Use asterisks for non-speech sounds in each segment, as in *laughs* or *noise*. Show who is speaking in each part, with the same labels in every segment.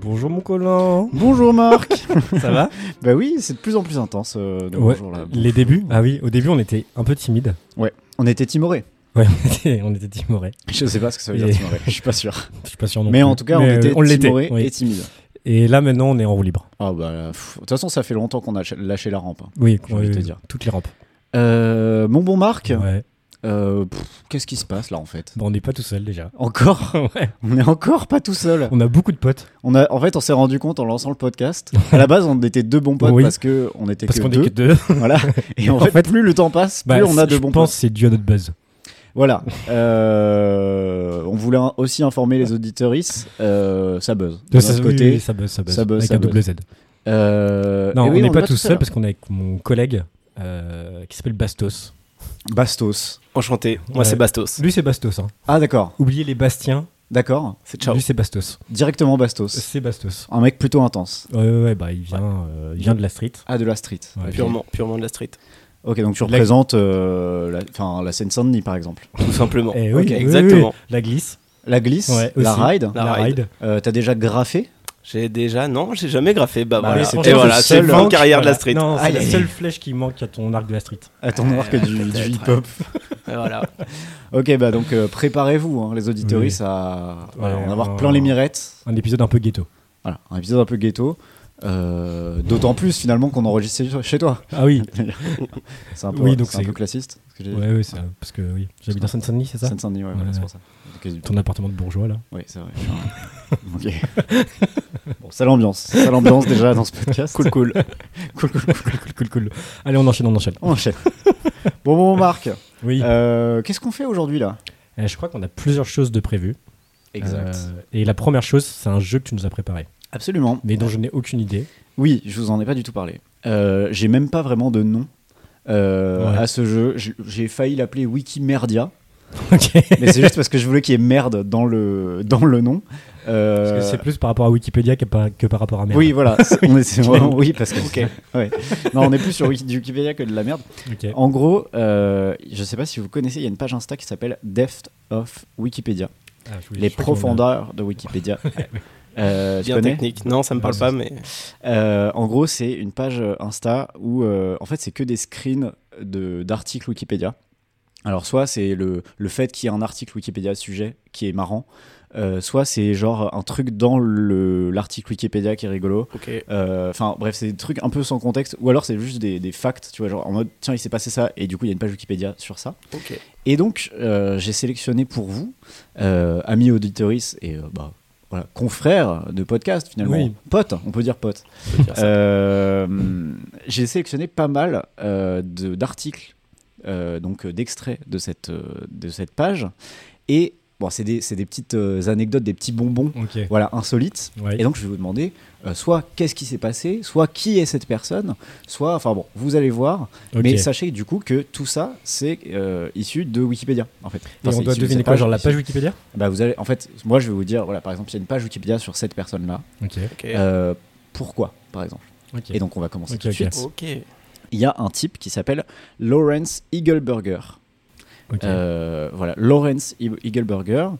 Speaker 1: Bonjour mon Colin.
Speaker 2: Bonjour Marc
Speaker 1: *laughs* Ça va
Speaker 2: *laughs* Bah oui, c'est de plus en plus intense euh, de
Speaker 1: Ouais.
Speaker 2: bonjour là.
Speaker 1: Les débuts Ah oui, au début on était un peu timide.
Speaker 2: On était timorés.
Speaker 1: Ouais, *laughs* on était, on était timorés.
Speaker 2: Je sais pas ce que ça veut
Speaker 1: Et-
Speaker 2: dire timorés, je suis pas sûr.
Speaker 1: Je suis pas sûr non
Speaker 2: Mais
Speaker 1: plus.
Speaker 2: en tout cas,
Speaker 1: Mais, euh,
Speaker 2: on était
Speaker 1: l'était,
Speaker 2: timorés
Speaker 1: oui.
Speaker 2: et timides.
Speaker 1: Et là maintenant on est en roue libre.
Speaker 2: Ah bah là, pff, de toute façon, ça fait longtemps qu'on a ch- lâché la rampe. hein.
Speaker 1: Oui,
Speaker 2: J'ai envie de te
Speaker 1: euh,
Speaker 2: dire.
Speaker 1: Toutes les rampes.
Speaker 2: Euh, mon bon Marc,
Speaker 1: Ouais.
Speaker 2: euh, pff, qu'est-ce qui se passe là en fait
Speaker 1: Bon, on n'est pas tout seul
Speaker 2: *laughs*
Speaker 1: déjà.
Speaker 2: Encore
Speaker 1: ouais.
Speaker 2: On est encore pas tout seul.
Speaker 1: On a beaucoup de potes.
Speaker 2: On a, en fait, on s'est rendu compte en lançant le podcast. À la base, on était deux bons potes
Speaker 1: Oui.
Speaker 2: parce que on était
Speaker 1: Parce
Speaker 2: que
Speaker 1: qu'on
Speaker 2: deux.
Speaker 1: est que deux.
Speaker 2: *laughs*
Speaker 1: *laughs*
Speaker 2: Voilà. Et en,
Speaker 1: En
Speaker 2: fait,
Speaker 1: fait,
Speaker 2: plus le temps passe, plus
Speaker 1: Bah,
Speaker 2: on a de
Speaker 1: je
Speaker 2: bons
Speaker 1: pense
Speaker 2: potes.
Speaker 1: que c'est dû à notre buzz.
Speaker 2: Voilà. Euh, on voulait un- aussi informer les auditeuristes. euh, ça buzz. De
Speaker 1: Ça-
Speaker 2: notre
Speaker 1: oui,
Speaker 2: côté,
Speaker 1: oui, ça buzz, ça buzz.
Speaker 2: ça buzz,
Speaker 1: Avec
Speaker 2: ça
Speaker 1: un double
Speaker 2: buzz.
Speaker 1: Z.
Speaker 2: Euh,
Speaker 1: Non,
Speaker 2: eh oui,
Speaker 1: on n'est
Speaker 2: est
Speaker 1: pas, tout seul parce qu'on est avec mon collègue euh, qui s'appelle Bastos.
Speaker 2: Bastos.
Speaker 3: Enchanté, moi
Speaker 1: Ouais.
Speaker 3: c'est Bastos.
Speaker 1: Lui c'est Bastos. Hein.
Speaker 2: Ah d'accord,
Speaker 1: Oubliez les Bastiens.
Speaker 2: d'accord.
Speaker 3: C'est ciao.
Speaker 1: Lui c'est Bastos.
Speaker 2: Directement Bastos.
Speaker 1: C'est Bastos.
Speaker 2: Un mec plutôt intense.
Speaker 1: Ouais, ouais, ouais, bah il vient, euh, il vient de la street.
Speaker 2: Ah de la street.
Speaker 1: Ouais.
Speaker 2: Ok.
Speaker 3: Purement, purement de la street.
Speaker 2: Ok, donc tu
Speaker 1: La-
Speaker 2: représentes euh, la, enfin, la Seine-Saint-Denis par exemple.
Speaker 3: Tout simplement.
Speaker 1: Eh oui,
Speaker 3: Ok,
Speaker 1: oui,
Speaker 3: exactement.
Speaker 1: oui. La glisse,
Speaker 2: La glisse,
Speaker 1: Ouais,
Speaker 2: la
Speaker 1: aussi.
Speaker 2: ride.
Speaker 3: La
Speaker 1: la
Speaker 3: ride.
Speaker 1: ride.
Speaker 2: Euh, T'as déjà graffé
Speaker 3: J'ai déjà, non, j'ai jamais graffé. Bah,
Speaker 2: Bah,
Speaker 3: voilà.
Speaker 2: c'était
Speaker 3: Et
Speaker 2: le
Speaker 3: voilà, c'est
Speaker 2: seul
Speaker 3: le
Speaker 2: manque,
Speaker 3: fin de carrière de la street.
Speaker 1: Non, c'est
Speaker 2: Aïe,
Speaker 1: la
Speaker 2: aïe.
Speaker 1: seule flèche qui manque à ton arc de la street.
Speaker 2: Attends de voir que du, du
Speaker 3: peut-être.
Speaker 2: hip-hop.
Speaker 3: Et voilà.
Speaker 2: Ok, bah donc euh, préparez-vous, hein, les auditeuristes, à voilà,
Speaker 1: Ouais,
Speaker 2: en avoir
Speaker 1: on-
Speaker 2: plein les mirettes.
Speaker 1: Un épisode un peu ghetto.
Speaker 2: Voilà, un épisode un peu ghetto. Euh, D'autant plus finalement qu'on enregistre chez toi.
Speaker 1: Ah oui,
Speaker 2: C'est un peu,
Speaker 1: Oui, donc
Speaker 2: c'est un
Speaker 1: c'est-
Speaker 2: peu classiste. ce que j'ai dit.
Speaker 1: ouais, ouais, c'est- parce que oui, j'habite en Seine-Saint-Denis, c'est ça
Speaker 2: Seine-Saint-Denis, ouais, voilà,
Speaker 1: Ouais,
Speaker 2: c'est
Speaker 1: ouais.
Speaker 2: pour ça. Ok,
Speaker 1: Ton appartement de bourgeois là.
Speaker 2: Oui, c'est
Speaker 1: *laughs*
Speaker 2: vrai. ok. Bon, sale ambiance. Sale ambiance déjà dans ce podcast. Cool, cool. cool, cool, cool.
Speaker 1: Cool, cool, cool, cool. Allez, on enchaîne, on enchaîne.
Speaker 2: On enchaîne. Bon, bon, Marc.
Speaker 1: Oui.
Speaker 2: euh, Qu'est-ce qu'on fait aujourd'hui là
Speaker 1: Euh, je crois qu'on a plusieurs choses de prévues. Euh, et la première chose, c'est un jeu que tu nous as préparé,
Speaker 2: Absolument.
Speaker 1: mais dont je n'ai aucune idée.
Speaker 2: Oui, je vous en ai pas du tout parlé. Euh, J'ai même pas vraiment de nom. euh,
Speaker 1: Ouais.
Speaker 2: à ce jeu, J'ai- j'ai failli l'appeler Wikimerdia,
Speaker 1: ok.
Speaker 2: mais c'est juste parce que je voulais qu'il y ait merde dans le, dans le nom. Euh,
Speaker 1: Parce que c'est plus par rapport à Wikipédia que par, que par rapport à merde.
Speaker 2: oui, voilà,
Speaker 1: *laughs*
Speaker 2: c'est- on est, c'est vraiment- oui, parce que
Speaker 3: Ok.
Speaker 2: ouais. non, on est plus sur Wiki- du Wikipédia que de la merde.
Speaker 1: Ok.
Speaker 2: En gros, euh, je sais pas si vous connaissez, il y a une page Insta qui s'appelle Depth of Wikipédia.
Speaker 1: Ah, je voulais-
Speaker 2: les
Speaker 1: je crois qu'on a-
Speaker 2: profondeurs de Wikipédia.
Speaker 1: *laughs*
Speaker 2: Euh, tu
Speaker 3: Bien
Speaker 2: connais
Speaker 3: technique. Non, ça me parle
Speaker 1: Ouais,
Speaker 3: pas, mais
Speaker 2: Euh, En gros, c'est une page euh, Insta où, euh, en fait, c'est que des screens de- d'articles Wikipédia. Alors, soit c'est le, le fait qu'il y ait un article Wikipédia sujet qui est marrant, euh, soit c'est genre un truc dans le- l'article Wikipédia qui est rigolo.
Speaker 3: ok.
Speaker 2: Euh, Enfin bref, c'est des trucs un peu sans contexte, ou alors c'est juste des, des facts, tu vois, genre en mode tiens, il s'est passé ça, et du coup il y a une page Wikipédia sur ça.
Speaker 3: ok.
Speaker 2: Et donc, euh, j'ai sélectionné pour vous, euh, amis auditoris et euh, bah, voilà, confrères de podcast finalement,
Speaker 1: Oui.
Speaker 2: potes, on peut dire potes.
Speaker 3: On peut dire ça.
Speaker 2: Euh, j'ai sélectionné pas mal euh, de- d'articles, euh, donc euh, d'extraits de cette, euh, de cette page. Et bon, c'est des, c'est des petites euh, anecdotes, des petits bonbons,
Speaker 1: Ok.
Speaker 2: voilà, insolites.
Speaker 1: Ouais.
Speaker 2: Et donc je vais vous demander euh, soit qu'est-ce qui s'est passé, soit qui est cette personne, soit enfin bon, vous allez voir,
Speaker 1: Ok.
Speaker 2: mais sachez du coup que tout ça c'est euh, issu de Wikipédia en fait.
Speaker 1: Et
Speaker 2: Enfin,
Speaker 1: on
Speaker 2: c'est
Speaker 1: doit
Speaker 2: issu de
Speaker 1: deviner
Speaker 2: cette
Speaker 1: quoi Genre la
Speaker 2: issu-
Speaker 1: page Wikipédia
Speaker 2: Bah vous allez en fait, moi je vais vous dire voilà par exemple il y a une page Wikipédia sur cette personne là.
Speaker 1: Ok.
Speaker 3: Ok.
Speaker 2: pourquoi par exemple
Speaker 1: Ok.
Speaker 2: Et donc on va commencer
Speaker 1: Ok,
Speaker 2: tout de
Speaker 1: ok.
Speaker 2: suite.
Speaker 3: Ok.
Speaker 2: Il y a un type qui s'appelle Lawrence Eagleburger.
Speaker 1: Ok.
Speaker 2: Euh, voilà Lawrence E- Eagleburger.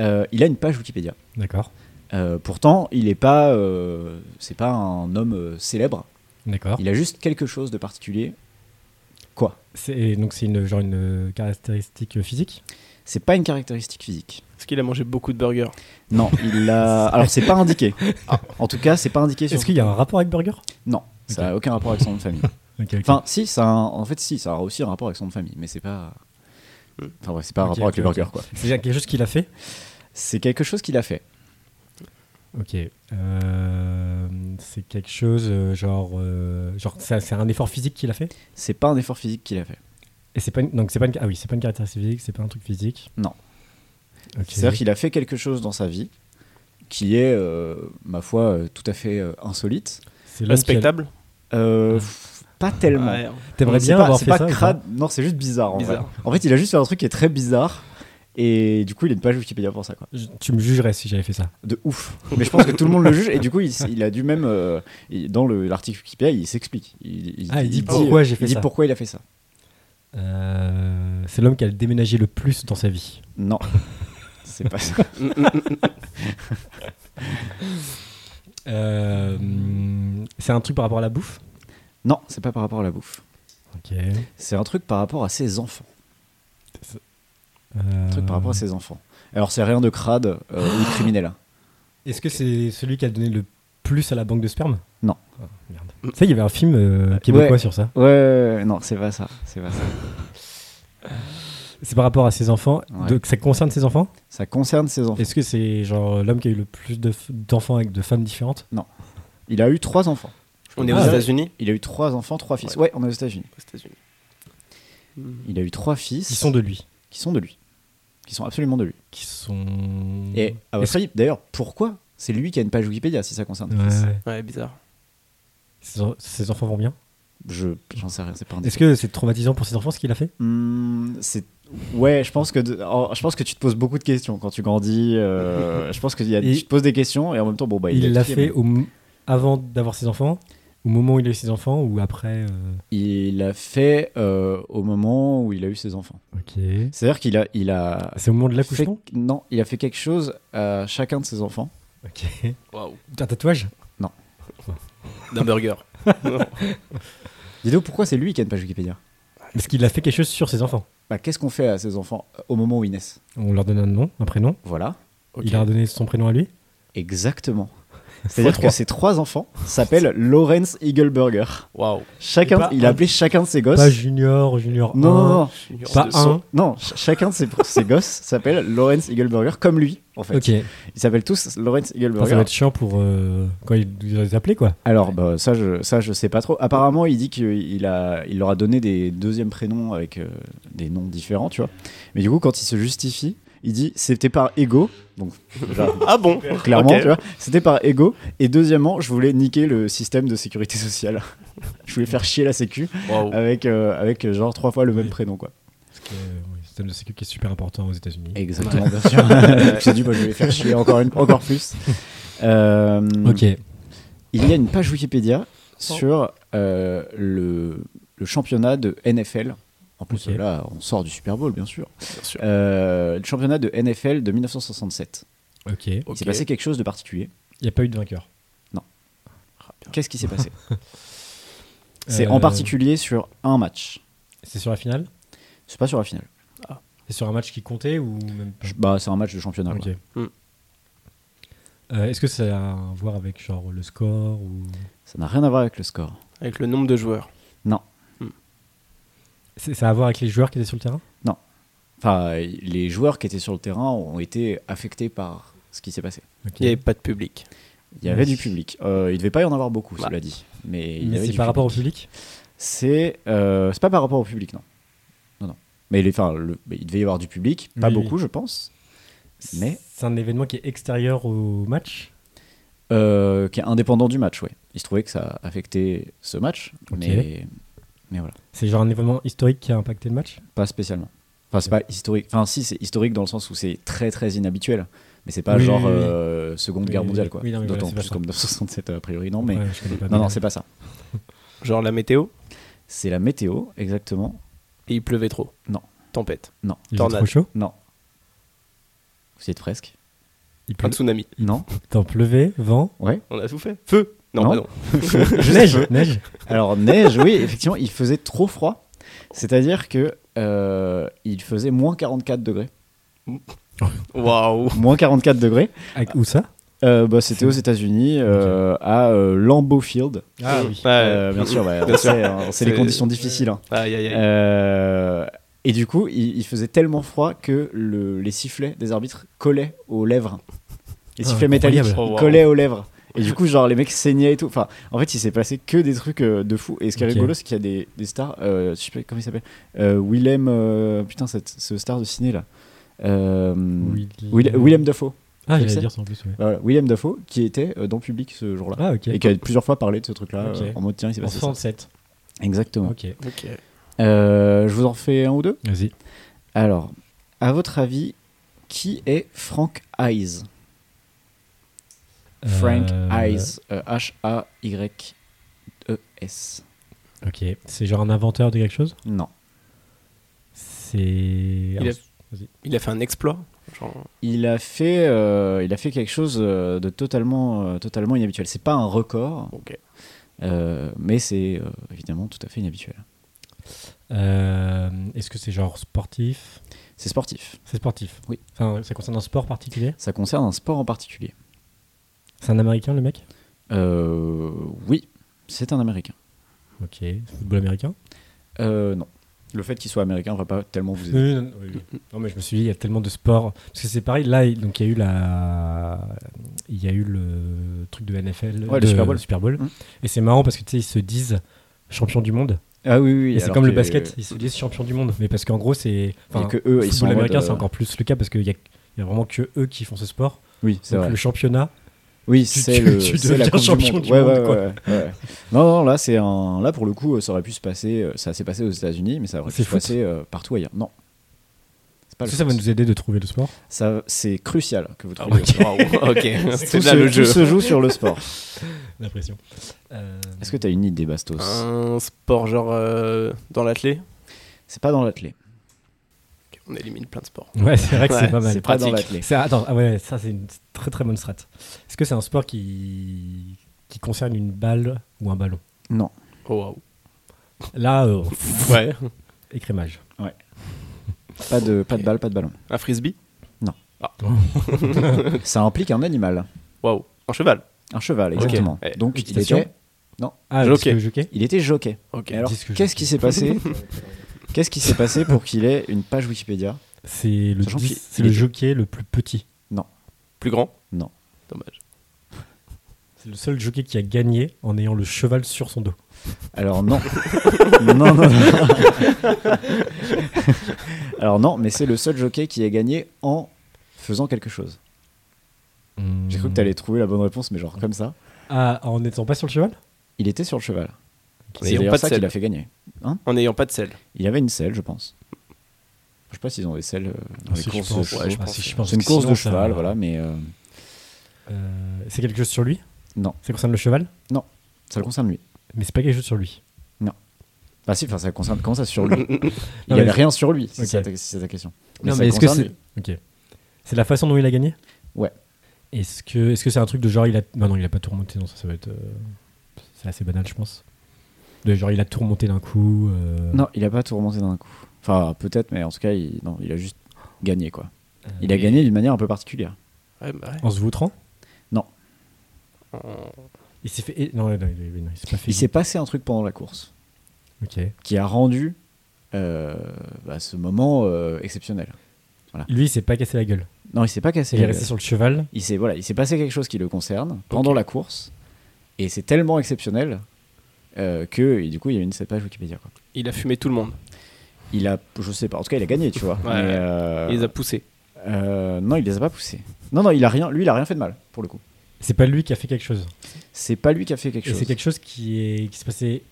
Speaker 2: Euh, il a une page Wikipédia.
Speaker 1: D'accord.
Speaker 2: Euh, pourtant, il n'est pas, euh, c'est pas un homme euh, célèbre.
Speaker 1: D'accord.
Speaker 2: Il a juste quelque chose de particulier. Quoi
Speaker 1: C'est- et donc c'est une genre une euh, caractéristique euh, physique.
Speaker 2: C'est pas une caractéristique physique.
Speaker 3: Est-ce qu'il a mangé beaucoup de burgers
Speaker 2: Non, il a. Alors, c'est pas indiqué. En tout cas, c'est pas indiqué sur.
Speaker 1: Ah. Est-ce qu'il y a un rapport avec Burger
Speaker 2: Non, ça a aucun rapport avec son nom de famille.
Speaker 1: Ok, ok.
Speaker 2: Enfin, si, ça a un- en fait, si, ça a aussi un rapport avec son nom de famille, mais c'est pas. Enfin, ouais, c'est pas un
Speaker 1: Ok,
Speaker 2: rapport avec le
Speaker 1: ok,
Speaker 2: burger,
Speaker 1: ok.
Speaker 2: quoi.
Speaker 1: c'est quelque chose qu'il a fait.
Speaker 2: C'est quelque chose qu'il a fait.
Speaker 1: Ok. Euh, c'est quelque chose euh, genre euh, genre ça- c'est un effort physique qu'il a fait.
Speaker 2: C'est pas un effort physique qu'il a fait.
Speaker 1: Et c'est pas une- donc c'est pas une, ah oui c'est pas une caractéristique physique c'est pas un truc physique.
Speaker 2: Non.
Speaker 1: Ok.
Speaker 2: C'est-à-dire qu'il a fait quelque chose dans sa vie qui est, euh, ma foi, euh, tout à fait euh, insolite.
Speaker 1: C'est l'homme qui a-
Speaker 3: Respectable
Speaker 2: Euh, pff, pas tellement.
Speaker 3: Ouais.
Speaker 1: Ah. T'aimerais
Speaker 2: C'est
Speaker 1: bien
Speaker 2: pas-
Speaker 1: avoir
Speaker 2: c'est
Speaker 1: fait
Speaker 2: pas
Speaker 1: ça. ou pas
Speaker 2: crade. Non, c'est juste bizarre en
Speaker 3: Bizarre.
Speaker 2: vrai. En fait, il a juste fait un truc qui est très bizarre. Et du coup, il a une page Wikipédia pour ça, quoi.
Speaker 1: Je- tu me jugerais si j'avais fait ça.
Speaker 2: De ouf. Mais je pense que tout le monde le juge. Et du coup, il, s- il a dû même. euh, il- dans le- l'article Wikipédia, il s'explique.
Speaker 1: Ah, il dit pourquoi j'ai fait
Speaker 2: il dit
Speaker 1: ça.
Speaker 2: pourquoi il a fait ça.
Speaker 1: Euh, c'est l'homme qui a déménagé le plus dans sa vie.
Speaker 2: *laughs*
Speaker 3: Mm,
Speaker 2: Non. c'est pas ça.
Speaker 1: Euh, hum, c'est un truc par rapport à la bouffe
Speaker 2: Non, c'est pas par rapport à la bouffe.
Speaker 1: Ok.
Speaker 2: C'est un truc par rapport à ses enfants. Un
Speaker 1: euh,
Speaker 2: truc par rapport à ses enfants. Alors, c'est rien de crade euh, ou de criminel. hein.
Speaker 1: Est-ce que c'est celui qui a donné le plus à la banque de sperme
Speaker 2: Non.
Speaker 1: Ah, merde. Tu sais, il y avait un film euh, québécois
Speaker 2: Ouais.
Speaker 1: sur ça.
Speaker 2: Ouais, ouais, ouais, non, c'est pas ça. C'est pas ça.
Speaker 1: C'est par rapport à ses enfants.
Speaker 2: Ouais.
Speaker 1: Donc, ça concerne ses enfants
Speaker 2: Ça concerne ses enfants.
Speaker 1: Est-ce que c'est genre l'homme qui a eu le plus de f- d'enfants avec de femmes différentes
Speaker 2: Il a eu trois enfants.
Speaker 3: On est aux
Speaker 1: Ah, ouais.
Speaker 3: États-Unis
Speaker 2: Il a eu trois enfants, trois fils. Ouais, on est aux États-Unis.
Speaker 3: Aux États-Unis. Mm.
Speaker 2: Il a eu trois fils
Speaker 1: Qui sont de lui
Speaker 2: qui sont de lui. Qui sont absolument de lui.
Speaker 1: Qui sont.
Speaker 2: Et à votre
Speaker 1: Est-ce-
Speaker 2: avis, d'ailleurs, pourquoi c'est lui qui a une page Wikipédia si ça concerne
Speaker 1: Ouais,
Speaker 2: les fils
Speaker 1: ouais.
Speaker 3: Ouais, bizarre.
Speaker 1: Ses, en- ses enfants vont bien
Speaker 2: Je j'en sais rien, c'est pas un
Speaker 1: Est-ce que c'est traumatisant pour ses enfants ce qu'il a fait
Speaker 2: Hmm, c'est ouais je pense que de- alors, je pense que tu te poses beaucoup de questions quand tu grandis euh, *laughs* je pense que y a-
Speaker 1: Et-
Speaker 2: tu te poses des questions et en même temps bon bah
Speaker 1: Il
Speaker 2: est
Speaker 1: l'a
Speaker 2: qui,
Speaker 1: fait
Speaker 2: mais-
Speaker 1: au m- avant d'avoir ses enfants Au moment où il a eu ses enfants Ou après euh,
Speaker 2: il l'a fait euh, au moment où il a eu ses enfants
Speaker 1: Ok.
Speaker 2: c'est à dire qu'il a il a
Speaker 1: C'est au moment de
Speaker 2: fait...
Speaker 1: l'accouchement
Speaker 2: non il a fait quelque chose à chacun de ses enfants
Speaker 1: Ok.
Speaker 3: Waouh.
Speaker 1: Un tatouage *laughs*
Speaker 3: D'un burger. Non.
Speaker 2: dis donc pourquoi c'est lui qui a une page Wikipédia
Speaker 1: Parce qu'il a fait quelque chose sur ses enfants.
Speaker 2: bah qu'est-ce qu'on fait à ses enfants euh, au moment où ils naissent
Speaker 1: On leur donne un nom, un prénom.
Speaker 2: voilà
Speaker 3: Ok.
Speaker 1: Il leur a donné son prénom à lui.
Speaker 2: exactement c'est à
Speaker 1: Fois
Speaker 2: dire
Speaker 1: trois.
Speaker 2: que ses trois enfants s'appellent Lawrence Eagleburger
Speaker 3: Waouh.
Speaker 2: chacun
Speaker 1: pas
Speaker 2: il a
Speaker 1: un-
Speaker 2: appelé chacun de ses gosses
Speaker 1: Pas Oh. junior, junior
Speaker 2: non, non,
Speaker 1: 1,
Speaker 2: non,
Speaker 1: pas
Speaker 3: De son-
Speaker 1: un.
Speaker 2: Non, ch- chacun de ses, ses gosses *laughs* s'appelle Lawrence Eagleburger, comme lui, en fait.
Speaker 1: Ok.
Speaker 2: Ils s'appellent tous Lawrence
Speaker 1: Enfin,
Speaker 2: Eagleburger.
Speaker 1: ça va être chiant pour euh, quand il doit les appeler quoi.
Speaker 2: Alors, bah, ça, je, ça, je sais pas trop. Apparemment, il dit qu'il a, il leur a donné des deuxièmes prénoms avec euh, des noms différents, tu vois. Mais du coup, quand il se justifie, il dit c'était par ego, donc déjà,
Speaker 1: *laughs*
Speaker 3: Ah bon
Speaker 2: clairement,
Speaker 3: Ok.
Speaker 2: tu vois, c'était par ego. Et deuxièmement, je voulais niquer le système de sécurité *laughs* sociale. je voulais faire chier la Sécu
Speaker 3: Waouh.
Speaker 2: avec, euh, avec euh, genre trois fois le même prénom, quoi.
Speaker 1: Parce que euh, oui, le système de sécu qui est super important aux États-Unis.
Speaker 2: Exactement, bien
Speaker 1: *laughs*
Speaker 2: sûr. je me suis dit, moi, je vais faire chier encore, une, encore plus. Euh,
Speaker 1: Ok.
Speaker 2: Il y a une page Wikipédia sur euh, le, le championnat de NFL. En plus,
Speaker 1: Ok.
Speaker 2: là, on sort du Super Bowl, bien sûr.
Speaker 3: Bien sûr.
Speaker 2: Euh, le championnat de NFL de 1967.
Speaker 1: Ok. Il
Speaker 2: Il s'est
Speaker 3: Ok.
Speaker 2: passé quelque chose de particulier.
Speaker 1: n'y a pas eu de vainqueur.
Speaker 2: Qu'est-ce qui s'est passé
Speaker 1: *laughs*
Speaker 2: C'est
Speaker 1: Euh,
Speaker 2: en particulier sur un match.
Speaker 1: C'est sur la finale
Speaker 2: C'est pas sur la finale.
Speaker 1: C'est sur un match qui comptait ou même pas
Speaker 2: Je- Bah, c'est un match de championnat.
Speaker 1: Ok.
Speaker 2: quoi.
Speaker 3: Hmm.
Speaker 1: Euh, Est-ce que ça a à voir avec genre le score ou
Speaker 2: Ça n'a rien à voir avec le score.
Speaker 3: Avec le nombre de joueurs.
Speaker 1: C'est- ça a à voir avec les joueurs qui étaient sur le terrain
Speaker 2: Enfin, les joueurs qui étaient sur le terrain ont été affectés par ce qui s'est passé.
Speaker 1: Ok.
Speaker 3: Il n'y avait pas de public.
Speaker 2: Il y avait
Speaker 1: Oui.
Speaker 2: du public. Euh, il devait pas y en avoir beaucoup,
Speaker 3: Bah.
Speaker 2: cela dit. Mais, il y
Speaker 1: Mais
Speaker 2: avait
Speaker 1: c'est
Speaker 2: du
Speaker 1: par
Speaker 2: public.
Speaker 1: rapport au public
Speaker 2: C'est euh, c'est pas par rapport au public, non. Non, non. Mais, les, enfin, le- mais il devait y avoir du public, pas
Speaker 1: Oui,
Speaker 2: beaucoup, je pense, Mais-
Speaker 1: c'est un événement qui est extérieur au match.
Speaker 2: euh, qui est indépendant du match, ouais. Il se trouvait que ça affectait ce match,
Speaker 1: Ok.
Speaker 2: mais, mais voilà,
Speaker 1: C'est genre un événement historique qui a impacté le match.
Speaker 2: pas spécialement. Enfin, c'est pas historique. Enfin, si, c'est historique dans le sens où c'est très très inhabituel, mais c'est pas
Speaker 1: Oui,
Speaker 2: genre
Speaker 1: oui, oui, oui.
Speaker 2: euh, Seconde
Speaker 1: Oui,
Speaker 2: Guerre
Speaker 1: oui,
Speaker 2: mondiale,
Speaker 1: oui.
Speaker 2: quoi.
Speaker 1: Oui, non, mais voilà,
Speaker 2: D'autant
Speaker 1: c'est pas
Speaker 2: plus
Speaker 1: ça.
Speaker 2: comme *laughs* 1967, a priori, non, mais.
Speaker 1: Ouais, je connais pas
Speaker 2: non,
Speaker 1: bien.
Speaker 2: non, c'est pas ça.
Speaker 3: Genre la météo
Speaker 2: C'est la météo, exactement.
Speaker 3: et il pleuvait trop.
Speaker 2: Non.
Speaker 3: Tempête.
Speaker 2: Non,
Speaker 1: Il faisait
Speaker 3: tornade.
Speaker 1: trop chaud.
Speaker 2: non. Vous y êtes presque.
Speaker 1: Il
Speaker 3: Un
Speaker 1: pleuvait.
Speaker 3: tsunami.
Speaker 2: *laughs* Non.
Speaker 1: Temps pleuvait,
Speaker 2: *laughs*
Speaker 1: vent,
Speaker 2: Ouais.
Speaker 3: On a tout fait. Feu Non,
Speaker 2: Non.
Speaker 3: pardon.
Speaker 1: neige, neige.
Speaker 2: Alors neige, oui, effectivement, il faisait trop froid. C'est-à-dire que euh, il faisait moins 44 degrés.
Speaker 3: Waouh.
Speaker 2: Moins 44 degrés.
Speaker 1: Avec- où ça
Speaker 2: Euh, bah, c'était aux États-Unis, euh, à euh, Lambeau Field.
Speaker 1: Ah oui.
Speaker 3: Ouais.
Speaker 2: Euh, bien sûr, ouais, on sait, hein, c'est les
Speaker 3: C'est-
Speaker 2: conditions difficiles. hein.
Speaker 3: Aïe, aïe, aïe.
Speaker 2: Euh, et du coup, il, il faisait tellement froid que le- les sifflets des arbitres collaient aux lèvres. Les
Speaker 1: Ah,
Speaker 2: sifflets
Speaker 1: incroyable.
Speaker 2: métalliques
Speaker 3: Oh, wow.
Speaker 2: collaient aux lèvres. Et du coup, genre, les mecs saignaient et tout. Enfin, en fait, il s'est passé que des trucs euh, de fou. Et ce qui est
Speaker 1: Ok.
Speaker 2: rigolo, c'est qu'il y a des, des stars. euh, je sais pas comment il s'appelle. Euh, Willem. euh, putain, cette, ce star de ciné là. Euh, Will- Willem Dafoe.
Speaker 1: Ah,
Speaker 2: je sais.
Speaker 1: j'allais dire ça en plus. ouais.
Speaker 2: Voilà, Willem Dafoe qui était euh, dans public ce jour-là.
Speaker 1: Ah ok.
Speaker 2: Et qui a plusieurs fois parlé de ce truc-là
Speaker 1: Ok.
Speaker 2: euh, en mode tiens, il s'est
Speaker 1: En
Speaker 2: passé ça.
Speaker 1: 67.
Speaker 2: Exactement.
Speaker 1: Ok.
Speaker 3: Ok.
Speaker 2: Euh, je vous en fais un ou deux
Speaker 1: Vas-y.
Speaker 2: Alors, à votre avis, qui est Frank Hayes Frank
Speaker 1: Euh,
Speaker 2: Hayes, euh, H-A-Y-E-S. E
Speaker 1: Ok. C'est genre un inventeur de quelque chose
Speaker 2: Non.
Speaker 1: C'est.
Speaker 3: Il a-
Speaker 1: Vas-y.
Speaker 3: Il a fait un exploit. genre.
Speaker 2: Il a fait, euh, il a fait quelque chose euh, de totalement, euh, totalement inhabituel. C'est pas un record,
Speaker 3: Ok.
Speaker 2: euh, mais c'est euh, évidemment tout à fait inhabituel.
Speaker 1: Euh, Est-ce que c'est genre sportif
Speaker 2: C'est sportif.
Speaker 1: C'est sportif.
Speaker 2: Oui.
Speaker 1: Enfin, ça concerne un sport particulier
Speaker 2: Ça concerne un sport en particulier.
Speaker 1: C'est un américain, le mec
Speaker 2: Euh, oui, c'est un Américain.
Speaker 1: Ok. Football américain
Speaker 2: Euh, non. Le fait qu'il soit américain va pas tellement vous
Speaker 1: Oui,
Speaker 2: aider.
Speaker 1: non, oui, oui. Non, mais je me suis dit, il y a tellement de sports. Parce que c'est pareil, là, il- donc, il y a eu la... Il y a eu le truc de NFL,
Speaker 2: Ouais, le
Speaker 1: de-
Speaker 2: Super Bowl. Mm.
Speaker 1: Et c'est marrant parce que, tu sais, ils se disent champion du monde.
Speaker 2: Ah oui, oui.
Speaker 1: Et c'est
Speaker 2: alors
Speaker 1: comme le
Speaker 2: que-
Speaker 1: basket, ils se disent champion du monde. Mais parce qu'en gros, c'est...
Speaker 2: Et
Speaker 1: enfin,
Speaker 2: que eux, ils
Speaker 1: football
Speaker 2: sont en mode,
Speaker 1: américain, c'est
Speaker 2: euh,
Speaker 1: encore plus le cas parce qu'il y a... il y a vraiment que eux qui font ce sport.
Speaker 2: Oui, c'est
Speaker 1: Donc
Speaker 2: vrai.
Speaker 1: le championnat,
Speaker 2: Oui,
Speaker 1: tu-
Speaker 2: c'est
Speaker 1: tu-
Speaker 2: le
Speaker 1: tu
Speaker 2: c'est la
Speaker 1: deviens
Speaker 2: coupe
Speaker 1: champion
Speaker 2: monde.
Speaker 1: du
Speaker 2: Ouais,
Speaker 1: monde,
Speaker 2: ouais,
Speaker 1: quoi.
Speaker 2: ouais, ouais. Non, non, là c'est un là pour le coup, euh, ça aurait pu se passer, euh, ça s'est passé aux États-Unis, mais ça aurait pu
Speaker 1: C'est
Speaker 2: se
Speaker 1: foot.
Speaker 2: passer euh, partout ailleurs. Non. C'est pas
Speaker 1: Est-ce
Speaker 2: le
Speaker 1: que ça va
Speaker 2: foot.
Speaker 1: nous aider de trouver le sport
Speaker 2: Ça, c'est crucial que vous
Speaker 3: Ah,
Speaker 2: trouviez.
Speaker 3: ok. Waouh, *laughs* ok.
Speaker 2: Tout,
Speaker 3: C'est là
Speaker 2: se,
Speaker 3: le
Speaker 2: tout
Speaker 3: jeu.
Speaker 2: se joue sur le sport. *laughs*
Speaker 1: La pression. Euh,
Speaker 2: Est-ce que tu as une idée, Bastos
Speaker 3: Un sport genre euh, dans l'athlé.
Speaker 2: C'est pas dans l'athlé.
Speaker 3: Ok, On élimine plein de sports.
Speaker 1: Ouais, c'est vrai que
Speaker 3: Ouais,
Speaker 1: c'est pas mal.
Speaker 2: C'est pas dans
Speaker 3: pratique.
Speaker 2: l'athlé.
Speaker 1: C'est- Attends, ah ouais, ça c'est une très très bonne strat. Est-ce que c'est un sport qui... qui concerne une balle ou un ballon
Speaker 2: Non.
Speaker 3: Oh, waouh.
Speaker 1: Là, euh,
Speaker 3: Ouais.
Speaker 1: écrémage.
Speaker 2: Pas de pas de balle, pas de ballon.
Speaker 3: Un frisbee.
Speaker 2: Ça implique un animal,
Speaker 3: Waouh. Un cheval.
Speaker 2: un cheval,
Speaker 3: Ok.
Speaker 2: exactement.
Speaker 3: Eh,
Speaker 2: Donc il
Speaker 1: équitation
Speaker 2: était
Speaker 1: Ah,
Speaker 3: Jockey.
Speaker 1: disque jockey
Speaker 2: il était jockey.
Speaker 3: Ok.
Speaker 2: Et alors,
Speaker 1: disque
Speaker 2: qu'est-ce
Speaker 1: jockey.
Speaker 2: qui
Speaker 1: *laughs*
Speaker 2: s'est passé Qu'est-ce qui s'est passé pour qu'il ait une page Wikipédia
Speaker 1: C'est le,
Speaker 2: Sachant
Speaker 1: dis-
Speaker 2: qu'il-
Speaker 1: c'est
Speaker 2: il
Speaker 1: le
Speaker 2: était-
Speaker 1: jockey le plus petit.
Speaker 3: Plus grand.
Speaker 2: Non.
Speaker 3: Dommage.
Speaker 1: C'est le seul jockey qui a gagné en ayant le cheval sur son dos.
Speaker 2: Alors non. *laughs* non, non, non. Alors non, mais c'est le seul jockey qui a gagné en faisant quelque chose. J'ai cru que t'allais trouver la bonne réponse, mais genre comme ça.
Speaker 1: Ah, en n'étant pas sur le cheval
Speaker 2: Il était sur le cheval.
Speaker 3: En
Speaker 2: C'est
Speaker 3: n'ayant pas
Speaker 2: d'ailleurs
Speaker 3: de
Speaker 2: ça qui
Speaker 3: selle.
Speaker 2: l'a fait gagner.
Speaker 3: En n'ayant pas de selle.
Speaker 2: Il avait une selle, je pense. Je sais pas s'ils ont des selles euh, dans
Speaker 1: Ah,
Speaker 2: les
Speaker 1: Si, je
Speaker 2: courses de
Speaker 1: pense,
Speaker 2: chevaux.
Speaker 1: ouais, je pense, si, je pense,
Speaker 2: c'est une
Speaker 1: parce que
Speaker 2: course
Speaker 1: sinon,
Speaker 2: de
Speaker 1: ça-
Speaker 2: cheval, voilà, mais euh,
Speaker 1: Euh, c'est quelque chose sur lui
Speaker 2: Non.
Speaker 1: Ça concerne le cheval
Speaker 2: ça le concerne lui.
Speaker 1: Mais c'est pas quelque chose sur lui.
Speaker 2: Bah si, enfin, ça le concerne comment ça sur
Speaker 1: *laughs*
Speaker 2: lui Il
Speaker 1: Non,
Speaker 2: avait
Speaker 1: mais-
Speaker 2: rien sur lui, si
Speaker 1: Ok.
Speaker 2: c'est ta, si c'est ta question.
Speaker 1: Non,
Speaker 2: ça
Speaker 1: mais
Speaker 2: le
Speaker 1: est-ce que
Speaker 2: concerne
Speaker 1: c'est.
Speaker 2: lui.
Speaker 1: Ok. C'est la façon dont il a gagné
Speaker 2: Ouais.
Speaker 1: Est-ce que est-ce que c'est un truc de genre il a. Bah non, il a pas tout remonté, non, ça, ça va être. euh, C'est assez banal, je pense. De genre il a tout remonté d'un coup. euh,
Speaker 2: Non, il a pas tout remonté d'un coup. Enfin, peut-être, mais en tout cas, il, non, il a juste gagné, quoi.
Speaker 1: Euh,
Speaker 2: Il a
Speaker 3: Et-
Speaker 2: gagné d'une manière un peu particulière.
Speaker 3: Ouais, bah ouais.
Speaker 1: En se vautrant
Speaker 3: En-
Speaker 1: Il s'est fait. et- Non, non, non, il- non, il s'est pas fait.
Speaker 2: Il s'est passé un truc pendant la course
Speaker 1: Ok.
Speaker 2: qui a rendu euh, bah, ce moment euh, exceptionnel.
Speaker 1: Lui, il s'est pas cassé la gueule.
Speaker 2: Non, il s'est pas cassé.
Speaker 1: Il est
Speaker 2: la
Speaker 1: resté
Speaker 2: gueule.
Speaker 1: sur le cheval.
Speaker 2: Il s'est voilà, il s'est passé quelque chose qui le concerne pendant la course, et c'est tellement exceptionnel euh, que et du coup, il y a une cette page Wikipédia. Quoi.
Speaker 3: Il a fumé tout le monde.
Speaker 2: Il a, je sais pas. En tout cas, il a gagné, tu vois.
Speaker 3: Ouais.
Speaker 2: Mais, euh,
Speaker 3: Il les a poussés.
Speaker 2: euh, non, il les a pas poussés. Non, non, il a rien. Lui, il a rien fait de mal pour le coup.
Speaker 1: C'est pas lui qui a fait quelque chose.
Speaker 2: C'est pas lui qui a fait quelque
Speaker 1: Et
Speaker 2: chose.
Speaker 1: c'est quelque chose qui est qui se passait.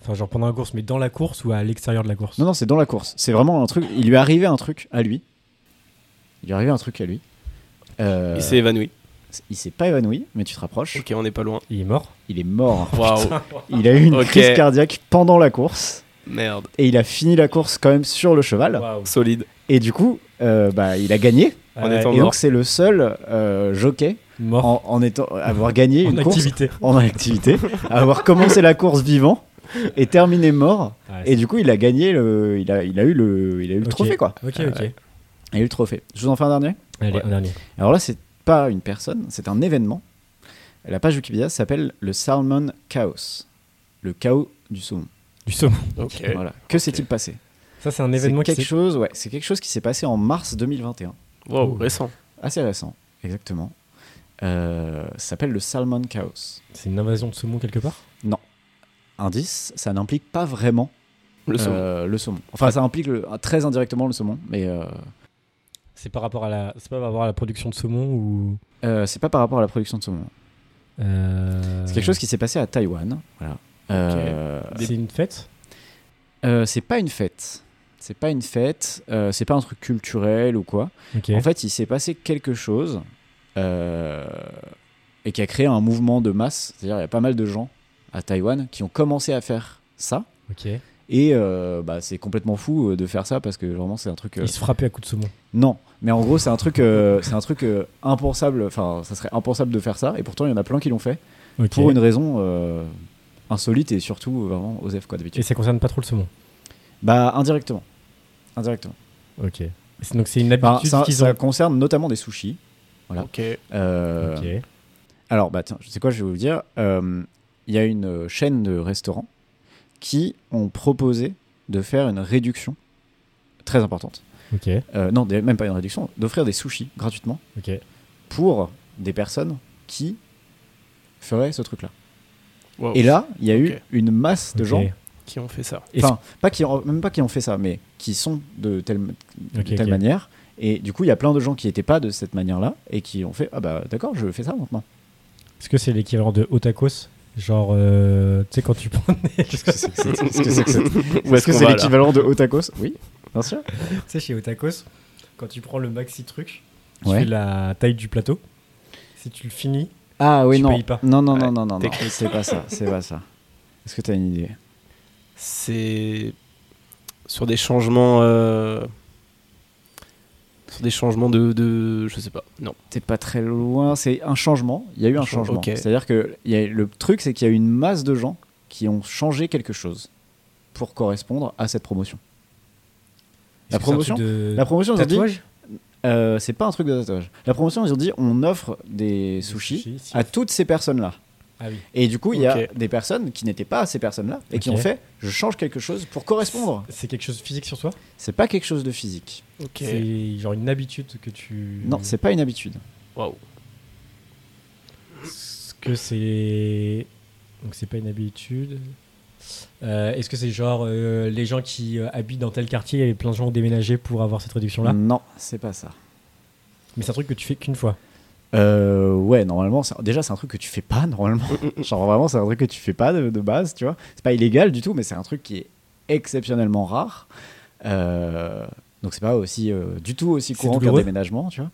Speaker 1: Enfin, genre pendant la course, mais dans la course ou à l'extérieur de la course
Speaker 2: Non, non, c'est dans la course. C'est vraiment un truc. Il lui est arrivé un truc à lui. Il lui est arrivé un truc à lui. Euh,
Speaker 3: Il s'est évanoui.
Speaker 2: il s'est pas évanoui, mais tu te rapproches.
Speaker 3: Ok, on n'est *laughs* pas loin.
Speaker 1: Il est mort.
Speaker 2: Il est mort.
Speaker 3: Waouh.
Speaker 2: Il a eu une
Speaker 3: *laughs* Ok.
Speaker 2: crise cardiaque pendant la course.
Speaker 3: Merde.
Speaker 2: Et il a fini la course quand même sur le cheval.
Speaker 1: Waouh.
Speaker 3: Solide.
Speaker 2: Et du coup, euh, bah, il a gagné.
Speaker 3: En
Speaker 1: Ouais,
Speaker 3: étant
Speaker 2: Et
Speaker 3: mort.
Speaker 2: donc, c'est le seul euh, jockey
Speaker 1: mort.
Speaker 2: en, en étant, avoir gagné
Speaker 1: En
Speaker 2: une course *laughs*
Speaker 1: activité.
Speaker 2: en activité, à avoir commencé la course vivant et terminé mort. Et du coup, il a gagné le, il a, il a eu le, il a eu le
Speaker 1: Ok.
Speaker 2: trophée quoi.
Speaker 1: Ok, ok.
Speaker 2: Il a eu le trophée. Je vous en fais un dernier.
Speaker 1: Allez,
Speaker 3: Ouais.
Speaker 1: un dernier.
Speaker 2: Alors là, c'est pas une personne, c'est un événement. La page Wikipédia s'appelle le Salmon Chaos, le chaos du saumon.
Speaker 1: Du saumon.
Speaker 3: Ok.
Speaker 2: Voilà. Que s'est-il passé
Speaker 1: Ça, c'est Eh, un événement
Speaker 2: C'est
Speaker 1: qui
Speaker 2: quelque
Speaker 1: s'est-
Speaker 2: chose, ouais, c'est quelque chose qui s'est passé en mars 2021,
Speaker 3: Wow,
Speaker 1: Oh.
Speaker 3: récent.
Speaker 2: assez récent, exactement. Euh, ça s'appelle le Salmon Chaos.
Speaker 1: C'est une invasion de saumon quelque part
Speaker 2: Indice, ça n'implique pas vraiment
Speaker 3: Le son.
Speaker 2: euh, le saumon. Enfin, ça implique le- très indirectement le saumon, mais euh,
Speaker 1: C'est par rapport à la, c'est pas par rapport à la production de saumon ou.
Speaker 2: euh, c'est pas par rapport à la production de saumon.
Speaker 1: Euh,
Speaker 2: C'est quelque chose qui s'est passé à Taïwan. Voilà. Euh,
Speaker 1: C'est une fête.
Speaker 2: Euh, c'est pas une fête. C'est pas une fête. euh, c'est pas un truc culturel ou quoi.
Speaker 1: Ok.
Speaker 2: En fait, il s'est passé quelque chose euh, et qui a créé un mouvement de masse. C'est-à-dire, il y a pas mal de gens à Taïwan qui ont commencé à faire ça.
Speaker 1: ok.
Speaker 2: Et euh, bah, c'est complètement fou euh, de faire ça parce que vraiment, c'est un truc. euh,
Speaker 1: Il se frappait à coups de saumon.
Speaker 2: non, mais en gros, c'est un truc, euh, c'est un truc euh, impensable. Enfin, ça serait impensable de faire ça, et pourtant, il y en a plein qui l'ont fait
Speaker 1: Ok.
Speaker 2: pour une raison euh, insolite et surtout euh, vraiment osef quoi
Speaker 1: Et
Speaker 2: d'habitude.
Speaker 1: ça concerne pas trop le saumon.
Speaker 2: Bah indirectement, indirectement.
Speaker 1: Ok. Et c'est- Donc c'est une
Speaker 2: Bah,
Speaker 1: habitude
Speaker 2: ça,
Speaker 1: qu'ils
Speaker 2: ça
Speaker 1: ont.
Speaker 2: concerne notamment des sushis. Voilà.
Speaker 3: Ok.
Speaker 2: Euh,
Speaker 1: Ok.
Speaker 2: Alors, bah, tiens, je sais quoi, je vais vous dire. Euh, Il y a une euh, chaîne de restaurants qui ont proposé de faire une réduction très importante.
Speaker 1: Ok.
Speaker 2: Euh, non, des- même pas une réduction, d'offrir des sushis gratuitement
Speaker 1: Ok.
Speaker 2: pour des personnes qui feraient ce truc-là.
Speaker 3: Wow.
Speaker 2: Et là, il y a eu
Speaker 3: Oh. Ok.
Speaker 2: une masse de
Speaker 1: Ok.
Speaker 2: gens
Speaker 3: Qui ont fait ça
Speaker 1: Est-ce-
Speaker 2: Enfin, pas qui, en- même pas qui ont fait ça, mais qui sont de telle, de
Speaker 1: Ok,
Speaker 2: telle
Speaker 1: ok.
Speaker 2: manière. Et du coup, il y a plein de gens qui n'étaient pas de cette manière-là et qui ont fait Ah bah d'accord, je fais ça maintenant.
Speaker 1: Est-ce que c'est l'équivalent de otakos Genre, euh, tu sais, quand tu prenais.
Speaker 2: *laughs* Qu'est-ce que c'est que cette- qu'est-ce que c'est que cette-
Speaker 3: Où
Speaker 2: Est-ce que
Speaker 3: qu'on
Speaker 2: c'est
Speaker 3: va, là
Speaker 2: l'équivalent de Otakos Oui, bien sûr.
Speaker 1: tu sais, chez otakos, quand tu prends le maxi truc, tu
Speaker 2: Ouais.
Speaker 1: fais la taille du plateau. Si tu le finis,
Speaker 2: Ah oui,
Speaker 1: Tu
Speaker 2: non.
Speaker 1: payes pas.
Speaker 2: Non, non,
Speaker 3: Ouais,
Speaker 2: non, non, non, non.
Speaker 3: technique.
Speaker 2: C'est pas ça, c'est pas ça. Est-ce que t'as une idée
Speaker 3: C'est sur des changements. euh, Sur des changements de, de. Je sais pas. Non.
Speaker 2: T'es pas très loin, c'est un changement. Il y a eu un
Speaker 3: Un change-
Speaker 2: changement.
Speaker 3: ok.
Speaker 2: C'est-à-dire que il y a- le truc, c'est qu'il y a eu une masse de gens qui ont changé quelque chose pour correspondre à cette promotion.
Speaker 1: est-ce
Speaker 2: La
Speaker 1: que c'est un truc
Speaker 2: promotion
Speaker 1: de
Speaker 2: La promotion, ils ont dit
Speaker 1: tatouage
Speaker 2: Euh, c'est pas un truc de tatouage. La promotion, ils ont dit on offre des sushis
Speaker 1: sushis, si
Speaker 2: à
Speaker 1: on-
Speaker 2: toutes ces personnes-là.
Speaker 1: Ah oui.
Speaker 2: Et du coup, il y a
Speaker 3: Ok.
Speaker 2: des personnes qui n'étaient pas à ces personnes-là et qui
Speaker 1: Ok.
Speaker 2: ont fait je change quelque chose pour correspondre.
Speaker 1: C'est quelque chose de physique sur toi
Speaker 2: C'est pas quelque chose de physique.
Speaker 3: Ok.
Speaker 1: C'est genre une habitude que tu.
Speaker 2: Non, c'est pas une habitude.
Speaker 3: Waouh.
Speaker 1: Est-ce que c'est. Donc, c'est pas une habitude. Euh, Est-ce que c'est genre euh, les gens qui euh, habitent dans tel quartier et plein de gens ont déménagé pour avoir cette réduction-là
Speaker 2: Non, c'est pas ça.
Speaker 1: Mais c'est un truc que tu fais qu'une fois.
Speaker 2: Euh, ouais, normalement, c'est- déjà, c'est un truc que tu fais
Speaker 1: *laughs*
Speaker 2: pas normalement. Genre, vraiment, c'est un truc que tu fais pas de, de base, tu vois. C'est pas illégal du tout, mais c'est un truc qui est exceptionnellement rare. Euh, donc, c'est pas aussi, euh, du tout aussi
Speaker 1: C'est
Speaker 2: courant qu'un
Speaker 1: douloureux
Speaker 2: déménagement, tu vois.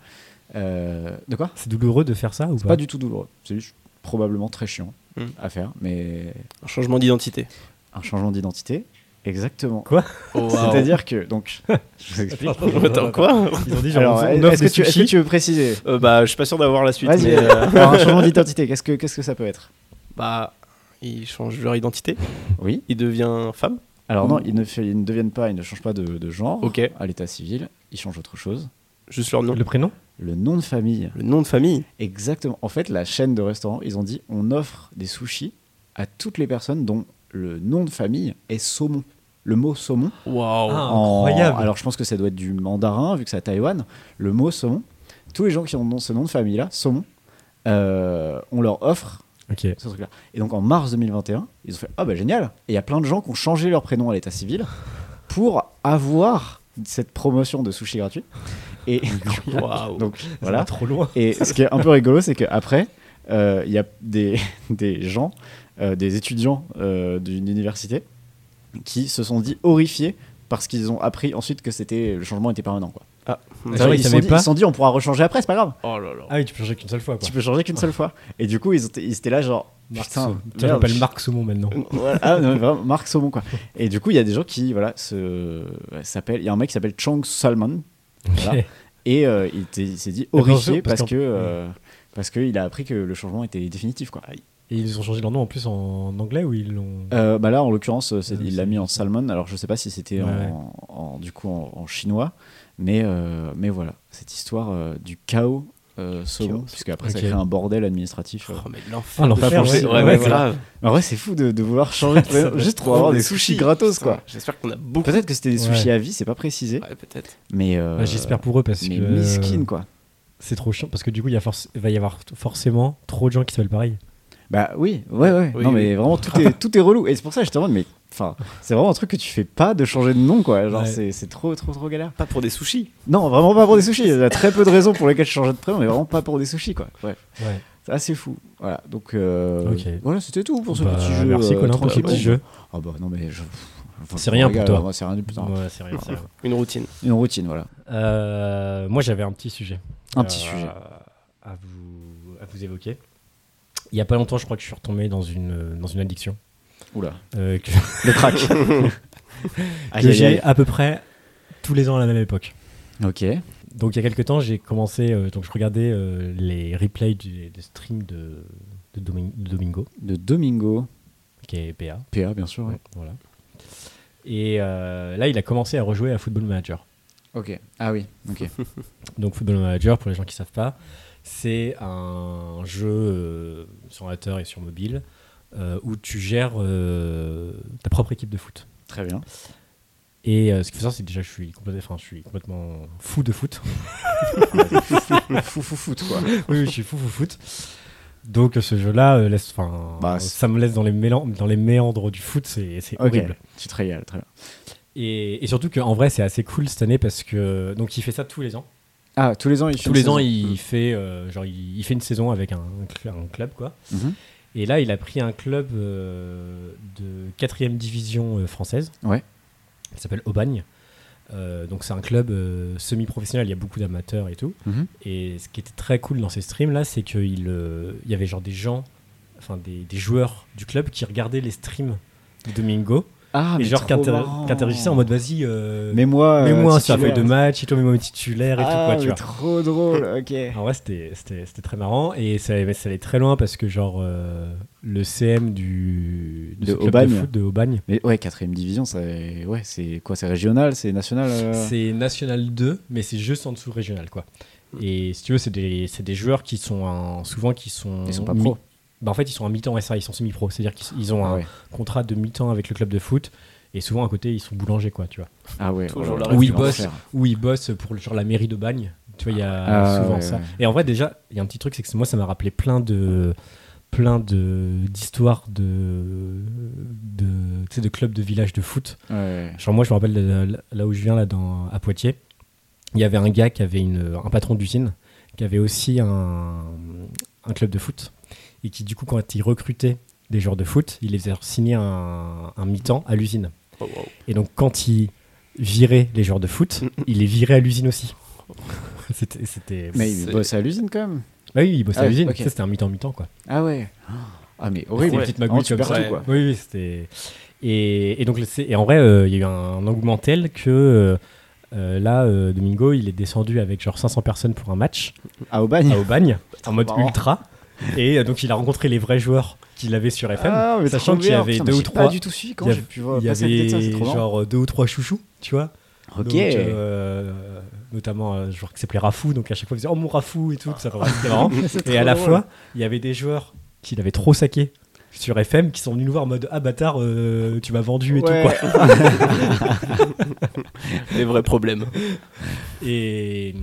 Speaker 2: Euh, de quoi
Speaker 1: C'est douloureux de faire ça ou
Speaker 2: C'est
Speaker 1: pas,
Speaker 2: pas du tout douloureux. C'est juste probablement très chiant
Speaker 3: Mm.
Speaker 1: Hmm.
Speaker 2: à faire, mais
Speaker 3: Un changement d'identité.
Speaker 2: un changement d'identité, exactement.
Speaker 3: Oh, waouh.
Speaker 2: C'est-à-dire que, donc, je vous explique.
Speaker 1: Attends, attends,
Speaker 3: *laughs* Attends, quoi
Speaker 1: Ils ont dit genre
Speaker 2: Alors,
Speaker 1: on- on offre
Speaker 2: est-ce
Speaker 1: des
Speaker 2: que, tu- est-ce que
Speaker 1: sushis.
Speaker 2: tu veux préciser
Speaker 3: Euh, Bah, je suis pas sûr d'avoir la suite.
Speaker 2: Vas-y,
Speaker 3: mais, euh,
Speaker 2: *laughs* alors, un changement d'identité, qu'est-ce que, qu'est-ce que ça peut être
Speaker 3: bah, ils changent leur identité.
Speaker 2: Oui.
Speaker 3: Ils deviennent femme.
Speaker 2: Alors,
Speaker 3: Ou-
Speaker 2: non, ils ne, fait- ils ne deviennent pas, ils ne changent pas de, de genre
Speaker 3: Ok.
Speaker 2: à l'état civil, ils changent autre chose.
Speaker 3: Juste leur nom.
Speaker 1: Le prénom
Speaker 2: Le nom de famille,
Speaker 3: Le nom de famille.
Speaker 2: exactement. En fait, la chaîne de restaurants, ils ont dit on offre des sushis à toutes les personnes dont le nom de famille est saumon. Le mot saumon
Speaker 3: Waouh.
Speaker 1: Ah.
Speaker 2: en-
Speaker 1: Incroyable.
Speaker 2: Alors je pense que ça doit être du mandarin, vu que c'est à Taïwan. Le mot saumon, tous les gens qui ont ce nom de famille-là, saumon, euh, on leur offre
Speaker 1: Ok.
Speaker 2: ce truc-là. Et donc en mars 2021, ils ont fait Ah bah génial Et il y a plein de gens qui ont changé leur prénom à l'état civil pour avoir cette promotion de sushi gratuit. Et
Speaker 3: Waouh.
Speaker 2: *laughs* donc
Speaker 1: Voilà.
Speaker 2: voilà.
Speaker 1: trop loin.
Speaker 2: Et ce qui est un peu rigolo, c'est qu'après, euh, il y a des, *laughs* des gens, euh, des étudiants euh, d'une université, qui se sont dit horrifiés parce qu'ils ont appris ensuite que c'était le changement était permanent. Quoi.
Speaker 3: Ah.
Speaker 1: Genre, ils
Speaker 2: Genre, ils se sont
Speaker 1: savaient
Speaker 2: dit,
Speaker 1: pas
Speaker 2: ils se sont dit, on pourra rechanger après, c'est pas grave.
Speaker 3: Oh là là.
Speaker 1: Ah oui, tu peux changer qu'une seule fois quoi.
Speaker 2: Tu peux changer qu'une seule fois. Et du coup, ils, étaient- ils étaient là, genre,
Speaker 1: Marc
Speaker 2: putain,
Speaker 1: Saumon. Tiens,
Speaker 2: merde,
Speaker 1: j'appelle Marc Saumon maintenant.
Speaker 2: Voilà. Ah, non, mais vraiment, Marc Saumon, quoi. Et du coup, il y a des gens qui, voilà, se... euh, s'appellent. Il y a un mec qui s'appelle Chong Salman.
Speaker 1: *laughs*
Speaker 2: Voilà.
Speaker 1: Ok.
Speaker 2: Et euh, il, était- il s'est dit
Speaker 1: Attention,
Speaker 2: horrifié
Speaker 1: parce
Speaker 2: parce,
Speaker 1: qu'en-
Speaker 2: que. euh, Parce qu'il a appris que le changement était définitif. Quoi.
Speaker 1: Et ils ont changé leur nom en plus en anglais ou ils l'ont.
Speaker 2: Euh, bah là, en l'occurrence, c'est-
Speaker 1: Ah,
Speaker 2: il
Speaker 1: c'est
Speaker 2: l'a mis en
Speaker 1: difficile.
Speaker 2: salmon. Alors, je sais pas si c'était
Speaker 1: Ouais,
Speaker 2: en,
Speaker 1: ouais.
Speaker 2: en- du coup en, en chinois, mais euh, mais voilà cette histoire euh, du chaos euh, saumon,
Speaker 3: Chaos.
Speaker 2: puisque après ça
Speaker 1: Ok.
Speaker 2: crée un bordel administratif. euh.
Speaker 3: Oh, mais
Speaker 1: Ah,
Speaker 3: l'enfer. de
Speaker 1: l'enfer,
Speaker 3: faire,
Speaker 2: ouais,
Speaker 3: ouais,
Speaker 2: ouais,
Speaker 3: mais
Speaker 2: ouais,
Speaker 3: grave.
Speaker 2: Mais en vrai, c'est fou de, de
Speaker 1: *laughs*
Speaker 2: vouloir changer de prénom
Speaker 1: doit
Speaker 2: juste
Speaker 1: être
Speaker 2: pour avoir
Speaker 3: Oh,
Speaker 2: des
Speaker 3: des
Speaker 2: sushis gratos,
Speaker 3: Putain,
Speaker 2: quoi.
Speaker 3: J'espère qu'on a beaucoup.
Speaker 2: Peut-être que c'était des sushis
Speaker 1: Ouais.
Speaker 2: à vie, c'est pas précisé,
Speaker 3: Ouais, peut-être.
Speaker 2: mais euh,
Speaker 1: Bah, J'espère pour eux parce
Speaker 2: mais
Speaker 1: que. euh,
Speaker 2: miskin quoi.
Speaker 1: C'est trop chiant parce que du coup, il y a forc- il va y avoir forcément trop de gens qui s'appellent pareil.
Speaker 2: Bah oui, ouais, ouais.
Speaker 3: Oui,
Speaker 2: non,
Speaker 3: oui.
Speaker 2: mais vraiment, tout est, tout est relou. Et c'est pour ça que je te demande, mais enfin, c'est vraiment un truc que tu fais pas de changer de nom, quoi. Genre,
Speaker 1: Ouais.
Speaker 2: c'est- c'est trop, trop, trop galère.
Speaker 3: Pas pour des sushis.
Speaker 2: Non, vraiment pas pour des sushis. Il y a très peu de raisons pour lesquelles je changeais de prénom, mais vraiment pas pour des sushis, quoi. Bref,
Speaker 1: Ouais.
Speaker 2: c'est assez fou. Voilà, donc euh,
Speaker 1: Ok.
Speaker 2: voilà, c'était tout pour ce
Speaker 1: Bah,
Speaker 2: petit jeu.
Speaker 1: Merci
Speaker 2: euh,
Speaker 1: Colin pour ce
Speaker 2: tranquille.
Speaker 1: petit jeu.
Speaker 2: Ah bah non, mais je. je-
Speaker 1: C'est
Speaker 2: je
Speaker 1: rien
Speaker 2: me
Speaker 1: pour
Speaker 2: régale,
Speaker 1: toi.
Speaker 2: moi, C'est rien du putain.
Speaker 1: Ouais, c'est rien, c'est rien.
Speaker 3: Une routine.
Speaker 2: Une routine, voilà.
Speaker 1: Euh, moi, j'avais un petit sujet.
Speaker 2: Un
Speaker 1: euh,
Speaker 2: petit sujet.
Speaker 1: À vous, à vous évoquer. Il y a pas longtemps, je crois que je suis retombé dans une, dans une addiction.
Speaker 2: Oula.
Speaker 1: *laughs* euh, que-
Speaker 2: *laughs* Le crack. Ah,
Speaker 1: que j'ai à peu près tous les ans à la même époque.
Speaker 2: Ok.
Speaker 1: Donc il y a quelques temps, j'ai commencé, euh, donc je regardais euh, les replays du, de stream de, de, Domi- de Domingo,
Speaker 2: De Domingo.
Speaker 1: qui est PA.
Speaker 2: PA, bien sûr. ouais.
Speaker 1: Voilà. Et euh, là, il a commencé à rejouer à Football Manager.
Speaker 2: Ok. Ah oui. Ok.
Speaker 1: Donc Football Manager, pour les gens qui ne savent pas, c'est un jeu euh, sur ordinateur et sur mobile euh, où tu gères euh, ta propre équipe de foot.
Speaker 2: Très bien.
Speaker 1: Et euh, ce qu'il faut savoir, c'est que déjà, je suis complètement, enfin, je suis complètement fou de foot. *laughs*
Speaker 2: fou fou foot quoi.
Speaker 1: oui, oui, je suis fou, fou, foot. Donc euh, ce jeu-là, euh, laisse, enfin,
Speaker 2: Bah, c'est-
Speaker 1: ça me laisse dans les, mélan- dans les méandres du foot, c'est c'est
Speaker 2: Ok.
Speaker 1: horrible.
Speaker 2: *laughs* Tu te régales, très bien.
Speaker 1: Et, et surtout qu'en vrai, c'est assez cool cette année parce que donc il fait ça tous les ans.
Speaker 2: Ah, tous les ans, il fait
Speaker 1: Tous
Speaker 2: une
Speaker 1: les ans,
Speaker 2: saison.
Speaker 1: il fait euh, genre il, il fait une saison avec un, cl- un club quoi.
Speaker 2: Mhm.
Speaker 1: Et là, il a pris un club euh, de 4 division euh, française.
Speaker 2: Ouais.
Speaker 1: Il s'appelle Aubagne. Euh, donc c'est un club euh, semi-professionnel, il y a beaucoup d'amateurs et tout.
Speaker 2: Mhm.
Speaker 1: Et ce qui était très cool dans ces streams là, c'est qu'il euh, il y avait genre des gens, enfin des, des joueurs du club qui regardaient les streams de Domingo
Speaker 2: Ah, mais
Speaker 1: et genre
Speaker 2: trop
Speaker 1: qu'inter-
Speaker 2: marrant.
Speaker 1: qu'interagissaient en mode vas-y, euh,
Speaker 2: Mets-moi. euh,
Speaker 1: mets-moi un sur la
Speaker 2: titulaire.
Speaker 1: feuille de match et toi mets-moi mes titulaires et tout
Speaker 2: Ah,
Speaker 1: quoi, tu
Speaker 2: mais
Speaker 1: vois.
Speaker 2: trop drôle. Ok.
Speaker 1: En vrai, c'était c'était- c'était très marrant et ça, allait- ça allait très loin parce que, genre, euh, le CM du,
Speaker 2: De
Speaker 1: ce club
Speaker 2: Aubagne.
Speaker 1: foot de Aubagne,
Speaker 2: Mais ouais, quatrième division, c'est ouais, c'est quoi C'est régional, c'est national. euh
Speaker 1: c'est National 2, mais c'est juste en dessous régional, quoi.
Speaker 2: Mm.
Speaker 1: Et si tu veux, c'est des, c'est des joueurs qui sont un- souvent qui sont.
Speaker 2: Ils sont pas
Speaker 1: mi-
Speaker 2: pro.
Speaker 1: Bah, en fait, ils sont à mi-temps, ouais, ça, ils sont semi-pro. C'est-à-dire qu'ils ils ont
Speaker 2: Ah
Speaker 1: un
Speaker 2: ouais.
Speaker 1: contrat de mi-temps avec le club de foot et souvent à côté, ils sont boulangers, quoi, tu vois.
Speaker 2: Ah ouais.
Speaker 3: Toujours
Speaker 2: oh là
Speaker 3: la
Speaker 2: là,
Speaker 1: Oui,
Speaker 2: c'est
Speaker 1: boss.
Speaker 2: l'enfer.
Speaker 1: Ou ils bossent pour le- genre la mairie d'Aubagne. Tu vois, il y a
Speaker 2: Ah,
Speaker 1: souvent
Speaker 2: ouais,
Speaker 1: ça.
Speaker 2: ouais.
Speaker 1: Et en vrai, déjà, il y a un petit truc, c'est que moi, ça m'a rappelé plein de plein de d'histoires de de tu sais, de clubs de villages de foot.
Speaker 2: Ouais, ouais.
Speaker 1: Genre moi, je me rappelle de- de- là où je viens là dans à Poitiers, il y avait un gars qui avait une un patron d'usine qui avait aussi un un club de foot et qui du coup quand il recrutait des joueurs de foot, il les faisait signer un, un mi-temps à l'usine.
Speaker 3: Oh, wow.
Speaker 1: Et donc, quand il virait les joueurs de foot, il les virait à l'usine aussi. c'était. c'était-
Speaker 2: Mais
Speaker 3: C'est-
Speaker 2: il bosse à l'usine quand même.
Speaker 1: Bah oui, il bossait
Speaker 2: Ah
Speaker 1: à
Speaker 2: oui,
Speaker 1: l'usine.
Speaker 2: ok.
Speaker 1: Tu sais, C'était un mi-temps, mi-temps, quoi.
Speaker 2: Ah ouais. Ah mais
Speaker 1: C'était
Speaker 2: horrible.
Speaker 1: une
Speaker 3: ouais.
Speaker 1: petite
Speaker 2: Ah,
Speaker 1: magouille
Speaker 2: tu
Speaker 1: comme
Speaker 2: perds
Speaker 1: ça.
Speaker 2: tout quoi.
Speaker 1: Oui, oui, c'était. Et, et donc, c'est- et en vrai, euh, il y a eu un engouement tel que euh, là, euh, Domingo, il est descendu avec genre 500 personnes pour un match
Speaker 2: À Aubagne.
Speaker 1: à Aubagne,
Speaker 2: *laughs*
Speaker 1: en mode
Speaker 2: Mm. marrant.
Speaker 1: ultra. Et euh, donc, il a rencontré les vrais joueurs qu'il avait sur FM.
Speaker 2: Ah, mais
Speaker 1: sachant
Speaker 2: trop
Speaker 1: qu'il y
Speaker 2: bien.
Speaker 1: avait
Speaker 2: Putain,
Speaker 1: deux
Speaker 2: mais
Speaker 1: ou
Speaker 2: j'ai
Speaker 1: trois.
Speaker 2: Pas du tout suivi quand
Speaker 1: il y
Speaker 2: j'ai pu voir
Speaker 1: Il y
Speaker 2: passer le texte,
Speaker 1: avait
Speaker 2: c'est trop marrant.
Speaker 1: genre euh, deux ou trois chouchous, tu vois.
Speaker 2: Ok.
Speaker 1: Donc, euh, notamment un joueur qui s'appelait Rafou, donc à chaque fois il faisait Oh mon Rafou et tout, ça vraiment, c'était
Speaker 2: *laughs*
Speaker 1: marrant. Et à la fois, il y avait des joueurs qui l'avaient trop saqué sur FM qui sont venus nous voir en mode Ah bâtard, euh, tu m'as vendu et
Speaker 2: Ouais.
Speaker 1: tout quoi.
Speaker 3: Les vrais problèmes.
Speaker 1: Et,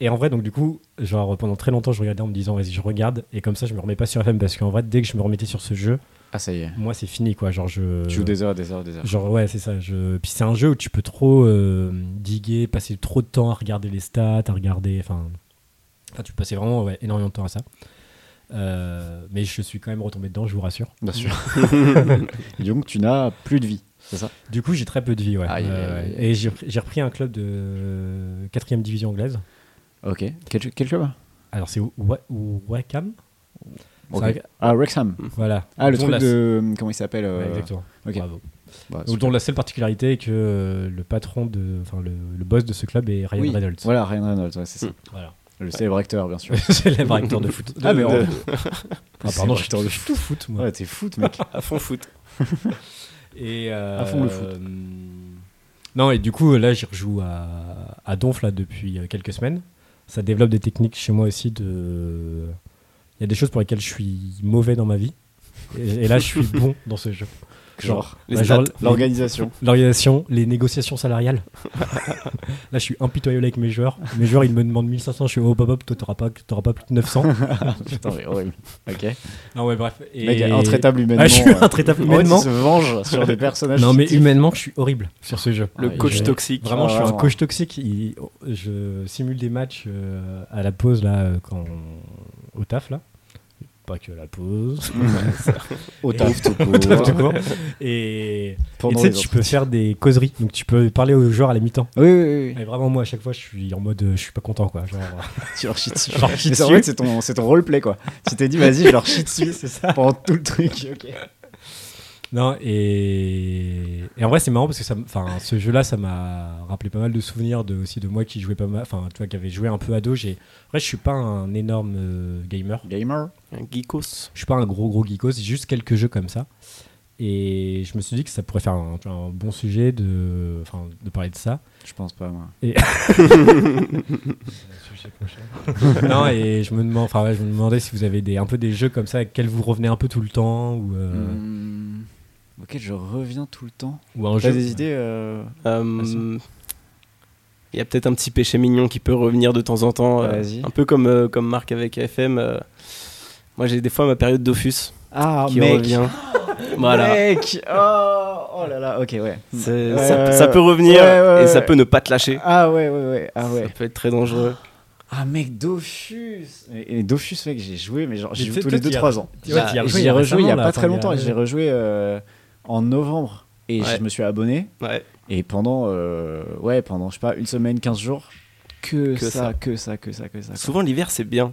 Speaker 1: et en vrai, donc du coup, genre pendant très longtemps, je regardais en me disant Vas-y, je regarde, et comme ça, je me remets pas sur FM parce qu'en vrai, dès que je me remettais sur ce jeu,
Speaker 2: Ah ça y est.
Speaker 1: moi c'est fini quoi. Genre, je.
Speaker 2: Tu joues des heures, des heures, des heures.
Speaker 1: Genre ouais c'est ça. Je... Puis c'est un jeu où tu peux trop euh, diguer, passer trop de temps à regarder les stats, à regarder. Enfin, enfin tu peux passer vraiment ouais, énormément de temps à ça. Euh, mais je suis quand même retombé dedans, je vous rassure.
Speaker 2: Bien sûr.
Speaker 1: *laughs*
Speaker 2: Et donc tu n'as plus de vie, c'est ça
Speaker 1: Du coup, j'ai très peu de vie, ouais.
Speaker 2: Aïe, aïe,
Speaker 1: Euh,
Speaker 2: aïe.
Speaker 1: Et j'ai j'ai repris un club de 4 division anglaise.
Speaker 2: Ok. Quel, quel club
Speaker 1: Alors, c'est Wa- Wacam
Speaker 2: Ok.
Speaker 1: C'est un-
Speaker 2: Ah Wrexham.
Speaker 1: Voilà.
Speaker 2: Ah le
Speaker 1: Dont
Speaker 2: truc
Speaker 1: la-
Speaker 2: de comment il s'appelle
Speaker 1: Ouais,
Speaker 2: euh,
Speaker 1: exactement.
Speaker 2: ok.
Speaker 1: Bravo.
Speaker 2: bah,
Speaker 1: Donc, dont la seule particularité est que euh, le patron de. Enfin, le, le boss de ce club est Ryan
Speaker 2: Oui,
Speaker 1: Reynolds.
Speaker 2: Voilà, Ryan Reynolds, ouais, c'est ça.
Speaker 1: Voilà. *laughs*
Speaker 2: Le célèbre acteur, bien sûr.
Speaker 1: c'est le vrai acteur de foot.
Speaker 2: Ah, mais
Speaker 1: De-
Speaker 2: en-
Speaker 1: de-
Speaker 2: Le
Speaker 1: Ah, pardon,
Speaker 2: célèbre
Speaker 1: je *laughs*
Speaker 2: acteur de
Speaker 1: suis tout foot, moi.
Speaker 2: Ouais, t'es foot, mec.
Speaker 3: À fond foot.
Speaker 1: Et, euh,
Speaker 2: À fond, le foot.
Speaker 1: Non, et du coup, là, j'y rejoue à, à Donf, là, depuis euh, quelques semaines. Ça développe des techniques chez moi aussi de... Il y a des choses pour lesquelles je suis mauvais dans ma vie. Et, et là, je *laughs* suis bon dans ce jeu.
Speaker 2: Genre,
Speaker 3: Les
Speaker 1: Bah, *laughs*
Speaker 3: stats.
Speaker 1: genre, *laughs*
Speaker 2: l'organisation.
Speaker 1: L'organisation, les négociations salariales. *laughs* là, je suis impitoyable avec mes joueurs. Mes joueurs, ils me demandent 1500, je suis oh, pop, pop, toi, t'auras pas, t'auras pas plus de *laughs* 900.
Speaker 2: Putain, mais horrible. Ok.
Speaker 1: non, ouais, bref. Et...
Speaker 2: Mec, intraitable humainement.
Speaker 1: Ah, je suis
Speaker 2: euh.
Speaker 1: intraitable
Speaker 2: En fait,
Speaker 1: humainement.
Speaker 2: il se venge sur des personnages.
Speaker 1: Non, mais
Speaker 2: fictifs.
Speaker 1: humainement, je suis horrible sur ce jeu.
Speaker 3: Le
Speaker 2: Ah,
Speaker 3: coach
Speaker 1: j'ai-
Speaker 3: toxique.
Speaker 1: Vraiment, je suis un
Speaker 2: Vraiment.
Speaker 1: coach toxique. Il- je simule des matchs euh, à la pause là, euh, quand au taf là. Pas que à la
Speaker 2: *laughs*
Speaker 1: pause.
Speaker 2: Au taf tout
Speaker 1: Au taf, tout
Speaker 2: court.
Speaker 1: court. Et et tu
Speaker 2: Pendant
Speaker 1: sais,
Speaker 2: les
Speaker 1: tu
Speaker 2: autres.
Speaker 1: peux faire des causeries. Donc tu peux parler aux joueurs à la mi-temps.
Speaker 2: Oui, oui, oui.
Speaker 1: Et vraiment, moi, à chaque fois, je suis en mode, euh, je suis pas content quoi. Genre, euh,
Speaker 2: Tu leur chies dessus.
Speaker 1: genre, je suis
Speaker 2: Mais ça, en
Speaker 1: dessus.
Speaker 2: fait, c'est ton, c'est ton roleplay, quoi. Tu t'es dit, vas-y, je leur chie dessus
Speaker 1: c'est ça.
Speaker 2: pendant tout le truc. Ok.
Speaker 1: Non, et... et en vrai, c'est marrant parce que ça, m- enfin, ce jeu-là, ça m'a rappelé pas mal de souvenirs de, aussi de moi qui jouais pas mal, enfin, tu vois, qui avait joué un peu ado. J'ai... En vrai, je suis pas un énorme euh, gamer.
Speaker 2: Gamer.
Speaker 3: Un geekos.
Speaker 1: Je suis pas un gros, gros geeko, c'est juste quelques jeux comme ça. Et je me suis dit que ça pourrait faire un, tu vois, un bon sujet de, enfin, de parler de ça.
Speaker 2: Je pense pas, moi.
Speaker 1: *laughs* non, et je me, demande, enfin, ouais, je me demandais si vous avez des, un peu des jeux comme ça, auxquels vous revenez un peu tout le temps, ou, euh,
Speaker 2: Hmm, Auquel je reviens tout le temps.
Speaker 1: ou un
Speaker 2: J'ai
Speaker 1: jeu.
Speaker 2: des idées euh,
Speaker 3: Euh, Il y a peut-être un petit péché mignon qui peut revenir de temps en temps. euh,
Speaker 2: Vas-y.
Speaker 3: un peu comme, euh, comme Marc avec FM. euh, moi, j'ai des fois ma période Dofus
Speaker 2: Ah,
Speaker 3: qui
Speaker 2: mec.
Speaker 3: revient.
Speaker 2: *laughs*
Speaker 3: voilà.
Speaker 2: Mec oh, oh là là, ok, ouais.
Speaker 3: C'est-
Speaker 2: Ouais,
Speaker 3: ça,
Speaker 2: ouais,
Speaker 3: ça
Speaker 2: ouais.
Speaker 3: peut revenir
Speaker 2: Ouais, ouais,
Speaker 3: et ça
Speaker 2: ouais.
Speaker 3: peut ne pas te lâcher.
Speaker 2: Ah ouais, ouais, ouais. Ah ouais.
Speaker 3: Ça peut être très dangereux.
Speaker 2: Ah mec, Dofus Et, et Dofus, mec, j'ai joué, mais genre,
Speaker 1: Mais
Speaker 2: j'ai joué
Speaker 1: t'es-
Speaker 2: tous
Speaker 1: toi,
Speaker 2: les
Speaker 1: t'y as-
Speaker 2: 2-3 ans.
Speaker 1: t'y- ouais, t'y as
Speaker 2: J'ai
Speaker 1: rejoué
Speaker 2: j'ai Bah, rejoué il y a
Speaker 1: récemment, là,
Speaker 2: pas très
Speaker 1: enfin, il y a-
Speaker 2: longtemps, et j'ai rejoué euh, en novembre. Et
Speaker 3: Ouais.
Speaker 2: je me suis abonné,
Speaker 3: Ouais.
Speaker 2: et pendant, euh, ouais, pendant, je sais pas, une semaine, 15 jours, que,
Speaker 3: Que
Speaker 2: ça,
Speaker 3: ça.
Speaker 2: que ça, que ça, que ça. quoi.
Speaker 3: Souvent, l'hiver, c'est bien.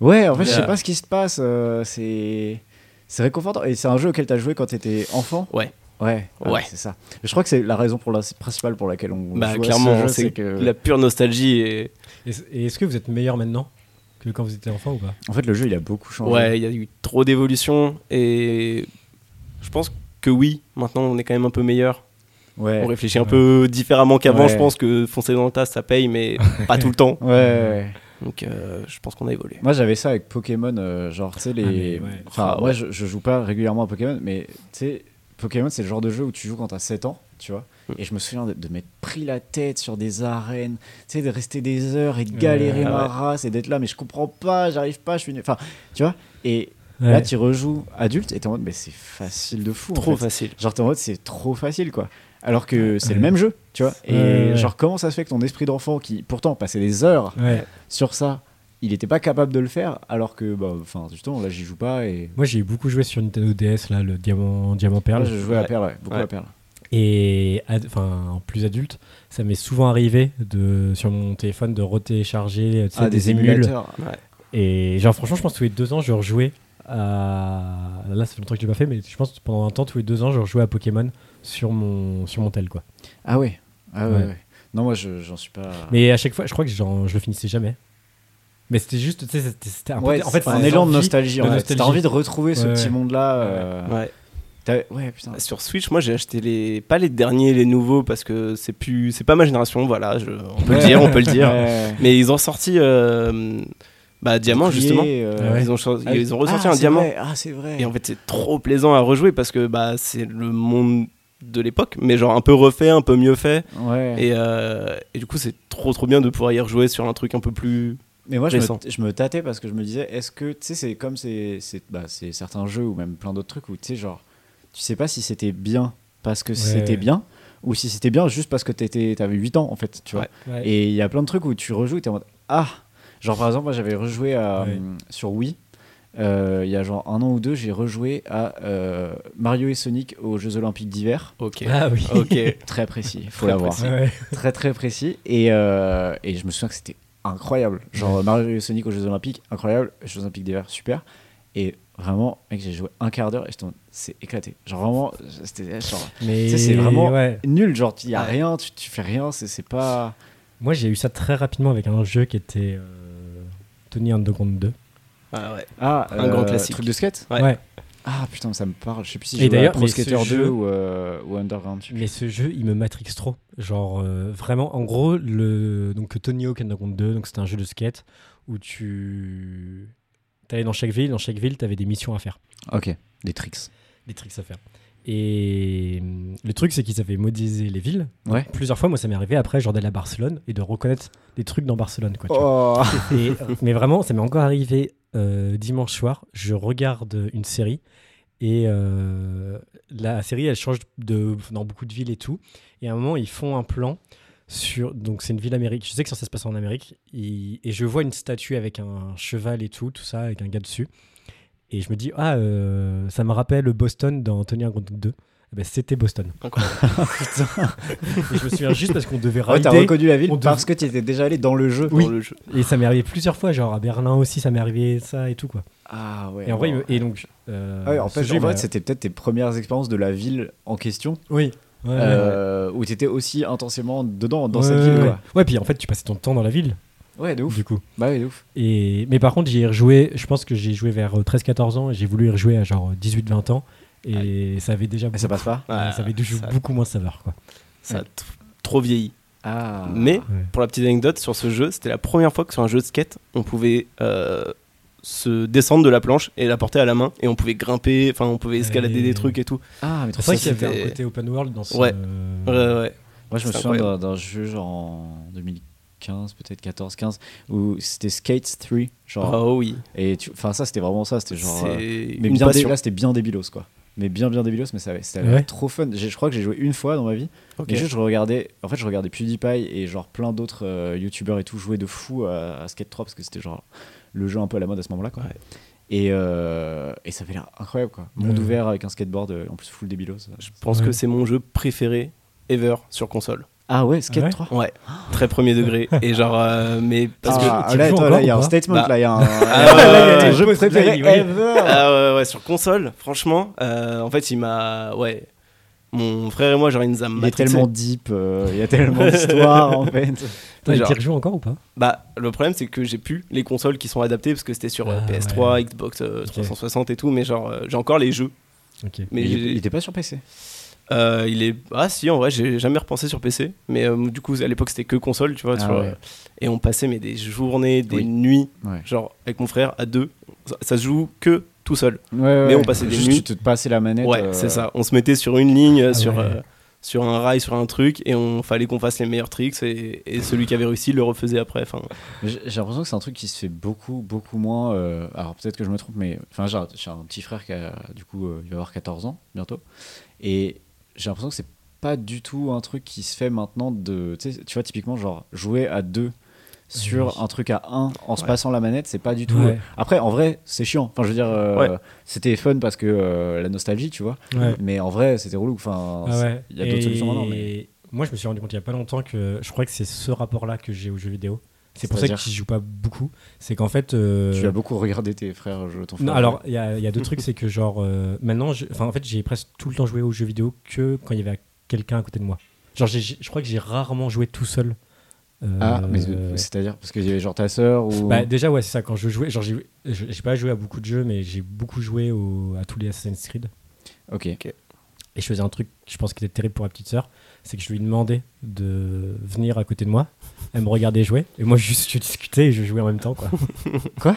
Speaker 2: Ouais, en fait, je
Speaker 3: Yeah.
Speaker 2: sais pas ce qui se passe, euh, c'est... C'est réconfortant, et c'est un jeu auquel t'as joué quand t'étais enfant
Speaker 3: Ouais.
Speaker 2: Ouais, ah,
Speaker 3: Ouais.
Speaker 2: c'est ça. Je crois que c'est la raison pour la, principale pour laquelle on
Speaker 3: bah,
Speaker 2: joue à ce
Speaker 3: clairement,
Speaker 2: jeu,
Speaker 3: c'est
Speaker 2: que...
Speaker 3: la pure nostalgie. Et...
Speaker 1: Et, et est-ce que vous êtes meilleur maintenant que quand vous étiez enfant ou pas
Speaker 2: En fait, le jeu, il a beaucoup changé.
Speaker 3: Ouais, il y a eu trop d'évolution et je pense que oui, maintenant on est quand même un peu meilleur.
Speaker 2: Ouais.
Speaker 3: On
Speaker 2: Ouais,
Speaker 3: réfléchit un
Speaker 1: Ouais.
Speaker 3: peu différemment qu'avant,
Speaker 2: Ouais.
Speaker 3: je pense que foncer dans le tas ça paye, mais pas tout le temps.
Speaker 2: *laughs* ouais, ouais.
Speaker 3: Donc euh, je pense qu'on a évolué.
Speaker 2: Moi j'avais ça avec Pokémon, euh, genre tu sais les.
Speaker 1: Ah, mais ouais.
Speaker 2: Enfin,
Speaker 3: Ah,
Speaker 2: moi
Speaker 3: ouais.
Speaker 2: je, je joue pas régulièrement à Pokémon, mais tu sais, Pokémon c'est le genre de jeu où tu joues quand t'as 7 ans, tu vois.
Speaker 3: Mm.
Speaker 2: Et je me souviens de, de m'être pris la tête sur des arènes, tu sais, de rester des heures et de galérer
Speaker 1: Ouais.
Speaker 2: ma
Speaker 3: Ah ouais.
Speaker 2: race et d'être là, mais je comprends pas, j'arrive pas, je suis nul. Enfin, tu vois. Et
Speaker 1: Ouais.
Speaker 2: là tu rejoues adulte et t'es en mode, mais c'est facile de fou. en
Speaker 3: Trop
Speaker 2: fait.
Speaker 3: facile.
Speaker 2: Genre t'es en mode, c'est trop facile quoi. Alors que c'est le
Speaker 1: Ouais.
Speaker 2: même jeu, tu vois. Et
Speaker 1: Ouais, ouais.
Speaker 2: genre, comment ça se fait que ton esprit d'enfant qui pourtant passait des heures
Speaker 1: Ouais.
Speaker 2: sur ça, il n'était pas capable de le faire, alors que, bah, enfin, justement, là, j'y joue pas et.
Speaker 1: Moi, j'ai beaucoup joué sur Nintendo DS, là, le Diamant, Diamant
Speaker 2: Là,
Speaker 1: Perle.
Speaker 2: je jouais à
Speaker 3: Ouais.
Speaker 2: Perle, ouais, beaucoup
Speaker 3: Ouais.
Speaker 2: à Perle.
Speaker 1: Et ad- enfin, en plus adulte, ça m'est souvent arrivé de, sur mon téléphone de retélécharger euh, tu sais, Ah,
Speaker 2: Ah,
Speaker 1: des, émules. Et genre, franchement, je pense que tous les deux ans, je rejouais à. Là, ça fait longtemps que je l'ai pas fait, mais je pense que pendant un temps, tous les deux ans, je rejouais à Pokémon sur mon, sur mon tel, quoi.
Speaker 2: Ah ouais, ah ouais,
Speaker 1: Ouais.
Speaker 2: ouais. Non, moi, je- j'en suis pas.
Speaker 1: Mais à chaque fois, je crois que j'en- je le finissais jamais. Mais c'était juste, tu sais, c'était- c'était un peu-
Speaker 2: Ouais,
Speaker 1: en fait,
Speaker 2: c'est un
Speaker 1: c'était
Speaker 2: élan de
Speaker 1: envie-
Speaker 2: nostalgie. en
Speaker 1: de
Speaker 2: fait.
Speaker 1: nostalgie.
Speaker 2: T'as envie de retrouver ce
Speaker 1: Ouais,
Speaker 2: petit
Speaker 1: ouais.
Speaker 2: monde-là. euh,
Speaker 3: Ouais.
Speaker 2: t'as- Ouais, putain.
Speaker 3: Sur Switch, moi j'ai acheté les pas les derniers, les nouveaux parce que c'est plus c'est pas ma génération, voilà, je- on peut le
Speaker 2: Ouais.
Speaker 3: dire, on peut le dire.
Speaker 2: Ouais.
Speaker 3: Mais ils ont sorti euh, bah diamant
Speaker 2: Bouclier,
Speaker 3: justement.
Speaker 2: euh,
Speaker 1: Ouais.
Speaker 3: Ils ont cho-
Speaker 2: ah,
Speaker 3: ils ont ressorti
Speaker 2: ah,
Speaker 3: un
Speaker 2: c'est
Speaker 3: diamant.
Speaker 2: vrai, Ah, c'est vrai.
Speaker 3: Et en fait, c'est trop plaisant à rejouer parce que bah, c'est le monde de l'époque, mais genre un peu refait, un peu mieux fait.
Speaker 2: Ouais.
Speaker 3: Et, euh, et du coup, c'est trop trop bien de pouvoir y rejouer sur un truc un peu plus.
Speaker 2: Mais moi, je me,
Speaker 3: Récent.
Speaker 2: je me tâtais parce que je me disais, est-ce que, tu sais, c'est comme c'est, c'est, bah, c'est certains jeux ou même plein d'autres trucs où, tu sais, genre, tu sais pas si c'était bien parce que c'était
Speaker 1: ouais.
Speaker 2: bien ou si c'était bien juste parce que t'étais, t'avais 8 ans, en fait, tu vois.
Speaker 1: Ouais.
Speaker 2: Et il y a plein de trucs où tu rejoues et t'es en mode, ah Genre, par exemple, moi, j'avais rejoué à,
Speaker 1: Ouais.
Speaker 2: hum, sur Wii, euh, il y a genre un an ou deux, j'ai rejoué à euh, Mario et Sonic aux Jeux Olympiques d'hiver.
Speaker 3: Ok.
Speaker 1: Ah oui.
Speaker 3: Ok.
Speaker 1: *laughs*
Speaker 2: Très précis, faut
Speaker 3: Très
Speaker 2: l'avoir
Speaker 3: précis.
Speaker 1: Ouais.
Speaker 2: très très précis et, euh, et je me souviens que c'était incroyable genre Mario et Sonic aux Jeux Olympiques incroyable Jeux Olympiques d'hiver super et vraiment mec j'ai joué un quart d'heure et j'étais en mode, c'est éclaté genre vraiment c'était genre
Speaker 1: Mais
Speaker 2: Tu sais, c'est vraiment-
Speaker 1: ouais.
Speaker 2: nul genre il y a
Speaker 3: Ouais.
Speaker 2: rien tu, tu fais rien c'est c'est pas
Speaker 1: Moi, j'ai eu ça très rapidement avec un jeu qui était euh, Tony and the Ground 2.
Speaker 3: Ah ouais.
Speaker 2: ah
Speaker 3: Un grand classique.
Speaker 2: truc de skate
Speaker 3: Ouais.
Speaker 2: ah putain ça me parle je sais plus si
Speaker 1: Et
Speaker 2: j'ai joué à
Speaker 1: d'ailleurs,
Speaker 2: Pro
Speaker 1: mais ce
Speaker 2: Skater 2
Speaker 1: jeu-
Speaker 2: ou, euh, ou Underground je sais plus.
Speaker 1: Mais ce jeu, il me matrix trop. Genre, euh, vraiment, en gros, le, donc, Tony Hawk and the Ground 2, donc, c'était un jeu de skate où tu allais dans chaque ville, dans chaque ville, tu avais des missions à faire,
Speaker 2: ok des tricks
Speaker 1: des tricks à faire. Et euh, le truc, c'est qu'ils avaient modélisé les villes.
Speaker 2: ouais
Speaker 1: Plusieurs fois, moi, ça m'est arrivé après, genre, d'aller à Barcelone et de reconnaître des trucs dans Barcelone. Quoi, tu vois. *laughs*
Speaker 2: oh
Speaker 1: Et- euh, mais vraiment, ça m'est encore arrivé euh, dimanche soir. Je regarde une série et euh, la série, elle change de, dans beaucoup de villes et tout. Et à un moment, ils font un plan sur. Donc, c'est une ville américaine. Je sais que ça, ça se passe en Amérique. Et, et je vois une statue avec un cheval et tout, tout ça, avec un gars dessus. Et je me dis, ah, euh, ça me rappelle Boston dans Tony Hawk 2 eh ben, c'était Boston.
Speaker 3: Incroyable.
Speaker 1: *laughs* Et je me souviens juste parce qu'on devait
Speaker 2: Ah Ouais, t'as
Speaker 1: rider.
Speaker 2: reconnu la ville
Speaker 1: on dev-
Speaker 2: parce que tu étais déjà allé dans le jeu.
Speaker 1: Oui.
Speaker 3: Dans le jeu.
Speaker 1: et ça m'est arrivé plusieurs fois, genre à Berlin aussi, ça m'est arrivé ça et tout quoi.
Speaker 2: Ah ouais.
Speaker 1: Et en vrai, il
Speaker 2: alors-
Speaker 1: me- et donc. euh,
Speaker 2: Ah ouais, en
Speaker 1: ce
Speaker 2: fait,
Speaker 1: jeu,
Speaker 2: en vrai,
Speaker 1: bah,
Speaker 2: c'était peut-être tes premières expériences de la ville en question
Speaker 1: Oui. Ouais, ouais.
Speaker 2: euh, où tu étais aussi intensément dedans, dans
Speaker 1: Ouais,
Speaker 2: cette
Speaker 1: ouais,
Speaker 2: ville.
Speaker 1: ouais.
Speaker 2: Quoi.
Speaker 1: Ouais, puis en fait, tu passais ton temps dans la ville,
Speaker 2: Ouais, de ouf.
Speaker 1: du coup.
Speaker 2: Bah ouais, de ouf.
Speaker 1: Et... Mais par contre, j'y ai rejoué, je pense que j'ai joué vers 13-14 ans et j'ai voulu y rejouer à genre 18-20 ans. Et ça avait déjà
Speaker 2: Ah Et ça
Speaker 1: beaucoup-
Speaker 2: passe pas
Speaker 1: ouais, ça avait déjà
Speaker 3: ça,
Speaker 1: beaucoup moins de saveur. Quoi.
Speaker 3: ça a t- trop vieilli.
Speaker 2: Ah.
Speaker 3: Mais
Speaker 1: Ouais.
Speaker 3: pour la petite anecdote sur ce jeu, c'était la première fois que sur un jeu de skate, on pouvait euh, se descendre de la planche et la porter à la main et on pouvait grimper, enfin on pouvait escalader
Speaker 1: Ouais.
Speaker 3: des trucs et tout.
Speaker 2: Ah, mais trop
Speaker 1: C'est vrai
Speaker 2: ça,
Speaker 1: qu'il y avait
Speaker 3: c'était-
Speaker 1: un côté open world dans ce.
Speaker 3: Ouais.
Speaker 1: euh,
Speaker 3: Ouais, ouais.
Speaker 2: Moi, je me
Speaker 3: C'est
Speaker 2: souviens d'un d'un jeu genre en 2015, peut-être 14, 15, où c'était Skate 3. Genre,
Speaker 3: Oh oui.
Speaker 2: et tu... Enfin, ça, c'était vraiment ça. C'était genre. euh,
Speaker 3: C'est
Speaker 2: Mais
Speaker 3: une
Speaker 2: bien dé-
Speaker 3: passion.
Speaker 2: là, c'était bien débilos, quoi. Mais bien, bien débilos, mais ça avait- c'était
Speaker 1: Ouais.
Speaker 2: trop fun. J'ai- Je crois que j'ai joué une fois dans ma vie.
Speaker 3: Ok.
Speaker 2: Et juste, je regardais, en fait, je regardais PewDiePie et genre plein d'autres euh, youtubeurs et tout jouer de fou à, à Skate 3 parce que c'était genre le jeu un peu à la mode à ce moment-là, quoi.
Speaker 3: Ouais.
Speaker 2: Et, euh, et ça avait l'air incroyable, quoi. Monde
Speaker 1: Ouais.
Speaker 2: ouvert avec un skateboard, euh, en plus full débilos.
Speaker 3: Je pense
Speaker 1: Ouais.
Speaker 3: que c'est mon jeu préféré ever sur console.
Speaker 2: Ah ouais, Skate
Speaker 1: Ah ouais
Speaker 2: 3
Speaker 3: Ouais, très premier degré. Et genre, euh, mais parce que.
Speaker 1: Ah,
Speaker 2: Ah,
Speaker 1: tu
Speaker 2: là,
Speaker 1: joues
Speaker 2: attends,
Speaker 1: encore
Speaker 2: là, il y a
Speaker 1: ou
Speaker 2: un
Speaker 1: pas
Speaker 2: statement,
Speaker 3: Bah,
Speaker 2: là, il y a
Speaker 3: *laughs*
Speaker 2: un,
Speaker 3: là, il y a
Speaker 2: là, il y a un
Speaker 1: des
Speaker 2: jeu
Speaker 1: posts, là,
Speaker 2: préféré
Speaker 1: il y a-
Speaker 2: ever.
Speaker 3: Bah, Ah ouais, ouais, sur console, franchement, euh, en fait, il m'a. Ouais. Mon frère et moi, genre, il nous a
Speaker 2: Il est
Speaker 3: matrixé.
Speaker 2: tellement deep, euh, il y a tellement d'histoires en fait.
Speaker 1: T'as
Speaker 3: Genre-
Speaker 1: t'y rejoues encore ou pas
Speaker 3: Bah, le problème, c'est que j'ai plus les consoles qui sont adaptées parce que c'était sur euh,
Speaker 1: Ah,
Speaker 3: PS3, Xbox euh,
Speaker 1: Ok.
Speaker 3: 360 et tout, mais genre, euh, j'ai encore les jeux.
Speaker 1: Ok.
Speaker 3: Mais
Speaker 2: il,
Speaker 3: j'ai-
Speaker 2: il était pas sur PC.
Speaker 3: Euh, il est ah si en vrai j'ai jamais repensé sur PC mais euh, du coup à l'époque c'était que console tu vois
Speaker 2: Ah
Speaker 3: sur,
Speaker 2: ouais.
Speaker 3: euh, et on passait mais des journées des
Speaker 2: Oui.
Speaker 3: nuits
Speaker 2: Ouais.
Speaker 3: genre avec mon frère à deux ça, ça se joue que tout seul Mais on passait des
Speaker 2: Juste,
Speaker 3: nuits.
Speaker 2: tu te passais la manette.
Speaker 3: ouais
Speaker 2: euh,
Speaker 3: c'est ça on se mettait sur une ligne euh,
Speaker 1: Ah
Speaker 3: sur
Speaker 1: ouais.
Speaker 3: euh, sur un rail sur un truc et on fallait qu'on fasse les meilleurs tricks et, et celui qui avait réussi le refaisait après enfin
Speaker 2: Mais J'ai j'ai l'impression que c'est un truc qui se fait beaucoup, beaucoup moins. euh, alors peut-être que je me trompe, mais enfin, j'ai un- j'ai un petit frère qui a, du coup, euh, il va avoir 14 ans bientôt. Et j'ai l'impression que c'est pas du tout un truc qui se fait maintenant de. Tu sais, tu vois, typiquement, genre jouer à deux sur
Speaker 1: Oui.
Speaker 2: un truc à un en se
Speaker 3: Ouais.
Speaker 2: passant la manette, c'est pas du tout.
Speaker 1: Ouais.
Speaker 2: Après, en vrai, c'est chiant. Enfin, je veux dire, euh,
Speaker 3: Ouais.
Speaker 2: c'était fun parce que euh, la nostalgie, tu vois.
Speaker 1: Ouais.
Speaker 2: Mais en vrai, c'était relou. Enfin,
Speaker 1: Ah
Speaker 2: c'est-
Speaker 1: ouais.
Speaker 2: il y a d'autres
Speaker 1: Et
Speaker 2: solutions maintenant, mais-
Speaker 1: Moi, je me suis rendu compte il n'y a pas longtemps que je crois que c'est ce rapport-là que j'ai aux jeux vidéo. C'est pour ça que
Speaker 2: C'est-à-dire
Speaker 1: je joue pas beaucoup. C'est qu'en fait. euh,
Speaker 2: tu as beaucoup regardé tes frères, je- ton frère.
Speaker 1: Non, alors, il y a, il y a deux trucs, c'est que genre, euh, maintenant, je- enfin, en fait, j'ai presque tout le temps joué aux jeux vidéo que quand il y avait quelqu'un à côté de moi. Genre, j'ai- j'ai- je crois que j'ai rarement joué tout seul. Euh,
Speaker 2: Ah, mais c'est-à-dire parce qu'il y avait genre ta sœur ou.
Speaker 1: bah, déjà, ouais, c'est ça, quand je jouais, genre, j'ai je- j'ai pas joué à beaucoup de jeux, mais j'ai beaucoup joué au- à tous les Assassin's Creed.
Speaker 2: Ok.
Speaker 1: Et je faisais un truc, je pense qui était terrible pour ma petite sœur, c'est que je lui demandais de venir à côté de moi, elle me regardait jouer, et moi, *laughs* juste, je discutais et je jouais en même temps, quoi.
Speaker 2: Quoi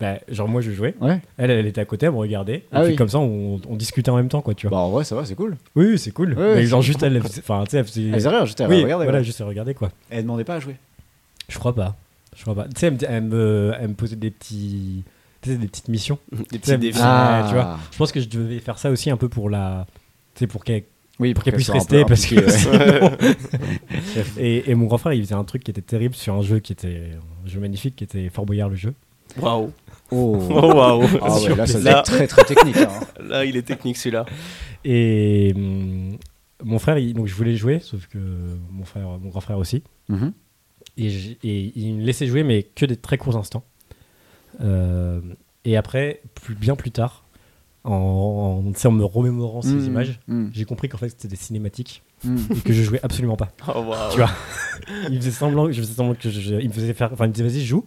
Speaker 1: Bah, genre, moi, je jouais,
Speaker 2: Ouais.
Speaker 1: elle, elle était à côté, elle me regardait, et
Speaker 2: Ah
Speaker 1: puis
Speaker 2: oui.
Speaker 1: comme ça, on, on discutait en même temps, quoi, tu vois.
Speaker 2: Bah en vrai ça va, c'est cool.
Speaker 1: Oui, oui, c'est cool.
Speaker 2: Ouais,
Speaker 1: mais
Speaker 2: c'est
Speaker 1: genre juste elle, elle faisait- enfin tu sais, elle faisait.
Speaker 2: Elle faisait rien, j'étais à
Speaker 1: oui,
Speaker 2: regarder.
Speaker 1: voilà,
Speaker 2: ouais.
Speaker 1: juste à regarder quoi.
Speaker 2: Elle demandait pas à jouer.
Speaker 1: Je crois pas. Je crois pas. Tu sais, elle, me- elle me, elle me posait des petits, tu sais, des petites missions.
Speaker 3: des
Speaker 1: Tu sais,
Speaker 3: petits défis
Speaker 1: Ah, tu vois. Je pense que je devais faire ça aussi un peu pour la, tu sais, pour qu'elle.
Speaker 2: Oui,
Speaker 1: Pour qu'elle puisse rester, parce que
Speaker 2: que.
Speaker 1: Et, et mon grand frère, il faisait un truc qui était terrible sur un jeu qui était un jeu magnifique, qui était Fort Boyard le jeu.
Speaker 3: waouh
Speaker 1: *laughs*
Speaker 2: oh.
Speaker 3: oh *laughs* waouh
Speaker 2: Ah ouais, là ça devient
Speaker 3: Là-
Speaker 2: très très technique. hein.
Speaker 3: là il est technique celui-là
Speaker 1: Et hum, mon frère, il- donc je voulais jouer, sauf que mon frère, mon grand frère aussi.
Speaker 2: Mhm.
Speaker 1: et, j'ai- et il me laissait jouer, mais que des très courts instants. Euh, et après, plus, bien plus tard, en, en- tu sais, en me remémorant ces
Speaker 2: Mhm.
Speaker 1: images,
Speaker 2: Mhm.
Speaker 1: j'ai compris qu'en fait c'était des cinématiques
Speaker 2: Mhm.
Speaker 1: et que je jouais absolument pas.
Speaker 3: oh waouh
Speaker 1: Tu vois. Il faisait semblant, je faisais semblant que je, je- il me faisait faire, enfin il me disait vas-y je joue.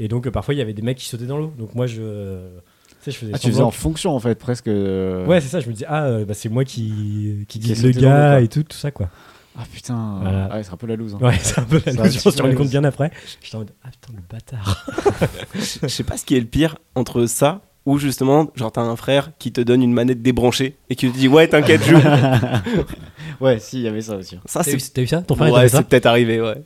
Speaker 1: Et donc euh, parfois il y avait des mecs qui sautaient dans l'eau. Donc moi je, tu sais, je faisais.
Speaker 2: Ah, tu faisais
Speaker 1: semblant
Speaker 2: en fonction en fait presque.
Speaker 1: que-
Speaker 2: euh,
Speaker 1: Ouais c'est ça, je me dis ah euh, bah, c'est moi qui qui guide le
Speaker 2: sauté dans l'eau,
Speaker 1: gars
Speaker 2: quoi.
Speaker 1: et tout tout ça quoi.
Speaker 2: Ah putain.
Speaker 1: Voilà.
Speaker 2: Ah, ouais, c'est un peu la loose. hein.
Speaker 1: Ouais *laughs* c'est un peu la
Speaker 2: Ça,
Speaker 1: loose, je
Speaker 2: tu
Speaker 1: pense que je me rends
Speaker 2: vois,
Speaker 1: compte bien après. J'étais en mode ah putain le bâtard.
Speaker 3: Je sais pas ce qui est le pire entre ça ou justement, genre t'as un frère qui te donne une manette débranchée et qui te dit ouais t'inquiète *laughs* joue.
Speaker 2: *laughs*
Speaker 1: *laughs*
Speaker 2: Ouais, si, il y avait ça aussi. hein.
Speaker 3: ça c'est
Speaker 1: T'as eu ça Ton frère il
Speaker 3: ouais,
Speaker 1: t'avait ça
Speaker 3: c'est peut-être arrivé ouais.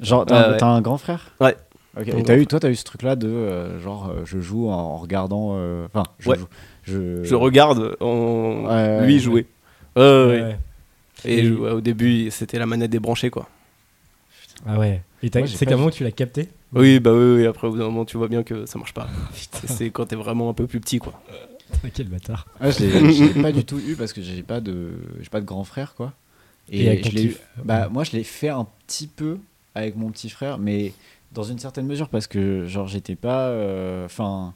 Speaker 2: Genre t'as un-
Speaker 3: Ah, ouais.
Speaker 2: t'as un grand frère.
Speaker 3: Ouais.
Speaker 2: Ok.
Speaker 3: Ton
Speaker 2: Et t'as eu toi t'as eu ce truc là de euh, genre euh, je joue en, en regardant. euh, Enfin je
Speaker 3: Ouais.
Speaker 2: joue. Je.
Speaker 3: Je regarde en-
Speaker 2: Ouais, ouais,
Speaker 3: lui
Speaker 2: ouais.
Speaker 3: jouer. Ouais, ouais, ouais.
Speaker 1: Ouais.
Speaker 3: Et ouais, au début c'était la manette débranchée quoi.
Speaker 1: Ah ouais. Et t'as-
Speaker 2: Moi, j'ai
Speaker 1: c'est
Speaker 2: pas
Speaker 1: qu'à un
Speaker 2: vu.
Speaker 1: moment tu l'as capté *laughs*
Speaker 3: *laughs* Oui bah oui, oui, après au bout d'un moment tu vois bien que ça marche pas. C'est- c'est quand t'es vraiment un peu plus petit quoi.
Speaker 1: Quel bâtard.
Speaker 2: Ah, je l'ai je l'ai pas du tout eu parce que j'ai pas de j'ai pas de grand frère quoi.
Speaker 1: Et
Speaker 2: Et,
Speaker 1: avec
Speaker 2: je
Speaker 1: ton
Speaker 2: l'ai eu.
Speaker 1: petit-
Speaker 2: Bah moi je l'ai fait un petit peu avec mon petit frère, mais dans une certaine mesure parce que genre j'étais pas, euh, enfin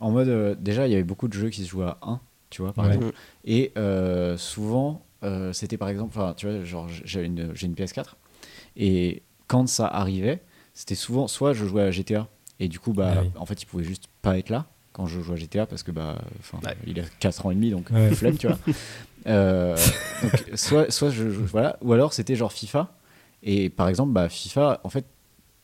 Speaker 2: en mode euh, déjà il y avait beaucoup de jeux qui se jouaient à 1 tu vois par
Speaker 1: Ouais.
Speaker 2: exemple. Et euh, souvent euh, c'était par exemple, enfin tu vois genre j'ai une j'ai une PS4 et quand ça arrivait c'était souvent soit je jouais à GTA et du coup bah
Speaker 1: Ah oui.
Speaker 2: en fait il pouvait juste pas être là quand je jouais à GTA parce que bah enfin
Speaker 3: Ouais.
Speaker 2: il a 4 ans et demi donc *laughs*
Speaker 1: Ouais.
Speaker 2: flemme tu vois Euh, donc, soit soit je, je- voilà ou alors c'était genre FIFA et par exemple bah FIFA en fait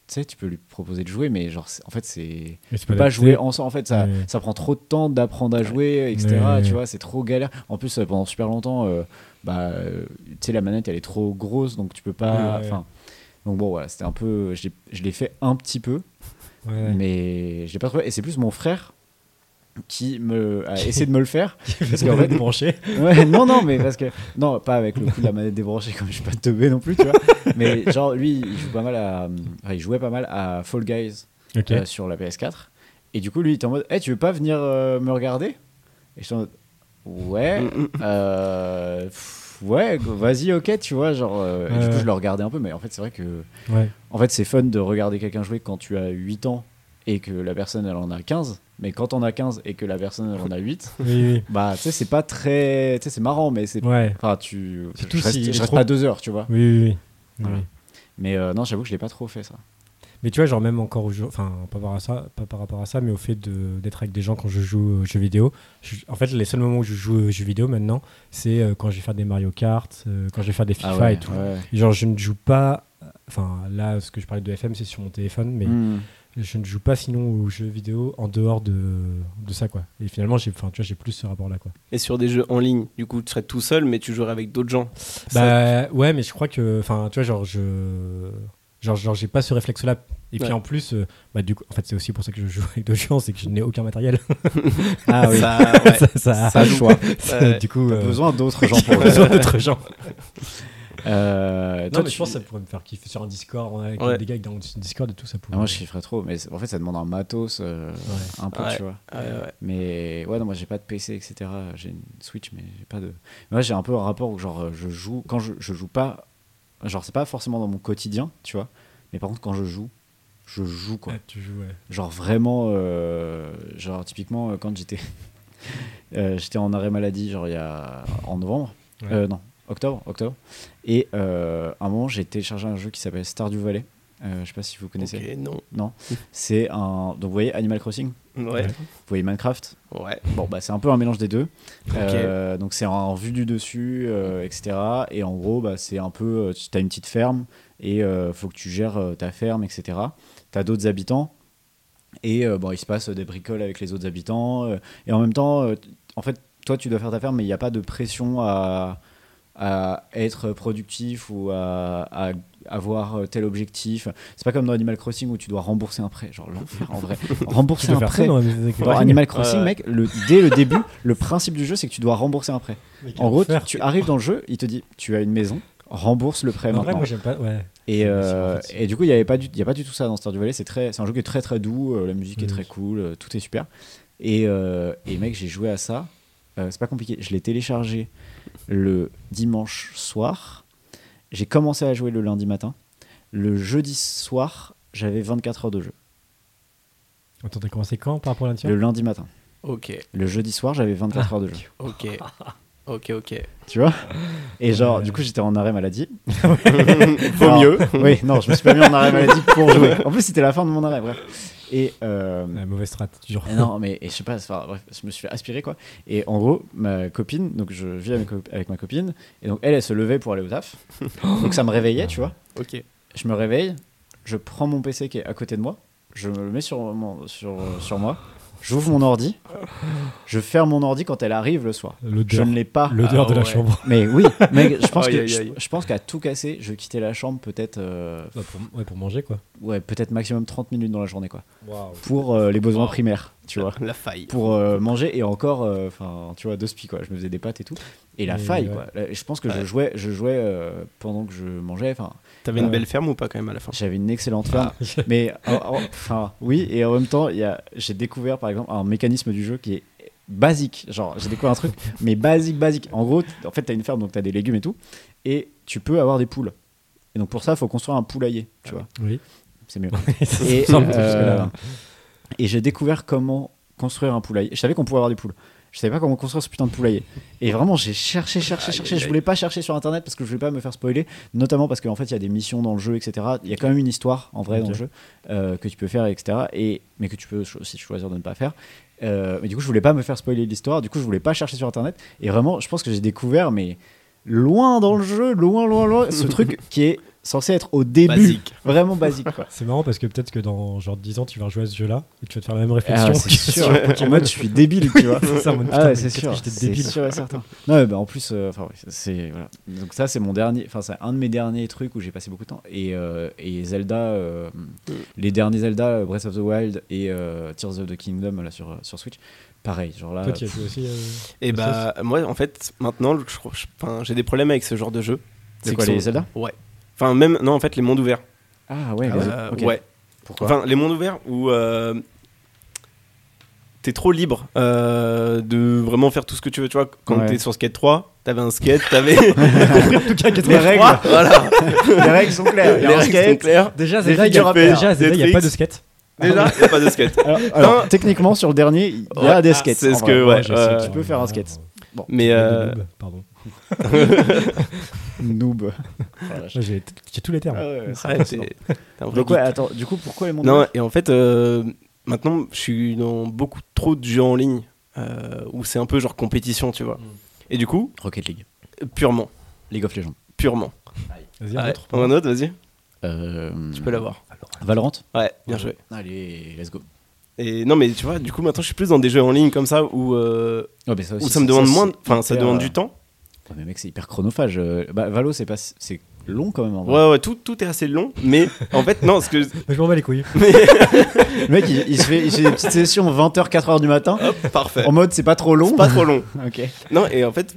Speaker 2: tu sais tu peux lui proposer de jouer mais genre c'est- en fait c'est
Speaker 1: Mais c'est
Speaker 2: tu peux
Speaker 1: la-
Speaker 2: pas jouer ensemble en fait ça
Speaker 1: Ouais.
Speaker 2: ça prend trop de temps d'apprendre à jouer etc
Speaker 1: Ouais.
Speaker 2: tu vois c'est trop galère en plus euh, pendant super longtemps euh, bah euh, tu sais la manette elle est trop grosse donc tu peux pas
Speaker 1: Ouais, ouais.
Speaker 2: enfin donc bon voilà c'était un peu je l'ai- je l'ai fait un petit peu
Speaker 1: Ouais, ouais.
Speaker 2: mais je l'ai pas trouvé. Et c'est plus mon frère qui
Speaker 1: *laughs*
Speaker 2: me a essayé de me le faire.
Speaker 1: *laughs* Parce
Speaker 2: qu'en *laughs*
Speaker 1: qu'en
Speaker 2: fait-
Speaker 1: fait, branché.
Speaker 2: Ouais, non, non, mais parce que non, pas avec le coup de la manette débranchée comme je suis pas teubé non plus, tu vois. Mais genre lui, il joue pas mal à, enfin, il jouait pas mal à Fall Guys
Speaker 1: Ok.
Speaker 2: euh, sur la PS4. Et du coup, lui, il était en mode, Eh, tu veux pas venir euh, me regarder Et je suis en mode,
Speaker 1: *laughs*
Speaker 2: ouais, euh, pff, ouais, vas-y, ok, tu vois, genre. euh, et du
Speaker 1: Ouais,
Speaker 2: coup,
Speaker 1: ouais.
Speaker 2: je le regardais un peu, mais en fait, c'est vrai que.
Speaker 1: Ouais.
Speaker 2: En fait, c'est fun de regarder quelqu'un jouer quand tu as 8 ans et que la personne elle en a 15. Mais quand on a 15 et que la personne elle en a 8,
Speaker 1: Oui,
Speaker 2: bah tu sais, c'est pas très. Tu sais, c'est marrant, mais c'est.
Speaker 1: oui. Ouais.
Speaker 2: Enfin, tu.
Speaker 1: Surtout
Speaker 2: je reste,
Speaker 1: s'il
Speaker 2: je
Speaker 1: est
Speaker 2: reste
Speaker 1: trop-
Speaker 2: pas deux heures, tu vois.
Speaker 1: Oui, oui, oui.
Speaker 2: Voilà.
Speaker 1: Oui.
Speaker 2: Mais euh, non, j'avoue que je l'ai pas trop fait ça.
Speaker 1: Mais tu vois, genre même encore, au jeu- enfin pas par, à ça, pas par rapport à ça, mais au fait de- d'être avec des gens quand je joue aux jeux vidéo. Je- en fait, les seuls moments où je joue aux jeux vidéo maintenant, c'est euh, quand je vais faire des Mario Kart, euh, quand je vais faire des FIFA et tout.
Speaker 2: Ah ouais.
Speaker 1: Et genre, je ne joue pas. Enfin, là, ce que je parlais de FM, c'est sur mon téléphone, mais *laughs*
Speaker 2: Hmm.
Speaker 1: je ne joue pas sinon aux jeux vidéo en dehors de, de ça, quoi. Et finalement, j'ai, enfin, tu vois, j'ai plus ce rapport-là, quoi.
Speaker 3: Et sur des jeux en ligne, du coup, tu serais tout seul, mais tu jouerais avec d'autres gens. Ça-
Speaker 1: Bah ouais, mais je crois que, enfin, tu vois, genre, je, genre, genre, j'ai pas ce réflexe-là. Et puis
Speaker 3: Ouais.
Speaker 1: en plus, euh, bah du coup, en fait, c'est aussi pour ça que je joue avec d'autres gens, c'est que je n'ai aucun matériel.
Speaker 2: Ah oui.
Speaker 3: ça, ouais.
Speaker 1: *laughs* ça, ça-
Speaker 2: Ça, le choix.
Speaker 1: ça,
Speaker 3: Ouais.
Speaker 1: du coup, euh, *laughs*
Speaker 2: Besoin d'autres gens pour.
Speaker 1: besoin d'autres gens.
Speaker 2: Euh,
Speaker 1: non,
Speaker 2: toi,
Speaker 1: mais je
Speaker 2: tu-
Speaker 1: pense que ça pourrait me faire kiffer sur un Discord, avec
Speaker 3: Ouais.
Speaker 1: des gars dans un Discord et tout, ça pourrait.
Speaker 2: Ah, moi, je kifferais trop, mais c'est- en fait, ça demande un matos euh,
Speaker 1: Ouais.
Speaker 2: un peu,
Speaker 3: Ouais.
Speaker 2: tu vois.
Speaker 3: Ouais, ouais.
Speaker 2: Mais ouais, non, moi j'ai pas de PC, etc. J'ai une Switch, mais j'ai pas de. Moi j'ai un peu un rapport où genre je joue. Quand je, je joue pas. Genre c'est pas forcément dans mon quotidien, tu vois. Mais par contre, quand je joue, je joue quoi.
Speaker 1: Ah, tu joues, ouais.
Speaker 2: Genre vraiment. euh, genre typiquement euh, quand j'étais. *laughs* euh, j'étais en arrêt maladie, genre il y a. En novembre.
Speaker 1: Ouais.
Speaker 2: Euh, non, octobre. octobre. Et euh, à un moment j'ai téléchargé un jeu qui s'appelle Stardew Valley. Euh, je sais pas si vous connaissez.
Speaker 3: Ok, non.
Speaker 2: C'est un. Donc vous voyez Animal Crossing, vous
Speaker 3: Ouais.
Speaker 2: voyez Minecraft.
Speaker 3: Ouais.
Speaker 2: Bon, bah, c'est un peu un mélange des deux. Euh, donc, c'est en vue du dessus, euh, etc. Et en gros, bah, c'est un peu. euh, tu as une petite ferme et euh, faut que tu gères euh, ta ferme, etc. Tu as d'autres habitants et euh, bon, il se passe euh, des bricoles avec les autres habitants. euh, et en même temps, euh, t- en fait, toi, tu dois faire ta ferme, mais il n'y a pas de pression à, à être productif ou à, à avoir euh, tel objectif. C'est pas comme dans Animal Crossing où tu dois rembourser un prêt. Genre, l'enfer,
Speaker 1: *laughs*
Speaker 2: en vrai.
Speaker 1: Tu
Speaker 2: Rembourser
Speaker 1: peux
Speaker 2: un
Speaker 1: faire
Speaker 2: prêt.
Speaker 1: ça dans les
Speaker 2: Dans Animal Crossing,
Speaker 3: Ouais,
Speaker 2: mec,
Speaker 3: ouais.
Speaker 2: le, dès le début, *laughs* le principe du jeu, c'est que tu dois rembourser un prêt. En gros, tu,
Speaker 1: faire.
Speaker 2: tu arrives dans le jeu, il te dit tu as une maison, rembourse le prêt
Speaker 1: En vrai,
Speaker 2: maintenant.
Speaker 1: moi, j'aime pas. Ouais.
Speaker 2: et,
Speaker 1: c'est facile,
Speaker 2: euh,
Speaker 1: en fait.
Speaker 2: et du coup, il n'y avait pas du, il y a pas du tout ça dans Stardew Valley. C'est très, c'est un jeu qui est très très doux, euh, la musique
Speaker 3: Mm.
Speaker 2: est
Speaker 1: Oui.
Speaker 2: très cool, euh, tout est super. Et, euh, et mec, j'ai joué à ça. Euh, c'est pas compliqué. Je l'ai téléchargé le dimanche soir. J'ai commencé à jouer le lundi matin. Le jeudi soir, j'avais 24 heures de jeu.
Speaker 1: Attends, t'as commencé quand par rapport à l'intérieur
Speaker 2: Le lundi matin.
Speaker 3: Ok,
Speaker 2: Le jeudi soir, j'avais 24 heures de jeu.
Speaker 3: *laughs* ok. Ok, ok.
Speaker 2: tu vois et genre
Speaker 1: Ouais.
Speaker 2: du coup j'étais en arrêt maladie
Speaker 3: *laughs* Vaut mieux.
Speaker 2: oui non je me suis pas mis en arrêt maladie pour
Speaker 3: *laughs*
Speaker 2: jouer en plus c'était la fin de mon arrêt bref et euh,
Speaker 1: La mauvaise strat, toujours.
Speaker 2: et non mais et je sais pas enfin, bref, je me suis fait aspirer quoi et en gros ma copine donc je vis avec, avec ma copine et donc elle elle se levait pour aller au
Speaker 3: *gasps*
Speaker 2: taf donc ça me réveillait tu vois
Speaker 3: Ok.
Speaker 2: je me réveille je prends mon PC qui est à côté de moi je me le mets sur, mon- sur, sur moi j'ouvre mon ordi je ferme mon ordi quand elle arrive le soir je
Speaker 1: *laughs* L'odeur,
Speaker 2: ne l'ai pas
Speaker 1: l'odeur
Speaker 3: Ah
Speaker 1: de la
Speaker 3: ouais.
Speaker 1: chambre.
Speaker 2: mais oui, mec, je pense
Speaker 3: Aïe,
Speaker 2: que
Speaker 3: aïe,
Speaker 2: je,
Speaker 3: aïe.
Speaker 2: je pense qu'à tout casser, je quittais la chambre peut-être euh,
Speaker 1: Ouais, pour, ouais, pour manger, quoi.
Speaker 2: ouais, peut-être maximum 30 minutes dans la journée quoi,
Speaker 1: Waouh.
Speaker 2: pour euh, les besoins
Speaker 3: Wow.
Speaker 2: primaires, tu vois.
Speaker 3: La faille.
Speaker 2: Pour euh, manger et encore euh, enfin tu vois deux spies quoi, je me faisais des pâtes et tout et la
Speaker 1: Mais
Speaker 2: faille
Speaker 1: ouais.
Speaker 2: quoi. Là, Je pense que je
Speaker 3: Ouais.
Speaker 2: jouais je jouais euh, pendant que je mangeais enfin
Speaker 3: T'avais
Speaker 2: Ah
Speaker 3: une
Speaker 2: ouais.
Speaker 3: belle ferme ou pas quand même à la fin
Speaker 2: j'avais une excellente oh, femme mais en- en- enfin oui et en même temps il y a j'ai découvert par exemple un mécanisme du jeu qui est basique. Genre, j'ai découvert un truc, mais basique, basique. En gros, t- en fait, t'as une ferme, donc t'as des légumes et tout, et tu peux avoir des poules. Et donc pour ça, il faut construire un poulailler, tu vois.
Speaker 1: Oui. *laughs*
Speaker 2: C'est mieux.
Speaker 1: C'est
Speaker 2: Et,
Speaker 1: simple,
Speaker 2: euh,
Speaker 1: jusque-là.
Speaker 2: et j'ai découvert comment construire un poulailler. Je savais qu'on pouvait avoir des poules. Je savais pas comment construire ce putain de poulailler. Et vraiment, j'ai cherché, cherché, cherché. Je voulais pas chercher sur internet parce que je voulais pas me faire spoiler. Notamment parce qu'en fait, il y a des missions dans le jeu, etc. Il y a quand même une histoire en vrai
Speaker 1: Ok.
Speaker 2: dans le jeu euh, que tu peux faire, etc. Et, mais que tu peux cho- aussi choisir de ne pas faire. Euh, mais du coup, je voulais pas me faire spoiler l'histoire. Du coup, je voulais pas chercher sur internet. Et vraiment, je pense que j'ai découvert, mais loin dans le jeu, loin, loin,
Speaker 1: *laughs*
Speaker 2: loin, ce truc qui est censé être au début.
Speaker 3: Basique.
Speaker 2: Vraiment basique, quoi.
Speaker 1: C'est marrant parce que peut-être que dans genre 10 ans, tu vas rejouer à ce jeu-là et tu vas te faire la même
Speaker 2: Ah,
Speaker 1: réflexion. *laughs*
Speaker 2: c'est
Speaker 1: que
Speaker 2: sûr.
Speaker 1: sur
Speaker 2: En
Speaker 1: Pokémon.
Speaker 2: mode, je suis débile, tu vois.
Speaker 1: *laughs* C'est ça, mon
Speaker 2: Ah
Speaker 1: putain,
Speaker 2: ouais,
Speaker 1: mais
Speaker 2: c'est
Speaker 1: qu'est-ce que
Speaker 2: sûr,
Speaker 1: j'étais
Speaker 2: c'est
Speaker 1: débile.
Speaker 2: sûr et certain. Non, mais bah, en plus, euh, enfin, ouais, c'est voilà. Donc ça, c'est mon dernier, enfin, c'est un de mes derniers trucs où j'ai passé beaucoup de temps. Et, euh, et Zelda, euh, les derniers Zelda, euh, Breath of the Wild et euh, Tears of the Kingdom là sur sur Switch, pareil, genre là.
Speaker 1: Toi, tu y as joué aussi. euh,
Speaker 3: Et
Speaker 1: Ça,
Speaker 3: bah, moi, en fait, maintenant, je crois- je- enfin, j'ai des problèmes avec ce genre de jeu.
Speaker 2: c'est
Speaker 3: que
Speaker 2: quoi
Speaker 3: sont-
Speaker 2: les Zelda
Speaker 3: Ouais. Enfin, même, non, en fait, les mondes ouverts.
Speaker 2: Ah ouais, les
Speaker 3: Euh,
Speaker 2: autres, ok.
Speaker 3: Ouais.
Speaker 2: Pourquoi
Speaker 3: Enfin, les mondes ouverts où euh, t'es trop libre euh, de vraiment faire tout ce que tu veux. Tu vois, quand
Speaker 2: Ouais.
Speaker 3: t'es sur Skate 3, t'avais un skate,
Speaker 2: *laughs*
Speaker 3: t'avais.
Speaker 1: En tout cas,
Speaker 2: Les
Speaker 1: 83.
Speaker 2: règles,
Speaker 3: Trois, voilà,
Speaker 2: *laughs* les règles sont claires. Il y a
Speaker 3: les
Speaker 2: un
Speaker 3: règles sont
Speaker 2: skate.
Speaker 3: claires.
Speaker 1: Déjà,
Speaker 2: Des
Speaker 1: Zelda, il n'y a,
Speaker 2: figures à faire,
Speaker 1: déjà,
Speaker 3: des
Speaker 1: Zelda, il y a pas
Speaker 3: tricks.
Speaker 1: de skate.
Speaker 3: Déjà, *laughs* y a pas de skate.
Speaker 2: Alors, alors,
Speaker 3: Non.
Speaker 2: techniquement, sur le dernier, il y a
Speaker 3: Ouais,
Speaker 2: des
Speaker 3: ah,
Speaker 2: skates.
Speaker 3: c'est
Speaker 2: en
Speaker 3: ce
Speaker 2: vrai.
Speaker 3: que- ouais,
Speaker 1: j'ai essayé,
Speaker 3: euh,
Speaker 1: tu
Speaker 2: peux faire un skate. Bon, *laughs*
Speaker 3: Mais euh,
Speaker 1: Noob, Pardon.
Speaker 2: noob. Oh la vache.
Speaker 1: Ouais, J'ai j'ai tous les termes.
Speaker 2: Ah ouais, ouais, c'est
Speaker 3: ouais,
Speaker 2: impressionnant.
Speaker 3: t'es- t'es un vrai
Speaker 2: Donc ouais,
Speaker 3: geek.
Speaker 2: attends, du coup, pourquoi les mondes
Speaker 3: Non,
Speaker 2: ouverts
Speaker 3: et en fait, euh, maintenant, je suis dans beaucoup trop de jeux en ligne euh, où c'est un peu genre compétition, tu vois. Et du coup,
Speaker 2: Rocket League,
Speaker 3: purement,
Speaker 2: League of Legends.
Speaker 3: purement.
Speaker 1: Vas-y,
Speaker 3: Ouais.
Speaker 1: un autre.
Speaker 3: Un autre, vas-y,
Speaker 2: Euh,
Speaker 3: tu peux l'avoir.
Speaker 2: Valorant
Speaker 3: Ouais, bien joué.
Speaker 2: Allez, let's go.
Speaker 3: Et non, mais tu vois, du coup, maintenant, je suis plus dans des jeux en ligne comme ça où, euh,
Speaker 2: Oh, ça, Oh,
Speaker 3: où ça me demande moins, de- enfin, ça
Speaker 2: euh,
Speaker 3: demande du temps.
Speaker 2: mais mec, c'est hyper chronophage. Euh, Bah, Valo, c'est pas, c'est long quand même. En vrai.
Speaker 3: Ouais, ouais, tout, tout est assez long,
Speaker 2: *laughs*
Speaker 3: mais en fait, non, ce que.
Speaker 1: Mais je m'en bats les couilles.
Speaker 2: Le mec, il, il se fait, il se fait des petites sessions 20h, 4h du matin.
Speaker 3: Hop, parfait.
Speaker 2: En mode, c'est pas trop long.
Speaker 3: Ah, Pas trop long.
Speaker 2: Ok.
Speaker 3: Non, et en fait,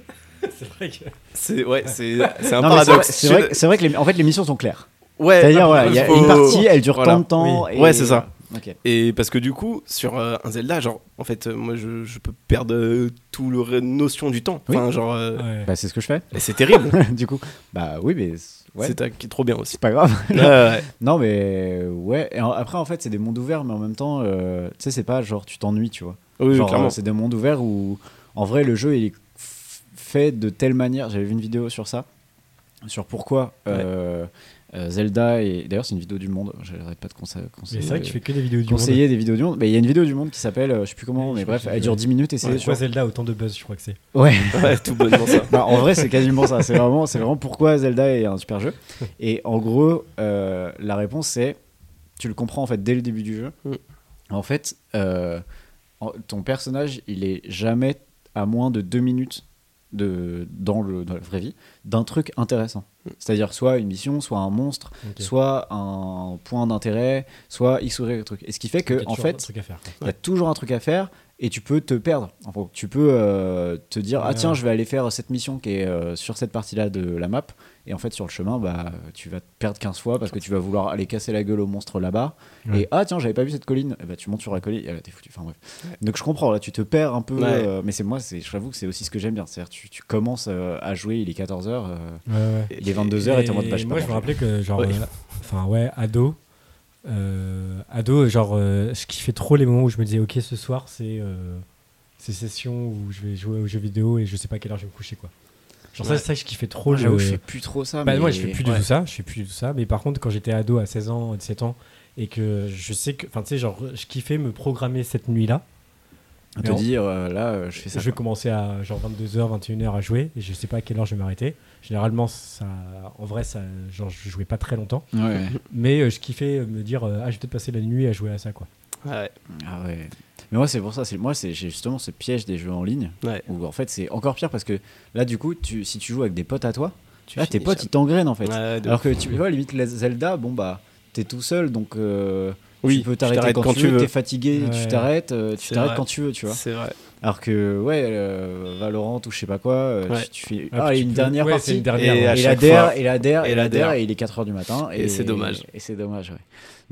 Speaker 1: C'est vrai que.
Speaker 3: c'est ouais, c'est c'est un
Speaker 2: Non, mais c'est vrai-
Speaker 3: paradoxe.
Speaker 2: C'est vrai, que- c'est vrai que les, en fait, les missions sont claires.
Speaker 3: Ouais,
Speaker 2: C'est-à-dire, voilà, il y a
Speaker 3: faut-
Speaker 2: une partie, elle dure
Speaker 3: voilà.
Speaker 2: tant de temps.
Speaker 3: Oui.
Speaker 2: et-
Speaker 3: Ouais, c'est ça.
Speaker 2: Ok.
Speaker 3: Et parce que du coup, sur euh, un Zelda, genre, en fait, euh, moi, je, je peux perdre euh, tout le ré- notion du temps.
Speaker 2: Oui.
Speaker 3: Enfin, genre, euh,
Speaker 1: Ouais.
Speaker 2: Bah, c'est ce que je fais. *laughs*
Speaker 3: et c'est terrible.
Speaker 2: du coup, bah oui, mais c'est- ouais,
Speaker 3: C'est un- qui est trop
Speaker 2: *laughs*
Speaker 3: bien aussi.
Speaker 2: c'est pas grave.
Speaker 3: Ouais, ouais.
Speaker 2: Non, mais ouais. Et en- après, en fait, c'est des mondes ouverts, mais en même temps, euh, tu sais, c'est pas genre tu t'ennuies, tu vois.
Speaker 3: Oui,
Speaker 2: Genre,
Speaker 3: clairement.
Speaker 2: euh, c'est des mondes ouverts où, en vrai, le jeu il est f- fait de telle manière. J'avais vu une vidéo sur ça, sur pourquoi euh, euh, Zelda et d'ailleurs c'est une vidéo du Monde. J'arrête pas de conse-
Speaker 1: Mais
Speaker 2: conseiller.
Speaker 1: c'est vrai que tu fais que des vidéos du monde.
Speaker 2: conseiller des vidéos du Monde. Mais il y a une vidéo du Monde qui s'appelle, euh, je sais plus comment,
Speaker 1: Oui,
Speaker 2: mais
Speaker 1: je
Speaker 2: bref,
Speaker 1: crois que
Speaker 2: elle
Speaker 1: j'ai
Speaker 2: dure
Speaker 1: vu.
Speaker 2: 10 minutes et
Speaker 1: Ouais,
Speaker 2: c'est
Speaker 1: tu vois,
Speaker 2: sur.
Speaker 1: Zelda, autant de buzz, je crois que c'est.
Speaker 2: Ouais.
Speaker 3: Ouais, tout bonnement ça.
Speaker 2: Bah, en vrai, c'est quasiment ça. C'est vraiment, c'est vraiment pourquoi Zelda est un super jeu. Et en gros, euh, la réponse c'est, tu le comprends en fait dès le début du jeu.
Speaker 3: Mm.
Speaker 2: En fait, euh, en- ton personnage, il est jamais à moins de deux minutes de dans le dans la vraie vie d'un truc intéressant. C'est-à-dire soit une mission, soit un monstre,
Speaker 1: Ok.
Speaker 2: soit un point d'intérêt, soit x ou y truc. Et ce qui fait
Speaker 1: Il y a
Speaker 2: que en
Speaker 1: toujours un
Speaker 2: fait,
Speaker 1: truc à faire. quoi.
Speaker 2: il y a toujours un truc à faire et tu peux te perdre. En gros. tu peux euh, te dire ah
Speaker 1: Ouais.
Speaker 2: tiens je vais aller faire cette mission qui est euh, sur cette partie-là de la map et en fait sur le chemin bah tu vas te perdre 15 fois parce que tu vas vouloir aller casser la gueule au monstre là-bas
Speaker 1: Ouais.
Speaker 2: et ah tiens j'avais pas vu cette colline et bah tu montes sur la colline et là t'es foutu. Enfin bref. Donc je comprends là tu te perds un peu
Speaker 3: Ouais.
Speaker 2: euh, mais c'est moi c'est je t'avoue que c'est aussi ce que j'aime bien c'est-à-dire tu, tu commences euh, à jouer il est 14h
Speaker 1: Ouais, ouais.
Speaker 2: il est 22h et t'es en mode bah, je
Speaker 1: moi, je me
Speaker 2: pas
Speaker 1: rappelais que, genre,
Speaker 3: Ouais.
Speaker 1: euh, enfin, ouais, ado, euh, ado, genre, euh, je kiffais trop les moments où je me disais, ok, ce soir, c'est euh, ces sessions où je vais jouer aux jeux vidéo et je sais pas à quelle heure je vais me coucher, quoi. Genre, ça,
Speaker 3: Ouais.
Speaker 1: ça, je kiffais trop.
Speaker 2: j'avoue
Speaker 1: le-
Speaker 2: Ah, je fais plus trop ça
Speaker 1: Bah,
Speaker 2: mais
Speaker 1: moi, je fais plus
Speaker 2: Ouais.
Speaker 1: du tout ça, je fais plus du tout ça. Mais par contre, quand j'étais ado à 16 ans, 17 ans, et que je sais que, enfin, tu sais, genre, je kiffais me programmer cette nuit-là.
Speaker 2: À
Speaker 1: Mais
Speaker 2: te
Speaker 1: on-
Speaker 2: dire euh, là euh, je fais ça
Speaker 1: je vais
Speaker 2: quoi.
Speaker 1: commencer à genre 22h, 21h à jouer et je sais pas à quelle heure je vais m'arrêter. Généralement, ça, en vrai, ça, genre, je jouais pas très longtemps,
Speaker 2: Ouais.
Speaker 1: mais euh, je kiffais euh, me dire euh, ah, je vais peut-être passer la nuit à jouer à ça quoi.
Speaker 3: Ouais,
Speaker 2: Ah ouais. Mais moi, c'est pour ça. c'est- Moi, c'est j'ai justement ce piège des jeux en ligne
Speaker 3: ouais.
Speaker 2: où en fait, c'est encore pire parce que là, du coup, tu, si tu joues avec des potes à toi,
Speaker 3: Tu
Speaker 2: là, Ah, tes
Speaker 3: finis
Speaker 2: potes,
Speaker 3: jamais.
Speaker 2: ils t'engrainent en fait.
Speaker 3: Ouais, de-
Speaker 2: Alors que tu vois, limite, les Zelda, bon bah, t'es tout seul donc. euh,
Speaker 3: Oui,
Speaker 2: tu peux
Speaker 3: tu
Speaker 2: t'arrêter
Speaker 3: t'arrêtes
Speaker 2: quand, tu veux, t'es fatigué,
Speaker 1: Ouais.
Speaker 2: tu t'arrêtes, euh, tu
Speaker 3: C'est
Speaker 2: t'arrêtes
Speaker 3: vrai.
Speaker 2: quand tu veux, tu vois.
Speaker 3: C'est vrai.
Speaker 2: Alors que, ouais, euh, Valorant ou je sais pas quoi, euh,
Speaker 3: Ouais.
Speaker 2: tu, tu fais,
Speaker 1: Ah,
Speaker 2: ah,
Speaker 1: puis
Speaker 2: et
Speaker 1: tu
Speaker 2: une
Speaker 1: peux-
Speaker 2: dernière
Speaker 1: ouais, c'est
Speaker 2: partie,
Speaker 1: une dernière,
Speaker 2: et,
Speaker 1: ouais.
Speaker 2: la
Speaker 3: à chaque
Speaker 2: der,
Speaker 3: fois.
Speaker 2: et la der,
Speaker 3: Et
Speaker 2: et
Speaker 3: la
Speaker 2: la der,
Speaker 3: der.
Speaker 2: et il est 4h du matin.
Speaker 3: Et c'est dommage.
Speaker 2: Et c'est dommage, ouais.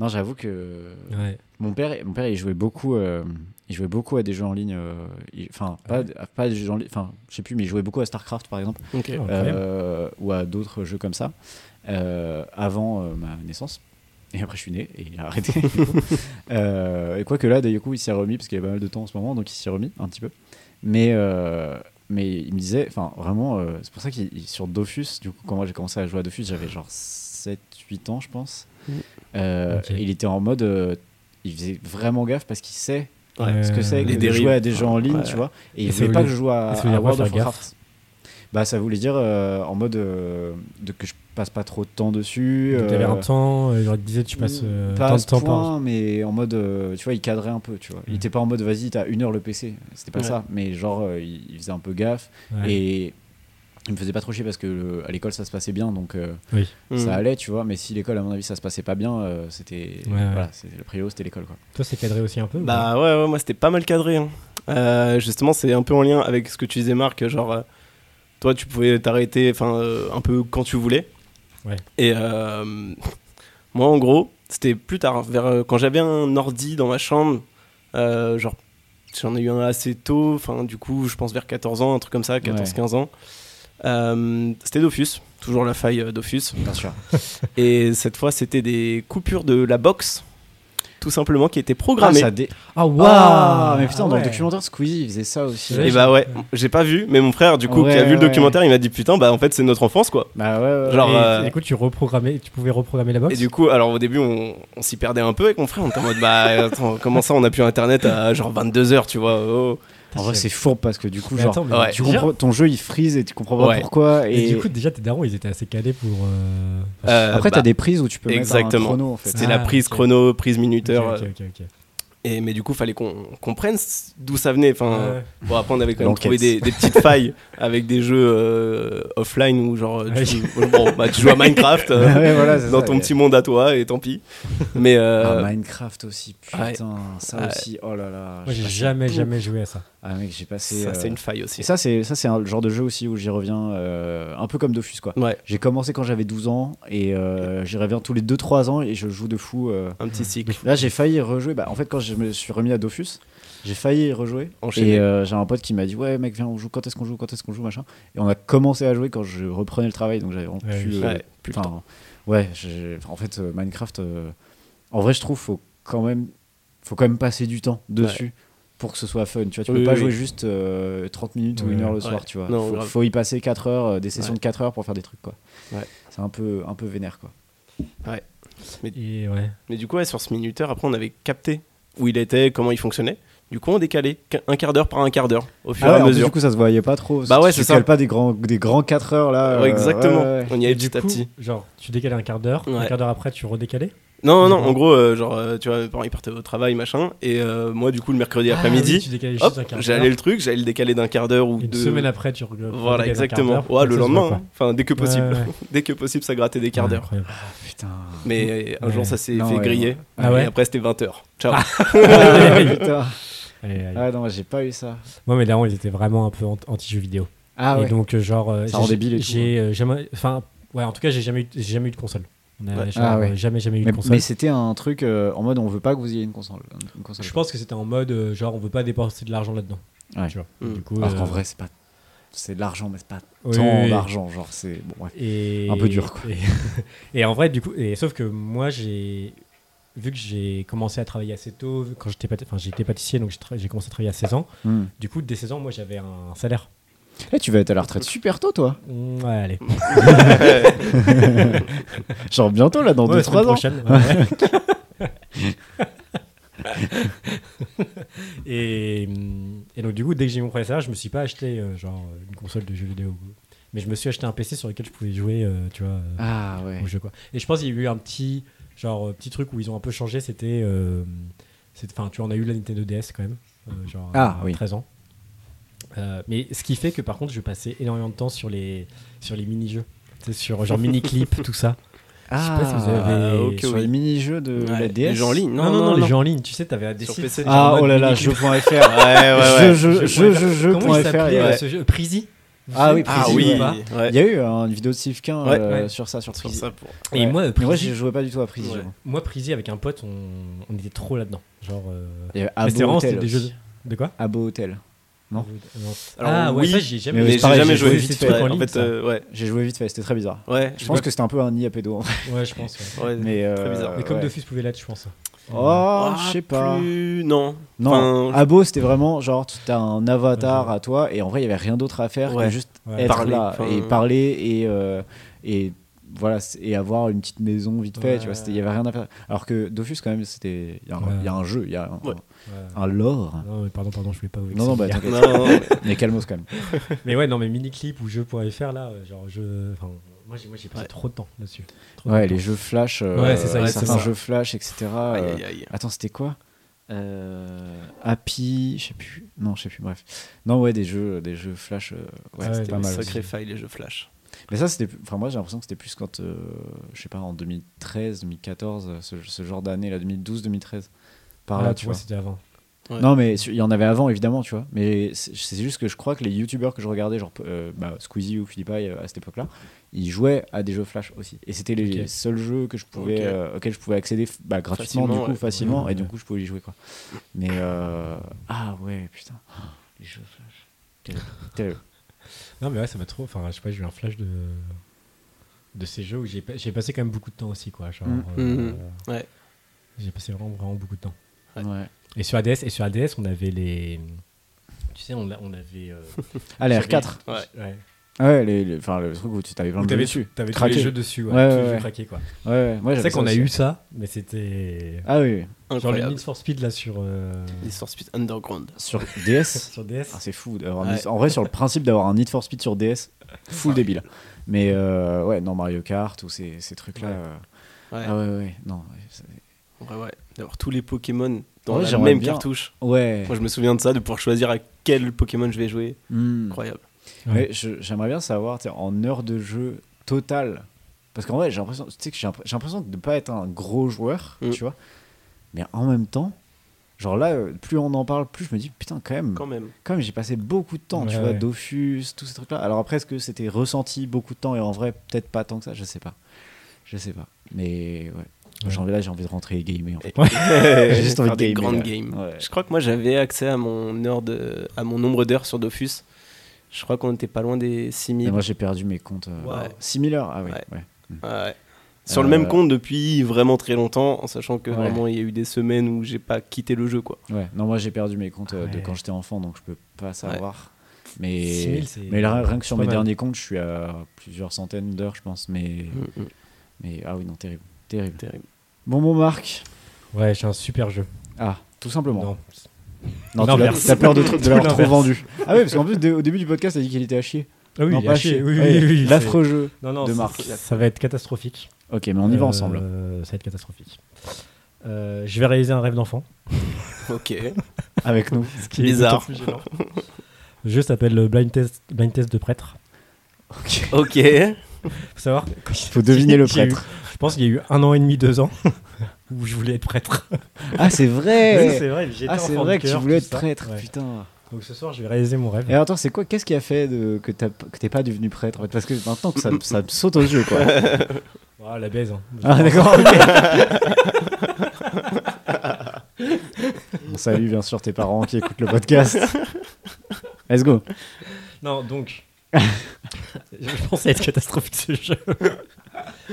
Speaker 2: Non, j'avoue que
Speaker 1: Ouais.
Speaker 2: mon père, mon père, il jouait beaucoup. euh, il Il jouait beaucoup à des jeux en ligne. euh, il- Enfin, pas, pas à des jeux en ligne. Enfin, je sais plus, mais il jouait beaucoup à StarCraft, par exemple.
Speaker 3: Ok.
Speaker 1: Ah, incroyable.
Speaker 2: euh, ou à d'autres jeux comme ça euh, avant euh, ma naissance. Et après, je suis né et il
Speaker 1: *laughs*
Speaker 2: a arrêté. Euh, et quoique là, Dayoku, il s'y est remis parce qu'il y a pas mal de temps en ce moment, donc il s'y est remis un petit peu. Mais, euh, mais il me disait, enfin, vraiment, euh, c'est pour ça qu'il il- sur Dofus, du coup, quand moi j'ai commencé à jouer à Dofus, j'avais genre 7-8 ans, je pense.
Speaker 3: Mm.
Speaker 2: Euh,
Speaker 1: Ok.
Speaker 2: Il était en mode, euh, il faisait vraiment gaffe parce qu'il sait
Speaker 1: Ouais.
Speaker 2: ce que c'est
Speaker 1: Euh,
Speaker 2: que
Speaker 1: les
Speaker 2: de
Speaker 3: dérives.
Speaker 2: jouer à des jeux en ligne,
Speaker 3: Ouais.
Speaker 2: tu vois. Et,
Speaker 1: Et
Speaker 2: il
Speaker 1: ça
Speaker 2: voulait pas
Speaker 1: voulait-
Speaker 2: que je joue à,
Speaker 1: ça voulait
Speaker 2: à
Speaker 1: dire quoi,
Speaker 2: World of
Speaker 1: faire gaffe
Speaker 2: Warcraft. Bah, ça voulait dire euh, en mode euh, de, que je passe pas trop de temps dessus.
Speaker 1: Donc, t'avais
Speaker 2: euh, mm,
Speaker 1: un temps, euh, genre, il disait, tu passes euh,
Speaker 2: pas
Speaker 1: tant
Speaker 2: à
Speaker 1: de
Speaker 2: ce
Speaker 1: temps par.
Speaker 2: point, mais en mode, euh, tu vois, il cadrait un peu, tu vois. Il
Speaker 1: Mm.
Speaker 2: était pas en mode, vas-y, t'as une heure le PC. C'était pas
Speaker 3: Ouais.
Speaker 2: ça, mais genre, euh, il, il faisait un peu gaffe.
Speaker 1: Ouais.
Speaker 2: Et il me faisait pas trop chier parce que euh, à l'école, ça se passait bien, donc euh,
Speaker 3: Hmm.
Speaker 2: ça allait, tu vois. Mais si l'école, à mon avis, ça se passait pas bien, euh, c'était.
Speaker 1: Ouais, ouais.
Speaker 2: Voilà, c'était le prio, c'était l'école, quoi.
Speaker 1: Toi, c'est cadré aussi un peu ou pas
Speaker 3: Bah ouais, ouais, moi c'était pas mal cadré. hein. Euh, justement, c'est un peu en lien avec ce que tu disais, Marc. Genre, euh, toi, tu pouvais t'arrêter enfin euh, un peu quand tu voulais.
Speaker 1: Ouais.
Speaker 3: Et euh, moi, en gros, c'était plus tard, vers, euh, quand j'avais un ordi dans ma chambre. euh, genre, j'en ai eu un assez tôt. Enfin, du coup, je pense vers 14 ans, un truc comme ça, 14-15 ans. Euh, c'était Dofus, toujours la faille euh, Dofus.
Speaker 2: Bien sûr.
Speaker 3: Et cette fois, c'était des coupures de la box, tout simplement, qui étaient
Speaker 2: Ah,
Speaker 3: programmées.
Speaker 2: ça dé-
Speaker 1: Ah, waouh
Speaker 2: Ah, mais putain, dans le
Speaker 1: Ouais.
Speaker 2: documentaire Squeezie, il faisait ça aussi.
Speaker 1: Ouais,
Speaker 3: Et
Speaker 1: j'ai-
Speaker 3: bah ouais, j'ai pas vu, mais mon frère, du coup,
Speaker 2: Ouais,
Speaker 3: qui a vu le
Speaker 2: ouais.
Speaker 3: documentaire, il m'a dit putain, bah en fait, c'est notre enfance quoi.
Speaker 2: Bah ouais, ouais.
Speaker 3: Genre,
Speaker 1: Et,
Speaker 3: euh,
Speaker 1: et du coup, tu reprogrammais, tu pouvais reprogrammer la box.
Speaker 3: Et du coup, alors au début, on, on s'y perdait un peu avec mon frère, on était en mode bah
Speaker 2: *laughs*
Speaker 3: attends, comment ça, on a plus internet à genre 22h, tu vois. oh.
Speaker 2: En vrai, c'est fourbe parce que du coup,
Speaker 1: Mais
Speaker 2: genre,
Speaker 1: attends, mais
Speaker 3: ouais.
Speaker 2: tu
Speaker 1: déjà-
Speaker 2: comprends, ton jeu il freeze et tu comprends pas
Speaker 3: Ouais.
Speaker 2: pourquoi.
Speaker 1: et
Speaker 2: Et,
Speaker 1: du coup, déjà, tes darons, ils étaient assez calés pour. euh,
Speaker 3: Euh,
Speaker 2: après,
Speaker 3: bah,
Speaker 2: t'as des prises où tu peux
Speaker 3: exactement.
Speaker 2: mettre un chrono en fait.
Speaker 3: C'était la
Speaker 1: Ah,
Speaker 3: prise
Speaker 1: ok.
Speaker 3: chrono, prise minuteur,
Speaker 1: Ok,
Speaker 3: euh,
Speaker 1: ok, ok, ok.
Speaker 3: et, mais du coup, fallait qu'on comprenne c- d'où ça venait. Enfin,
Speaker 1: Ouais.
Speaker 3: Bon, après, on avait quand même
Speaker 2: L'enquête.
Speaker 3: trouvé des, des petites failles avec des jeux euh, offline où, genre,
Speaker 1: Ouais.
Speaker 3: tu, joues- bon, bah, tu joues
Speaker 2: *laughs*
Speaker 3: à Minecraft euh,
Speaker 2: Ah Ouais, voilà, c'est
Speaker 3: dans
Speaker 2: ça,
Speaker 3: ton
Speaker 2: ouais.
Speaker 3: petit monde à toi, et tant pis. Mais euh,
Speaker 2: Ah, Minecraft aussi, putain, ça
Speaker 3: Ouais.
Speaker 2: aussi, oh là là.
Speaker 1: Moi, j'ai
Speaker 2: passé
Speaker 1: jamais,
Speaker 2: beaucoup-
Speaker 1: jamais joué à ça.
Speaker 2: Ah, mec, j'ai passé.
Speaker 3: ça, c'est
Speaker 2: euh,
Speaker 3: une faille aussi.
Speaker 2: Et ça, c'est ça, c'est un le genre de jeu aussi où j'y reviens euh, un peu comme Dofus quoi.
Speaker 3: Ouais,
Speaker 2: J'ai commencé quand j'avais 12 ans et euh, j'y reviens tous les 2-3 ans et je joue de fou. euh,
Speaker 3: un petit cycle.
Speaker 2: Là, j'ai failli rejouer. Bah, en fait, quand je me suis remis à Dofus, j'ai failli y rejouer.
Speaker 3: Enchaîner.
Speaker 2: Et euh, j'ai un pote qui m'a dit Ouais, mec, viens, on joue. Quand est-ce qu'on joue Quand est-ce qu'on joue Machin. Et on a commencé à jouer quand je reprenais le travail. Donc, j'avais vraiment
Speaker 1: Ouais,
Speaker 2: plus.
Speaker 1: oui.
Speaker 2: euh,
Speaker 3: Ouais, plus le
Speaker 2: enfin, ouais, j'ai- enfin, en fait, euh, Minecraft, euh, en vrai, je trouve, faut quand même, faut quand même passer du temps dessus. Pour que ce soit fun, tu vois, tu
Speaker 3: Oui,
Speaker 2: peux pas
Speaker 3: oui,
Speaker 2: jouer
Speaker 3: oui.
Speaker 2: juste euh, 30 minutes ou
Speaker 1: Ouais.
Speaker 2: une heure le
Speaker 3: Ouais.
Speaker 2: soir, tu vois.
Speaker 3: Non,
Speaker 2: faut,
Speaker 3: grave.
Speaker 2: faut y passer 4 heures, euh, des sessions
Speaker 3: Ouais.
Speaker 2: de 4 heures pour faire des trucs, quoi.
Speaker 3: Ouais.
Speaker 2: C'est un peu, un peu vénère, quoi.
Speaker 1: Et ouais.
Speaker 3: Mais du coup, ouais, sur ce minuteur, après, on avait capté où il était, comment il fonctionnait. Du coup, on décalait qu- un quart d'heure par un quart d'heure au fur
Speaker 2: Ah ouais,
Speaker 3: et à
Speaker 2: en plus,
Speaker 3: mesure.
Speaker 2: du coup, ça se voyait pas trop. parce
Speaker 3: Bah
Speaker 2: que
Speaker 3: ouais,
Speaker 2: tu
Speaker 3: c'est ça.
Speaker 2: cales pas des grands, des grands 4 heures là.
Speaker 3: Ouais,
Speaker 2: euh,
Speaker 3: exactement.
Speaker 2: ouais, ouais.
Speaker 3: On y allait
Speaker 1: Et du
Speaker 3: petit à
Speaker 1: coup,
Speaker 3: petit.
Speaker 1: Genre, tu décalais un quart d'heure, un
Speaker 3: Ouais.
Speaker 1: quart d'heure après, tu redécalais.
Speaker 3: Non, non, non, en gros, euh, genre, euh, tu vois, mes parents, ils partaient au travail, machin. Et euh, moi, du coup, le mercredi
Speaker 1: Ah oui,
Speaker 3: après-midi,
Speaker 1: tu décalais juste
Speaker 3: hop,
Speaker 1: un quart
Speaker 3: j'allais
Speaker 1: d'heure.
Speaker 3: le truc, j'allais le décaler d'un quart d'heure ou
Speaker 1: Une
Speaker 3: deux.
Speaker 1: semaine après, tu re- redécalais un
Speaker 3: Voilà,
Speaker 1: quart
Speaker 3: exactement.
Speaker 1: d'heure.
Speaker 3: Ouais, le
Speaker 1: Ça se voit
Speaker 3: lendemain,
Speaker 1: pas.
Speaker 3: hein. enfin dès que possible,
Speaker 1: Ouais, ouais.
Speaker 3: *laughs* dès que possible, ça grattait des quarts
Speaker 1: Ouais,
Speaker 3: d'heure.
Speaker 1: incroyable.
Speaker 2: Ah,
Speaker 3: *laughs*
Speaker 2: putain.
Speaker 3: Mais un
Speaker 1: Ouais.
Speaker 3: jour, ça s'est
Speaker 2: Non,
Speaker 3: fait
Speaker 2: ouais,
Speaker 3: griller.
Speaker 1: Ah ouais
Speaker 3: et après, c'était 20 h Ciao. *laughs*
Speaker 2: Ah, putain.
Speaker 1: Allez, allez.
Speaker 2: Ah non, j'ai pas eu ça.
Speaker 1: Moi, mes darons, ils étaient vraiment un peu ant- anti-jeux vidéo.
Speaker 2: Ah
Speaker 1: et
Speaker 2: ouais.
Speaker 1: donc, euh, genre, euh,
Speaker 2: Ça rend
Speaker 1: j'ai-
Speaker 2: débile et tout, hein.
Speaker 1: j'ai euh, jamais. Enfin, ouais, en tout cas, j'ai jamais, eu- j'ai jamais eu de console. On a
Speaker 3: Ouais.
Speaker 1: genre,
Speaker 2: Ah ouais.
Speaker 1: euh, jamais, jamais eu
Speaker 2: Mais,
Speaker 1: de console.
Speaker 2: mais c'était un truc euh, en mode on veut pas que vous ayez une console. Une console.
Speaker 1: Je pense que c'était en mode, euh, genre, on veut pas dépenser de l'argent là-dedans.
Speaker 2: Ouais.
Speaker 1: Tu vois.
Speaker 3: Mm.
Speaker 1: Du coup,
Speaker 2: Alors qu'en
Speaker 1: euh,
Speaker 2: vrai, c'est pas. C'est de l'argent, mais c'est pas
Speaker 1: oui,
Speaker 2: tant
Speaker 1: oui, oui.
Speaker 2: d'argent. Genre, c'est. Bon, bref.
Speaker 1: Et,
Speaker 2: Un peu dur, quoi.
Speaker 1: *laughs* Et, et en vrai, du coup, et, sauf que moi, j'ai vu que j'ai commencé à travailler assez tôt, vu- quand j'étais pâti- enfin, j'étais pâtissier, donc j'ai tra- j'ai commencé à travailler à 16 ans.
Speaker 2: Hmm.
Speaker 1: Du coup, dès 16 ans, moi, j'avais un salaire.
Speaker 2: Eh, tu vas être à la retraite super tôt, toi.
Speaker 1: Mm, Ouais, allez.
Speaker 2: Genre, bientôt, là, dans
Speaker 1: Ouais,
Speaker 2: 2-3
Speaker 1: semaine
Speaker 2: ans.
Speaker 1: prochaine, ouais, ouais. *laughs* et, hum, et donc, du coup, dès que j'ai eu mon premier salaire, je me suis pas acheté euh, genre une console de jeux vidéo. Mais je me suis acheté un PC sur lequel je pouvais jouer, euh, tu vois, euh,
Speaker 2: Ah ouais.
Speaker 1: au jeu, quoi. Et je pense qu'il y a eu un petit genre euh, petit truc où ils ont un peu changé, c'était euh, c'est- enfin tu en as eu la Nintendo DS quand même, euh, genre
Speaker 2: Ah,
Speaker 1: à
Speaker 2: oui.
Speaker 1: 13 ans. Euh, mais ce qui fait que par contre je passais énormément de temps sur les sur les mini-jeux, Tu sais, sur genre mini
Speaker 2: *laughs*
Speaker 1: clip tout ça.
Speaker 2: Ah,
Speaker 1: sais pas si vous avez-
Speaker 3: ok,
Speaker 2: sur
Speaker 3: oui.
Speaker 2: les mini-jeux de
Speaker 3: Ouais,
Speaker 2: la DS.
Speaker 3: Les gens en ligne, non,
Speaker 1: Non non non, les jeux en ligne, tu sais t'avais des
Speaker 3: Sur
Speaker 1: sites,
Speaker 3: PC.
Speaker 1: genre en
Speaker 2: Ah,
Speaker 1: mode
Speaker 2: oh là là,
Speaker 3: *laughs*
Speaker 1: mini-clip.
Speaker 2: jeux.fr.
Speaker 3: Ouais, ouais, ouais.
Speaker 2: Je, je, je, je,
Speaker 1: Comment il
Speaker 2: je.fr.
Speaker 1: s'appelait
Speaker 3: ouais.
Speaker 1: euh, ce jeu Prizy
Speaker 2: Ah oui,
Speaker 3: Ah
Speaker 2: Prison,
Speaker 3: oui,
Speaker 2: ouais.
Speaker 3: ouais.
Speaker 2: Il y a eu euh, une vidéo de Sivkin
Speaker 3: Ouais,
Speaker 2: euh,
Speaker 1: ouais.
Speaker 2: sur ça, sur
Speaker 3: Sur
Speaker 2: Prison.
Speaker 3: ça pour-
Speaker 1: Et
Speaker 2: Ouais.
Speaker 1: moi,
Speaker 2: Mais moi,
Speaker 1: Prison-
Speaker 2: je jouais pas du tout à Prison.
Speaker 3: Ouais.
Speaker 1: Moi, Prisi, avec un pote, on, on était trop là-dedans. Genre. euh,
Speaker 2: Il y avait
Speaker 1: mais c'était
Speaker 2: Abo
Speaker 1: vraiment,
Speaker 2: Hotel.
Speaker 1: c'était des
Speaker 2: aussi.
Speaker 1: jeux. De quoi
Speaker 2: Abo Hotel. Non.
Speaker 3: Alors,
Speaker 1: Ah ouais,
Speaker 3: oui,
Speaker 1: ça, j'y ai jamais
Speaker 2: mais
Speaker 3: Mais
Speaker 1: joué.
Speaker 3: j'ai
Speaker 2: pareil,
Speaker 3: jamais
Speaker 2: j'ai
Speaker 3: joué
Speaker 2: joué
Speaker 3: vite
Speaker 2: vite
Speaker 3: fait.
Speaker 1: fait en
Speaker 3: En
Speaker 1: ligne,
Speaker 3: fait,
Speaker 1: ça.
Speaker 3: euh, ouais.
Speaker 2: J'ai joué vite fait, c'était très bizarre.
Speaker 3: Ouais,
Speaker 2: Je pense que c'était un peu un nid à pédo. en vrai.
Speaker 1: Ouais, je pense. ouais.
Speaker 3: euh, Ouais.
Speaker 2: Mais, euh,
Speaker 3: bizarre.
Speaker 1: Mais comme
Speaker 2: ouais.
Speaker 1: Dofus pouvait l'être, je pense.
Speaker 2: Oh,
Speaker 3: Ah,
Speaker 2: je sais pas.
Speaker 3: plus- Non.
Speaker 2: Non,
Speaker 3: Enfin,
Speaker 2: Abo, c'était vraiment genre, tu as un avatar à toi, et en vrai, il y avait rien d'autre à faire que
Speaker 3: Ouais.
Speaker 2: juste
Speaker 1: Ouais.
Speaker 2: être
Speaker 3: Parler,
Speaker 2: là,
Speaker 3: enfin.
Speaker 2: et parler, et, euh, et voilà, c- et avoir une petite maison vite fait,
Speaker 1: Ouais.
Speaker 2: tu vois, c'était- il y avait rien à faire. Alors que Dofus, quand même, c'était. Il y, a un-
Speaker 1: Ouais.
Speaker 2: il y a un jeu, il y a un,
Speaker 3: Ouais.
Speaker 1: Ouais.
Speaker 2: un lore.
Speaker 1: Ah, Non, mais pardon, pardon, je voulais pas vous
Speaker 2: Non, non, bah
Speaker 1: vexer.
Speaker 2: t'inquiète.
Speaker 3: Non, non, mais-
Speaker 2: Mais calmos quand même.
Speaker 1: *laughs* Mais ouais, non, mais mini-clip ou jeu.fr, là, euh, genre, je. Enfin, moi, j'ai moi, j'ai passé
Speaker 3: Ouais.
Speaker 1: trop de temps là-dessus. Trop de
Speaker 2: Ouais,
Speaker 1: temps.
Speaker 2: les jeux flash, euh,
Speaker 1: Ouais, c'est ça,
Speaker 3: ouais,
Speaker 2: certains
Speaker 3: c'est ça.
Speaker 2: jeux flash, etc. euh,
Speaker 3: Aïe, aïe, aïe.
Speaker 2: Attends, c'était quoi Euh, Happy, je sais plus. Non, je sais plus. Bref. Non, ouais, des jeux, des jeux flash. euh, ouais,
Speaker 1: Ah ouais,
Speaker 2: c'était
Speaker 1: des
Speaker 2: pas
Speaker 3: Des
Speaker 2: mal.
Speaker 3: sacrés
Speaker 2: aussi.
Speaker 3: failles, les jeux Flash.
Speaker 2: Mais ça, c'était. Enfin, moi, j'ai l'impression que c'était plus quand, euh, je sais pas, en 2013, 2014, euh, ce, ce genre d'année, là, 2012, 2013. Par
Speaker 1: Ah,
Speaker 2: là,
Speaker 1: tu
Speaker 2: tu
Speaker 1: vois,
Speaker 2: vois.
Speaker 1: c'était avant.
Speaker 3: Ouais.
Speaker 2: Non, mais su- il y en avait avant, évidemment, tu vois. Mais c'est c'est juste que je crois que les youtubeurs que je regardais, genre euh, bah, Squeezie ou PewDiePie euh, à cette époque-là, ils jouaient à des jeux Flash aussi. Et c'était les
Speaker 1: Ok.
Speaker 2: seuls jeux que je pouvais,
Speaker 3: Ok.
Speaker 2: euh, auxquels je pouvais accéder f- bah, gratuitement,
Speaker 3: Facilement,
Speaker 2: du coup,
Speaker 3: ouais.
Speaker 2: facilement.
Speaker 1: Ouais,
Speaker 2: Et du
Speaker 1: ouais.
Speaker 2: coup, je pouvais y jouer, quoi. Mais. euh, Ah ouais, putain. Les jeux Flash. Terrible. Terrible.
Speaker 1: Non, mais ouais, ça m'a trop. Enfin, je sais pas, j'ai eu un flash de. De ces jeux où j'ai pa- j'ai passé quand même beaucoup de temps aussi, quoi. Genre.
Speaker 2: Mm.
Speaker 1: euh,
Speaker 3: Mm. Ouais.
Speaker 1: J'ai passé vraiment, vraiment beaucoup de temps.
Speaker 3: Ouais.
Speaker 2: Ouais.
Speaker 1: Et sur ADS, et sur ADS on avait les. Tu sais, on, a- on avait. euh,
Speaker 2: Allez,
Speaker 1: j'avais-
Speaker 2: R4.
Speaker 3: Ouais.
Speaker 1: Ouais.
Speaker 2: Ouais, les- les- enfin, le truc où tu t'avais plein
Speaker 1: Où
Speaker 2: de jeux
Speaker 1: t'avais
Speaker 2: dessus.
Speaker 1: t'avais tous
Speaker 2: Craqué.
Speaker 1: les jeux dessus, ouais.
Speaker 2: Ouais,
Speaker 1: tous les
Speaker 2: ouais,
Speaker 1: jeux
Speaker 2: ouais.
Speaker 1: craqués, quoi.
Speaker 2: Ouais, ouais, moi,
Speaker 1: C'est
Speaker 2: j'avais
Speaker 1: vrai qu'on a
Speaker 2: aussi.
Speaker 1: eu ça, mais c'était.
Speaker 2: Ah oui, oui.
Speaker 1: Genre le
Speaker 3: Incroyable.
Speaker 1: Need for Speed là sur, euh,
Speaker 3: Need for Speed Underground.
Speaker 2: sur DS.
Speaker 1: sur DS.
Speaker 2: Ah, c'est fou. d'avoir un
Speaker 3: Ouais.
Speaker 2: Need- En vrai, sur le principe d'avoir un Need for Speed sur DS, full débile. Mais euh, ouais, non, Mario Kart, tous ces, ces trucs-là.
Speaker 3: Ouais.
Speaker 2: euh,
Speaker 3: Ouais.
Speaker 2: Ah ouais, ouais, non. ouais, ça-
Speaker 3: Ouais, ouais. D'avoir tous les Pokémon
Speaker 1: Ah
Speaker 3: dans
Speaker 2: Ouais,
Speaker 3: la
Speaker 2: j'aimerais
Speaker 3: même
Speaker 2: bien.
Speaker 3: cartouche.
Speaker 2: Ouais.
Speaker 3: Moi, je me souviens de ça, de pouvoir choisir à quel Pokémon je vais jouer.
Speaker 2: Hmm.
Speaker 3: Incroyable.
Speaker 2: Mais je- j'aimerais bien savoir, tu sais, en heure de jeu totale. Parce qu'en vrai, j'ai l'impression, tu sais que j'ai impr- j'ai l'impression de ne pas être un gros joueur,
Speaker 3: Mm.
Speaker 2: tu vois. Mais en même temps, genre là, euh, plus on en parle, plus je me dis, putain, quand même,
Speaker 3: Quand même.
Speaker 2: quand même, j'ai passé beaucoup de temps, tu
Speaker 1: Ouais,
Speaker 2: vois,
Speaker 1: ouais.
Speaker 2: Dofus, tous ces trucs-là. Alors après, est-ce que c'était ressenti beaucoup de temps et en vrai, peut-être pas tant que ça, je sais pas. Je sais pas. Mais ouais. J'ai envie, là, j'ai envie de rentrer et gamer. En fait. *laughs* J'ai juste envie
Speaker 3: Faire
Speaker 2: de
Speaker 3: des
Speaker 2: gamer,
Speaker 3: grandes
Speaker 2: là.
Speaker 3: games.
Speaker 2: Ouais.
Speaker 3: Je crois que moi, j'avais accès à mon, heure de... à mon nombre d'heures sur Dofus. Je crois qu'on était pas loin des 6000.
Speaker 2: Et moi, j'ai perdu mes comptes. euh,
Speaker 3: Wow.
Speaker 2: 6000 heures Ah oui.
Speaker 3: Ouais.
Speaker 2: ouais.
Speaker 3: Ah ouais. Sur
Speaker 2: Euh,
Speaker 3: le même compte depuis vraiment très longtemps, en sachant que
Speaker 2: Ouais.
Speaker 3: vraiment il y a eu des semaines où j'ai pas quitté le jeu quoi.
Speaker 2: Ouais. Non, moi, j'ai perdu mes comptes euh, de
Speaker 1: Ouais.
Speaker 2: quand j'étais enfant, donc je peux pas savoir. Mais,
Speaker 1: 6000, c'est-
Speaker 2: mais là, rien que sur
Speaker 1: c'est pas
Speaker 2: mes
Speaker 1: mal.
Speaker 2: derniers comptes, je suis à plusieurs centaines d'heures, je pense. Mais, mais ah oui, non, terrible. Terrible.
Speaker 3: Mm. Terrible.
Speaker 2: Bon, bon, Marc.
Speaker 1: Ouais, c'est un super jeu.
Speaker 2: Ah, tout simplement.
Speaker 1: Non.
Speaker 2: Non, tu l'as-
Speaker 1: L'inverse.
Speaker 2: t'as peur de, de l'avoir trop
Speaker 1: L'inverse.
Speaker 2: vendu. Ah oui, parce qu'en plus, dès- au début du podcast, t'as dit qu'il était à chier.
Speaker 1: Ah oui,
Speaker 2: non,
Speaker 1: il
Speaker 2: pas
Speaker 1: a
Speaker 2: à
Speaker 1: chier.
Speaker 2: chier.
Speaker 1: Oui,
Speaker 2: Ouais,
Speaker 1: oui, oui,
Speaker 2: L'affreux jeu
Speaker 1: c'est- Non, non,
Speaker 2: de
Speaker 1: ça-
Speaker 2: Marc.
Speaker 1: Ça, ça va être catastrophique.
Speaker 2: Ok, mais on y va
Speaker 1: Euh,
Speaker 2: ensemble. hein,
Speaker 1: Ça va être catastrophique. Euh, je vais réaliser un rêve d'enfant.
Speaker 2: *laughs*
Speaker 3: Ok.
Speaker 1: *laughs*
Speaker 2: Avec nous.
Speaker 1: Ce qui
Speaker 3: Bizarre.
Speaker 1: est *laughs* d'autant plus gênant. Le jeu s'appelle le Blind Test, Blind Test de prêtre.
Speaker 3: ok.
Speaker 1: Faut savoir. *laughs*
Speaker 2: Faut deviner le
Speaker 1: J'ai eu-
Speaker 2: prêtre.
Speaker 1: Je pense qu'il y a eu un an et demi, deux ans *laughs* où je voulais être prêtre.
Speaker 2: Ah, c'est
Speaker 1: Oui,
Speaker 2: vrai
Speaker 1: c'est vrai, j'étais
Speaker 2: Ah, c'est
Speaker 1: enfant
Speaker 2: vrai
Speaker 1: de
Speaker 2: que tu
Speaker 1: cœur,
Speaker 2: voulais
Speaker 1: tout
Speaker 2: être
Speaker 1: ça.
Speaker 2: prêtre,
Speaker 1: Ouais.
Speaker 2: putain.
Speaker 1: Donc ce soir, je vais réaliser mon rêve.
Speaker 2: Et attends, c'est quoi Qu'est-ce qui a fait de- que t'as- que t'es pas devenu prêtre en fait Parce que maintenant que ça, ça me saute aux yeux,
Speaker 1: *laughs*
Speaker 2: quoi.
Speaker 1: Ah, la baise. hein.
Speaker 2: Ah, d'accord, ok. On salue bien sûr tes parents qui écoutent le podcast. Let's go.
Speaker 1: Non,
Speaker 2: *laughs*
Speaker 1: donc. *laughs* je pensais être catastrophique ce jeu.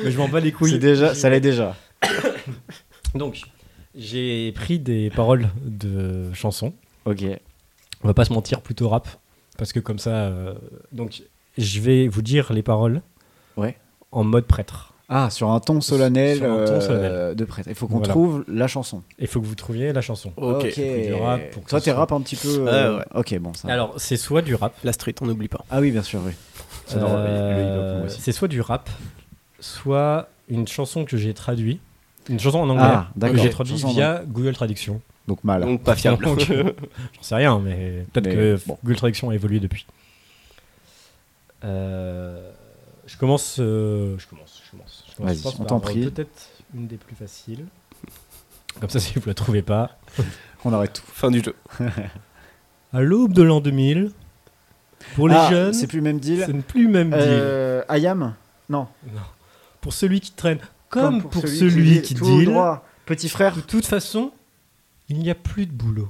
Speaker 1: Mais je m'en bats les couilles.
Speaker 2: C'est déjà, ça l'est déjà.
Speaker 1: Donc, j'ai pris des paroles de chansons.
Speaker 2: Ok.
Speaker 1: On va pas se mentir, plutôt rap. Parce que comme ça. euh, Donc, je vais vous dire les paroles.
Speaker 2: Ouais.
Speaker 1: En mode prêtre.
Speaker 2: Ah, sur un ton solennel,
Speaker 1: Sur un ton
Speaker 2: euh,
Speaker 1: solennel.
Speaker 2: de prêtre. Il faut qu'on
Speaker 1: Voilà.
Speaker 2: trouve la chanson.
Speaker 1: Il faut que vous trouviez la chanson.
Speaker 3: Ok.
Speaker 1: Du rap pour que
Speaker 2: Toi,
Speaker 1: ce
Speaker 2: t'es
Speaker 1: soit-
Speaker 2: rap un petit peu. euh,
Speaker 3: Ouais, ouais.
Speaker 2: Ok, bon, ça.
Speaker 1: Alors, c'est soit du rap.
Speaker 3: La street, on n'oublie pas.
Speaker 2: Ah oui, bien sûr, oui. C'est dans le- le hip-hop, moi
Speaker 1: Euh,
Speaker 2: aussi.
Speaker 1: C'est soit du rap, soit une chanson que j'ai traduite. Une chanson en anglais.
Speaker 2: Ah,
Speaker 1: que
Speaker 2: d'accord.
Speaker 1: j'ai traduite
Speaker 2: Chanson en
Speaker 1: via Google Traduction.
Speaker 2: Donc mal.
Speaker 3: Donc
Speaker 2: *laughs*
Speaker 3: pas fiable.
Speaker 1: Donc, J'en sais rien, mais peut-être
Speaker 2: Mais
Speaker 1: que
Speaker 2: bon.
Speaker 1: Google Traduction a évolué depuis. Euh, je commence. euh, je commence. Je commence. je commence,
Speaker 2: Vas-y,
Speaker 1: je pense
Speaker 2: on
Speaker 1: par,
Speaker 2: t'en
Speaker 1: euh,
Speaker 2: prie.
Speaker 1: Peut-être une des plus faciles. Comme ça, si vous la trouvez pas.
Speaker 2: On arrête tout.
Speaker 3: fin du jeu.
Speaker 1: À l'aube de l'an 2000, Pour les
Speaker 2: Ah,
Speaker 1: jeunes,
Speaker 2: c'est
Speaker 1: c'est
Speaker 2: plus le même deal.
Speaker 1: plus le même deal.
Speaker 4: Euh, Ayam Non.
Speaker 1: Pour celui qui traîne, comme, pour, celui, qui,
Speaker 4: tout
Speaker 1: deal,
Speaker 4: droit. Petit frère.
Speaker 1: de toute façon, il n'y a plus de boulot.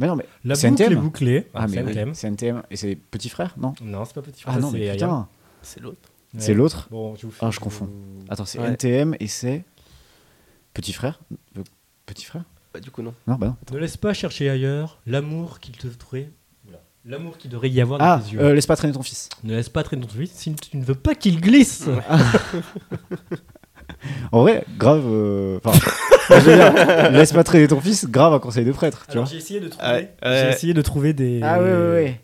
Speaker 2: Mais non, mais.
Speaker 1: La
Speaker 2: C'est un
Speaker 1: boucle est
Speaker 2: thème
Speaker 1: bouclée.
Speaker 2: Ah, mais
Speaker 1: c'est un
Speaker 2: oui,
Speaker 1: thème.
Speaker 2: c'est NTM. Et c'est petit frère Non
Speaker 1: Non, c'est pas petit
Speaker 2: Ah
Speaker 1: frère,
Speaker 2: non,
Speaker 1: c'est
Speaker 2: mais
Speaker 1: Ayam.
Speaker 2: putain.
Speaker 3: C'est l'autre.
Speaker 1: Ouais.
Speaker 2: C'est l'autre
Speaker 1: Bon, je vous fais-
Speaker 2: Ah, je confonds. Attends, c'est
Speaker 3: Ouais.
Speaker 2: NTM et c'est. Petit frère Euh, Petit frère
Speaker 3: Bah, du coup, non.
Speaker 2: Non, bah non.
Speaker 1: Ne laisse pas chercher ailleurs l'amour qu'il te devrait. Oula. L'amour qui devrait y avoir dans
Speaker 2: Ah,
Speaker 1: tes yeux.
Speaker 2: euh, laisse pas traîner ton fils.
Speaker 1: Ne laisse pas traîner ton fils si tu ne veux pas qu'il glisse.
Speaker 2: Ah, En vrai, grave. euh, Enfin, *laughs* je veux dire, laisse pas traîner ton fils, grave un conseil de prêtre, tu
Speaker 1: Alors
Speaker 2: vois.
Speaker 1: j'ai essayé de trouver.
Speaker 3: Ah ouais,
Speaker 1: J'ai
Speaker 3: ouais.
Speaker 1: essayé de trouver des.
Speaker 4: Ah ouais, ouais, ouais.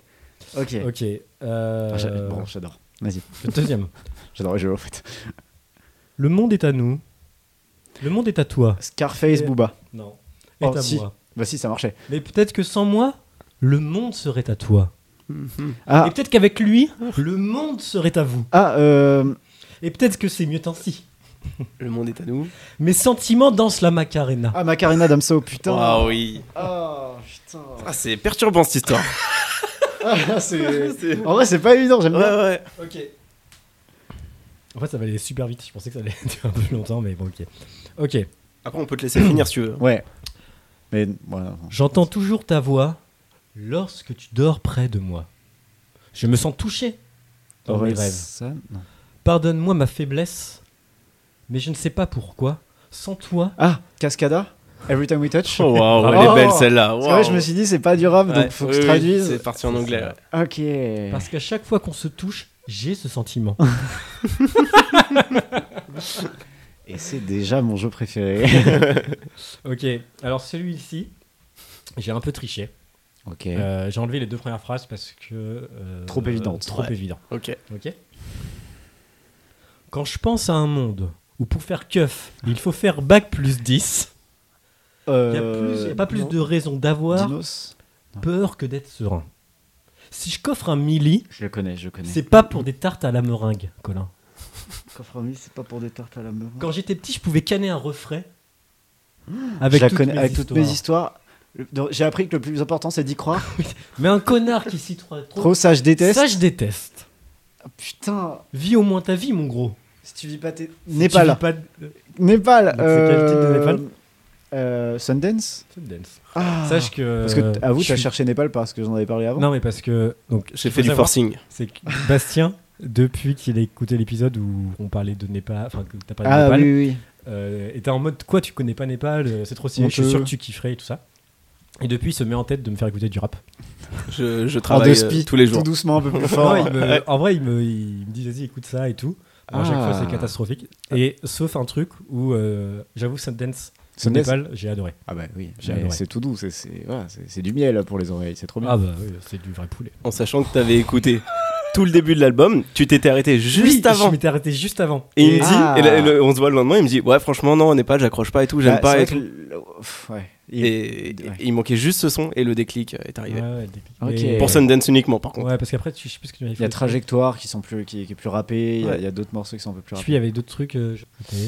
Speaker 4: Ok.
Speaker 1: Ok. euh,
Speaker 2: Ah, j'a- Bon, j'adore. Vas-y,
Speaker 1: Le deuxième.
Speaker 2: j'adore les jeux en fait.
Speaker 1: Le monde est à nous. Le monde est à toi.
Speaker 2: Scarface
Speaker 1: Et-
Speaker 2: Booba.
Speaker 1: Non. Est
Speaker 2: Oh,
Speaker 1: à
Speaker 2: si.
Speaker 1: moi.
Speaker 2: Bah si, ça marchait.
Speaker 1: Mais peut-être que sans moi, le monde serait à toi.
Speaker 2: Ah,
Speaker 1: Et peut-être qu'avec lui, le monde serait à vous.
Speaker 2: ah euh,
Speaker 1: Et peut-être que c'est mieux ainsi.
Speaker 3: Le monde est à nous.
Speaker 1: Mes sentiments dansent la Macarena.
Speaker 2: ah, Macarena Damso, putain.
Speaker 3: Ah oui.
Speaker 2: Ah, putain.
Speaker 3: Ah, c'est perturbant cette histoire.
Speaker 2: Ah, c'est- *laughs*
Speaker 3: C'est-
Speaker 2: en vrai, c'est pas évident, j'aime
Speaker 3: ouais,
Speaker 2: bien.
Speaker 3: ouais.
Speaker 1: Ok. En fait, ça va aller super vite. Je pensais que ça allait *laughs* durer un peu longtemps, mais bon, ok. Ok.
Speaker 3: Après, on peut te laisser finir si tu veux.
Speaker 2: Ouais. Mais voilà.
Speaker 1: J'entends toujours ta voix lorsque tu dors près de moi. Je me sens touché dans mes rêves.
Speaker 2: Ça, non.
Speaker 1: Pardonne-moi ma faiblesse, mais je ne sais pas pourquoi. Sans toi,
Speaker 2: Ah, Cascada Every time we touch.
Speaker 3: Oh, waouh,
Speaker 1: Bravo.
Speaker 3: elle est
Speaker 2: Oh.
Speaker 3: belle celle-là.
Speaker 2: Parce que ouais, je me suis dit, c'est pas durable, donc faut que je traduise.
Speaker 3: C'est parti en anglais. ouais.
Speaker 2: Ok.
Speaker 1: parce qu'à chaque fois qu'on se touche, j'ai ce sentiment.
Speaker 2: Et c'est déjà mon
Speaker 1: *laughs*
Speaker 2: jeu préféré.
Speaker 1: ok, alors celui-ci, j'ai un peu triché.
Speaker 2: ok.
Speaker 1: Euh, j'ai enlevé les deux premières phrases parce que. euh,
Speaker 2: Trop évidentes.
Speaker 1: Trop
Speaker 2: Ouais.
Speaker 1: évident.
Speaker 3: Ok.
Speaker 1: Ok. Quand je pense à un monde où pour faire keuf, il faut faire bac plus 10, il n'y a,
Speaker 2: Euh,
Speaker 1: plus- y a pas plus de raison d'avoir
Speaker 2: Dinos
Speaker 1: peur que d'être serein. Si je coffre un milli,
Speaker 2: Je le connais, je le connais.
Speaker 1: c'est pas pour des tartes à la meringue, Colin.
Speaker 4: Compromis, c'est pas pour des tartes à la meringue.
Speaker 1: Quand j'étais petit, je pouvais canner un refrain
Speaker 2: Avec,
Speaker 1: avec, toutes, mes
Speaker 2: avec toutes mes
Speaker 1: histoires.
Speaker 2: histoires. Le- dans- J'ai appris que le plus important c'est d'y croire.
Speaker 1: Mais un connard qui s'y trouve trop,
Speaker 2: Trop ça, je déteste.
Speaker 1: ça je déteste.
Speaker 2: Ah, Putain,
Speaker 1: Vis au moins ta vie, mon gros.
Speaker 2: si tu vis pas tes.
Speaker 1: Tu vis
Speaker 2: Népal.
Speaker 1: pas de- euh,
Speaker 2: Népal.
Speaker 1: Donc, c'est quel titre de Népal
Speaker 2: euh, Sundance Ah.
Speaker 1: Sache que.
Speaker 2: Parce que, t- à vous,
Speaker 1: je
Speaker 2: t'as
Speaker 1: suis-
Speaker 2: cherché Népal parce que j'en avais parlé avant.
Speaker 1: Non, mais parce que. donc,
Speaker 3: J'ai
Speaker 1: faut
Speaker 3: fait du
Speaker 1: savoir-
Speaker 3: forcing.
Speaker 1: C'est que Bastien, depuis qu'il a écouté l'épisode où on parlait de Népal, enfin que t'as parlé de
Speaker 2: Ah
Speaker 1: Népal,
Speaker 2: oui, oui.
Speaker 1: euh, et t'es en mode quoi, tu connais pas Népal, euh, c'est trop stylé, je suis
Speaker 2: Honteux.
Speaker 1: sûr que tu kifferais et tout ça. Et depuis, il se met en tête de me faire écouter du rap.
Speaker 3: Je, je
Speaker 2: En
Speaker 3: travaille
Speaker 2: deux
Speaker 3: euh,
Speaker 2: spi,
Speaker 3: tous les jours.
Speaker 2: Tout doucement, un peu
Speaker 1: *laughs*
Speaker 2: plus
Speaker 1: Non,
Speaker 2: fort.
Speaker 1: il me- en vrai, il me, il me dit vas-y, écoute ça et tout. Bon, À chaque
Speaker 2: Ah.
Speaker 1: fois, c'est catastrophique. Et sauf un truc où, euh, j'avoue, Sundance,
Speaker 2: Sundance.
Speaker 1: Népal, j'ai adoré.
Speaker 2: Ah bah oui,
Speaker 1: J'ai
Speaker 2: mais
Speaker 1: adoré.
Speaker 2: c'est tout doux, c'est- c'est voilà, c'est- c'est du miel pour les oreilles, c'est trop bien.
Speaker 1: Ah bah, oui, c'est du vrai poulet.
Speaker 3: En sachant que t'avais écouté tout le début de l'album, tu t'étais arrêté juste
Speaker 1: Oui,
Speaker 3: avant.
Speaker 1: Je m'étais arrêté juste avant.
Speaker 3: Et il me dit,
Speaker 2: Ah.
Speaker 3: et le- le- on se voit le lendemain, il me dit, ouais, franchement, non, on n'est pas, j'accroche pas et tout, j'aime
Speaker 2: Bah,
Speaker 3: pas
Speaker 2: c'est
Speaker 3: et
Speaker 2: vrai
Speaker 3: tout.
Speaker 2: que le- pff, ouais. Il-
Speaker 3: Et, et-
Speaker 2: ouais.
Speaker 3: il manquait juste ce son et le déclic euh, est arrivé.
Speaker 1: Ah, Ouais, ouais, des-
Speaker 2: Ok.
Speaker 1: mais-
Speaker 3: Pour Sundance uniquement, par contre.
Speaker 1: Ouais, parce qu'après, tu- je sais plus ce que tu m'avais
Speaker 2: Il y a Trajectoire qui sont plus qui, qui est plus rappé, il y a-
Speaker 3: Ouais.
Speaker 2: il y a, d'autres morceaux qui sont un peu plus
Speaker 1: Puis,
Speaker 2: rappés.
Speaker 1: il y avait d'autres trucs. euh, je-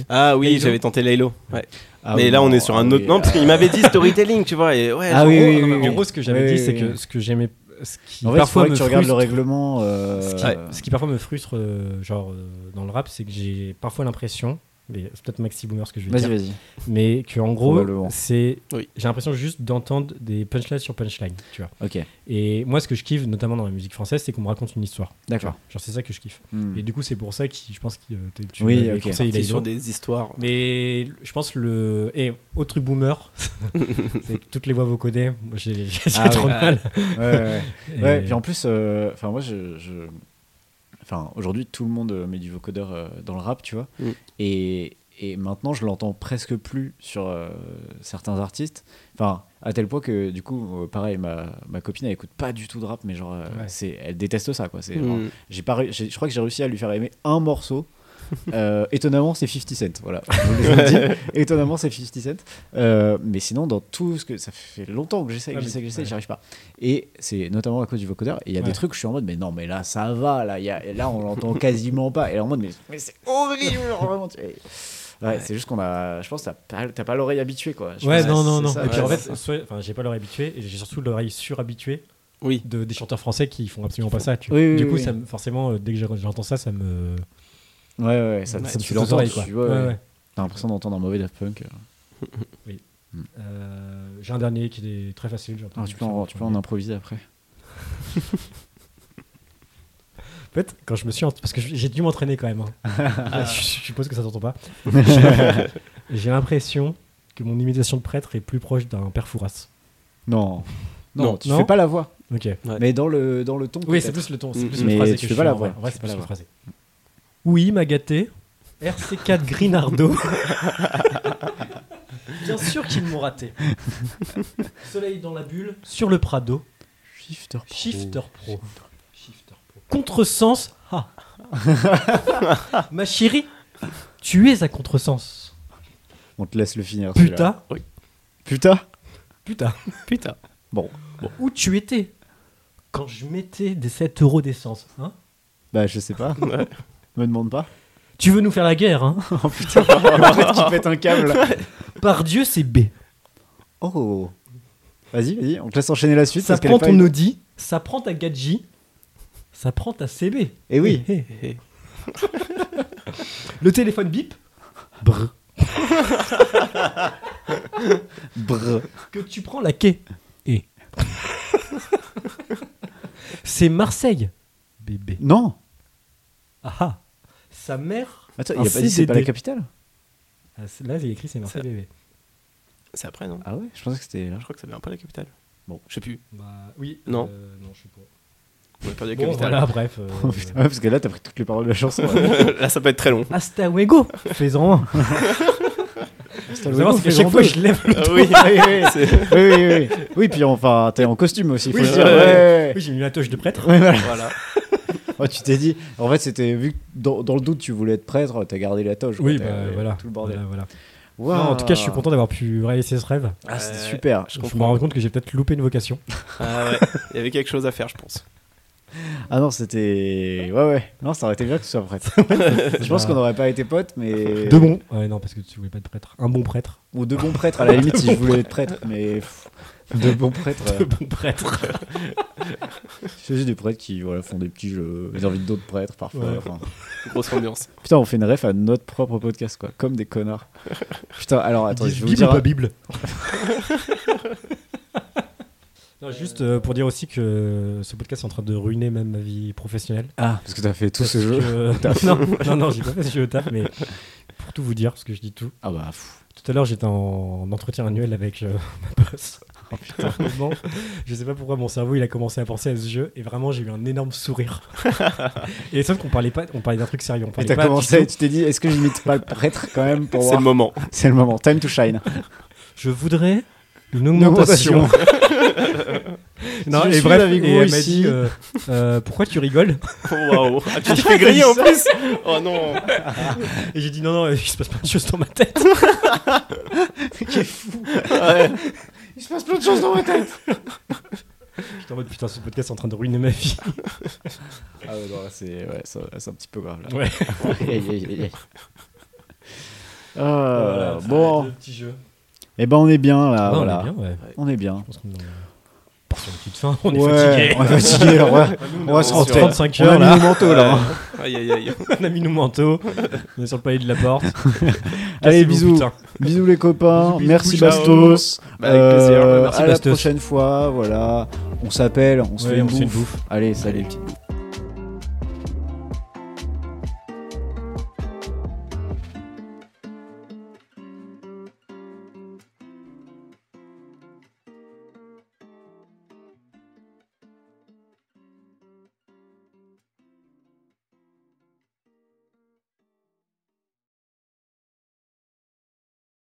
Speaker 3: Ah oui,
Speaker 1: Laylo.
Speaker 3: j'avais tenté Laylo. Ouais.
Speaker 2: Ah
Speaker 3: mais
Speaker 2: oui,
Speaker 3: là, on
Speaker 2: non,
Speaker 3: est sur un
Speaker 2: ah
Speaker 3: autre.
Speaker 2: oui,
Speaker 3: Non, parce
Speaker 2: euh,
Speaker 3: qu'il m'avait dit storytelling, tu vois. Et ouais,
Speaker 2: Ah
Speaker 3: genre,
Speaker 2: oui,
Speaker 3: oh,
Speaker 2: oui, oui,
Speaker 3: non, mais
Speaker 1: En
Speaker 2: oui.
Speaker 1: gros, ce que j'avais
Speaker 2: Oui,
Speaker 1: dit,
Speaker 2: oui,
Speaker 1: c'est
Speaker 2: oui.
Speaker 1: que ce que j'aimais, ce qui
Speaker 2: En vrai,
Speaker 1: parfois
Speaker 2: parfois
Speaker 1: me
Speaker 2: que tu regardes le
Speaker 1: frustre-
Speaker 2: règlement. euh,
Speaker 1: ce, qui, ce qui parfois me frustre, euh, genre euh, dans le rap, c'est que j'ai parfois l'impression, mais c'est peut-être Maxi Boomer ce que je vais
Speaker 2: Vas-y,
Speaker 1: dire,
Speaker 2: vas-y.
Speaker 1: mais que en gros,
Speaker 2: Probablement.
Speaker 1: c'est,
Speaker 3: Oui.
Speaker 1: j'ai l'impression juste d'entendre des punchlines sur punchline, tu vois.
Speaker 2: Ok,
Speaker 1: Et moi, ce que je kiffe, notamment dans la musique française, c'est qu'on me raconte une histoire. tu
Speaker 2: d'accord.
Speaker 1: vois. Genre, c'est ça que je kiffe.
Speaker 2: Hmm.
Speaker 1: Et du coup, c'est pour ça que je pense que euh, t'es- tu
Speaker 2: Oui,
Speaker 1: m'avais
Speaker 2: ok.
Speaker 1: conseillé
Speaker 3: C'est
Speaker 1: Laylo.
Speaker 3: sur des histoires.
Speaker 1: Mais je pense le. Et autre truc
Speaker 3: *laughs*
Speaker 1: boomer, c'est que toutes les voix vocodées, moi, j'ai j'ai
Speaker 2: Ah
Speaker 1: trop
Speaker 2: oui.
Speaker 1: mal.
Speaker 2: Ouais, ouais, ouais. Ouais,
Speaker 1: Et-
Speaker 2: puis en plus, euh, enfin moi, je, je- enfin aujourd'hui, tout le monde euh, met du vocodeur euh, dans le rap, tu vois.
Speaker 3: Mm.
Speaker 2: Et, et maintenant, je l'entends presque plus sur euh, certains artistes. Enfin, à tel point que du coup, euh, pareil, ma, ma copine, elle écoute pas du tout de rap, mais genre, euh,
Speaker 1: Ouais.
Speaker 2: c'est, elle déteste ça, quoi. C'est vraiment-
Speaker 3: Hmm.
Speaker 2: J'ai pas, ré- j'ai- je crois que j'ai réussi à lui faire aimer
Speaker 1: *laughs*
Speaker 2: un morceau. Euh, étonnamment, c'est 50 Cent. Voilà. Je vous le dis. étonnamment, c'est 50 Cent. Euh, mais sinon, dans tout ce que ça fait longtemps que j'essaie,
Speaker 1: Ah,
Speaker 2: que
Speaker 1: mais-
Speaker 2: j'essaie, que j'essaie,
Speaker 1: ouais.
Speaker 2: j'y arrive pas. Et c'est notamment à cause du vocodeur. Et il y a
Speaker 1: Ouais.
Speaker 2: des trucs où je suis en mode, mais non, mais là, ça va. Là, il y a, et là on l'entend quasiment pas. Et elle est en mode, mais, mais c'est horrible. vraiment, tu- Ouais, C'est juste qu'on a. Je pense que t'as pas, t'as pas l'oreille habituée, quoi. Je
Speaker 1: Ouais,
Speaker 2: pense que
Speaker 1: non, non,
Speaker 2: c'est
Speaker 1: non.
Speaker 2: ça,
Speaker 1: et puis
Speaker 3: ouais,
Speaker 1: en
Speaker 2: ouais,
Speaker 1: fait,
Speaker 2: c'est ça.
Speaker 1: soit- enfin, j'ai pas l'oreille habituée, et j'ai surtout l'oreille surhabituée.
Speaker 3: Oui.
Speaker 1: de, des chanteurs français qui font absolument pas ça. tu
Speaker 4: Oui,
Speaker 1: vois.
Speaker 4: oui,
Speaker 1: du coup,
Speaker 4: oui.
Speaker 1: ça me- forcément, euh, dès que j'entends ça, ça me.
Speaker 2: Ouais, ouais, ça,
Speaker 3: Ouais,
Speaker 2: ça
Speaker 1: ça
Speaker 2: te
Speaker 1: me
Speaker 2: fait
Speaker 1: fait
Speaker 2: l'entendre.
Speaker 1: l'oreille,
Speaker 2: tu
Speaker 1: quoi.
Speaker 2: vois,
Speaker 1: Ouais,
Speaker 2: ouais.
Speaker 1: ouais.
Speaker 2: T'as l'impression d'entendre un mauvais Daft Punk. euh.
Speaker 1: Euh, J'ai un dernier qui est très facile. j'ai
Speaker 2: Ah,
Speaker 1: entendu
Speaker 2: tu, peux
Speaker 1: ça,
Speaker 2: en, tu peux en improviser après.
Speaker 1: En fait, quand je me suis. ent- Parce que j'ai dû m'entraîner quand
Speaker 2: *laughs*
Speaker 1: même. hein. je, je suppose que ça t'entend pas. J'ai l'impression que mon imitation de prêtre est plus proche d'un père Fouras.
Speaker 2: Non. Non,
Speaker 3: Non,
Speaker 2: tu
Speaker 1: non.
Speaker 2: fais pas la voix,
Speaker 1: Ok.
Speaker 3: Ouais.
Speaker 2: mais dans le, dans le ton.
Speaker 1: Oui,
Speaker 2: peut-être.
Speaker 1: c'est plus le ton, c'est
Speaker 3: Mm,
Speaker 1: plus
Speaker 2: mais
Speaker 1: le phrasé
Speaker 2: tu
Speaker 1: que je
Speaker 2: fais pas
Speaker 1: fais
Speaker 2: la
Speaker 1: en
Speaker 2: voix,
Speaker 1: vrai. En vrai,
Speaker 2: tu
Speaker 1: c'est plus
Speaker 2: fais pas
Speaker 1: le
Speaker 2: la
Speaker 1: phrasé. Oui, ma gâtée, RC4 *laughs* Grinardo. Bien sûr qu'ils m'ont raté. Soleil dans la bulle, sur le Prado,
Speaker 2: Shifter Pro.
Speaker 1: Shifter Pro. Shifter Pro. Contresens,
Speaker 2: *laughs*
Speaker 1: ah. Ma chérie, tu es à contresens.
Speaker 2: On te laisse le finir. celui-là.
Speaker 1: Putain,
Speaker 2: Putain
Speaker 1: putain.
Speaker 3: Putain.
Speaker 1: Où tu étais quand je mettais des 7 euros d'essence hein
Speaker 2: Bah, je sais pas.
Speaker 3: Ouais.
Speaker 2: *laughs* Me demande pas.
Speaker 1: Tu veux nous faire la guerre, hein
Speaker 2: Oh *laughs* putain, Après, tu pètes un câble.
Speaker 1: Par Dieu, c'est B.
Speaker 2: Oh. Vas-y, vas-y, on te laisse enchaîner la suite.
Speaker 1: ça
Speaker 2: parce qu'elle est
Speaker 1: prend
Speaker 2: pas
Speaker 1: ton
Speaker 2: une-
Speaker 1: Audi, ça prend ta Gadji, ça prend ta CB.
Speaker 2: Eh oui.
Speaker 1: Hé, hé.
Speaker 3: Eh, eh.
Speaker 1: eh. Le téléphone bip. Brr.
Speaker 2: Brr.
Speaker 1: Que tu prends la quai. Eh.
Speaker 2: *laughs*
Speaker 1: Et. C'est Marseille. Bébé.
Speaker 2: Non
Speaker 1: Ah ah. Sa mère.
Speaker 2: Attends, il
Speaker 1: Un
Speaker 2: a pas dit c'est pas la
Speaker 1: CDD.
Speaker 2: capitale
Speaker 1: Ah, c'est- Là, il est écrit c'est Marseille bébé.
Speaker 3: C'est après, non
Speaker 2: Ah ouais, je pensais que c'était là.
Speaker 3: Je crois que ça vient pas de la capitale.
Speaker 2: Bon.
Speaker 3: je sais plus.
Speaker 1: Bah, oui.
Speaker 3: Non.
Speaker 1: euh, non, je suis pas.
Speaker 3: On a perdu la
Speaker 1: Bon,
Speaker 3: capitale.
Speaker 1: voilà, bref.
Speaker 2: *laughs*
Speaker 1: euh,
Speaker 2: Oh, putain, ouais, parce que là, t'as pris toutes les paroles de la chanson.
Speaker 3: *laughs* Là, ça peut être très long.
Speaker 1: Hasta luego. Fais-en un.
Speaker 2: Hasta
Speaker 1: Faut savoir,
Speaker 2: luego,
Speaker 1: c'est qu'à chaque
Speaker 2: fais-en
Speaker 1: fois,
Speaker 2: deux.
Speaker 1: je lève.
Speaker 3: Ah oui,
Speaker 2: *laughs* oui, oui, oui.
Speaker 3: c'est-
Speaker 2: oui, oui, oui. Oui, puis enfin, t'es en costume aussi, faut
Speaker 1: Oui,
Speaker 2: le
Speaker 1: c'est
Speaker 2: dire.
Speaker 1: vrai.
Speaker 2: Ouais.
Speaker 1: *laughs* Oui, j'ai mis la toche de prêtre.
Speaker 2: Ouais, voilà.
Speaker 3: voilà.
Speaker 2: Oh, tu t'es dit, en fait, c'était vu que dans, dans le doute, tu voulais être prêtre, t'as gardé la toge. quoi,
Speaker 1: Oui,
Speaker 2: t'as-
Speaker 1: bah voilà.
Speaker 2: Tout le bordel.
Speaker 1: Voilà, voilà.
Speaker 2: Waouh.
Speaker 1: Non, en tout cas, je suis content d'avoir pu réaliser ce rêve.
Speaker 2: Ah, c'était
Speaker 3: Ouais.
Speaker 2: super.
Speaker 3: Je
Speaker 1: Je me
Speaker 3: comprends.
Speaker 1: rends compte que j'ai peut-être loupé une vocation.
Speaker 3: Euh, Ah ouais, il y avait quelque chose à faire, je pense.
Speaker 2: Ah non, c'était. Ouais, ouais. Non, ça aurait été bien que tu sois prêtre. *laughs* je pense qu'on n'aurait pas été potes, mais.
Speaker 1: Bah. De bon. Ouais, non, parce que tu voulais pas être prêtre. Un bon prêtre.
Speaker 2: Ou de bons prêtres, à la limite, si je voulais être prêtre, mais. pff, De bons prêtres.
Speaker 1: *laughs*
Speaker 2: euh,
Speaker 1: bon prêtre.
Speaker 2: C'est juste des prêtres qui voilà, font des petits jeux. Ils invitent d'autres prêtres parfois.
Speaker 1: Ouais.
Speaker 2: enfin.
Speaker 3: Grosse ambiance.
Speaker 2: Putain, on fait une ref à notre propre podcast, quoi. Comme des connards. Putain, alors attends, je vais vous
Speaker 1: Bible
Speaker 2: dire.
Speaker 1: ou pas
Speaker 2: *laughs*
Speaker 1: Bible Non, juste euh, pour dire aussi que euh, ce podcast est en train de ruiner même ma vie professionnelle.
Speaker 2: Ah, parce que t'as fait tout
Speaker 1: Parce
Speaker 2: ce jeu. *laughs*
Speaker 1: que- Non, non, non, j'ai pas fait ce jeu au taf, mais pour tout vous dire, parce que je dis tout.
Speaker 2: Ah bah, pff,
Speaker 1: Tout à l'heure, j'étais en entretien annuel avec euh, *laughs* ma boss. Vraiment, je sais pas pourquoi mon cerveau il a commencé à penser à ce jeu et vraiment j'ai eu un énorme sourire. et sauf qu'on parlait pas, on parlait d'un truc sérieux. On
Speaker 2: Et
Speaker 1: parlait
Speaker 2: t'as
Speaker 1: pas
Speaker 2: commencé,
Speaker 1: du tout.
Speaker 2: tu t'es dit, est-ce que j'imite pas le prêtre quand
Speaker 1: *laughs*
Speaker 2: même pour
Speaker 3: C'est le
Speaker 2: voir
Speaker 3: moment.
Speaker 2: C'est le moment. Time to shine.
Speaker 1: Je voudrais une augmentation. *laughs* non,
Speaker 2: Je
Speaker 1: et
Speaker 2: suis
Speaker 1: bref,
Speaker 2: avec
Speaker 1: et
Speaker 2: vous
Speaker 1: elle m'a
Speaker 2: ici.
Speaker 1: dit euh, euh, pourquoi tu rigoles
Speaker 3: Waouh. Ah, tu te
Speaker 2: *laughs*
Speaker 3: fais griller en plus Oh non
Speaker 1: Et j'ai dit non non, il se passe plein de choses dans ma tête.
Speaker 3: Ouais.
Speaker 2: Il se passe plein de choses dans ma tête.
Speaker 1: J'étais en mode putain, ce podcast est en train de ruiner ma vie.
Speaker 2: Ah ouais, non, là, c'est ouais, ça- c'est un petit peu grave là.
Speaker 1: Ouais.
Speaker 2: *laughs* Aïe, aïe, aïe, aïe. Ah,
Speaker 1: Voilà, ça
Speaker 2: bon,
Speaker 1: va être le petit jeu.
Speaker 2: et ben on est bien là,
Speaker 1: Ah,
Speaker 2: voilà.
Speaker 1: On est bien, ouais.
Speaker 2: On est bien.
Speaker 1: Je pense qu'on est sur une petite fin, on est
Speaker 2: Ouais,
Speaker 1: *laughs* fatigué.
Speaker 2: on est fatigué. alors, ouais. on va se
Speaker 3: on est
Speaker 2: rentrer.
Speaker 3: sur-
Speaker 1: 35
Speaker 2: On a
Speaker 1: heures
Speaker 2: mis
Speaker 1: là.
Speaker 2: le manteau là. hein.
Speaker 3: Aïe aïe aïe.
Speaker 1: *laughs* On a mis nos manteaux, on est sur le palier de la porte.
Speaker 2: Allez,
Speaker 1: Cassez-vous,
Speaker 2: bisous.
Speaker 1: putain.
Speaker 2: Bisous les copains.
Speaker 1: Bisous,
Speaker 2: Merci
Speaker 1: ciao.
Speaker 2: Bastos.
Speaker 3: Bah, avec plaisir.
Speaker 2: Euh,
Speaker 1: Merci,
Speaker 2: à
Speaker 1: Bastos.
Speaker 2: la prochaine fois, voilà. On s'appelle, on se
Speaker 1: Ouais,
Speaker 2: fait une
Speaker 1: on se fait une
Speaker 2: bouffe. Allez, salut.
Speaker 3: petite bouffe.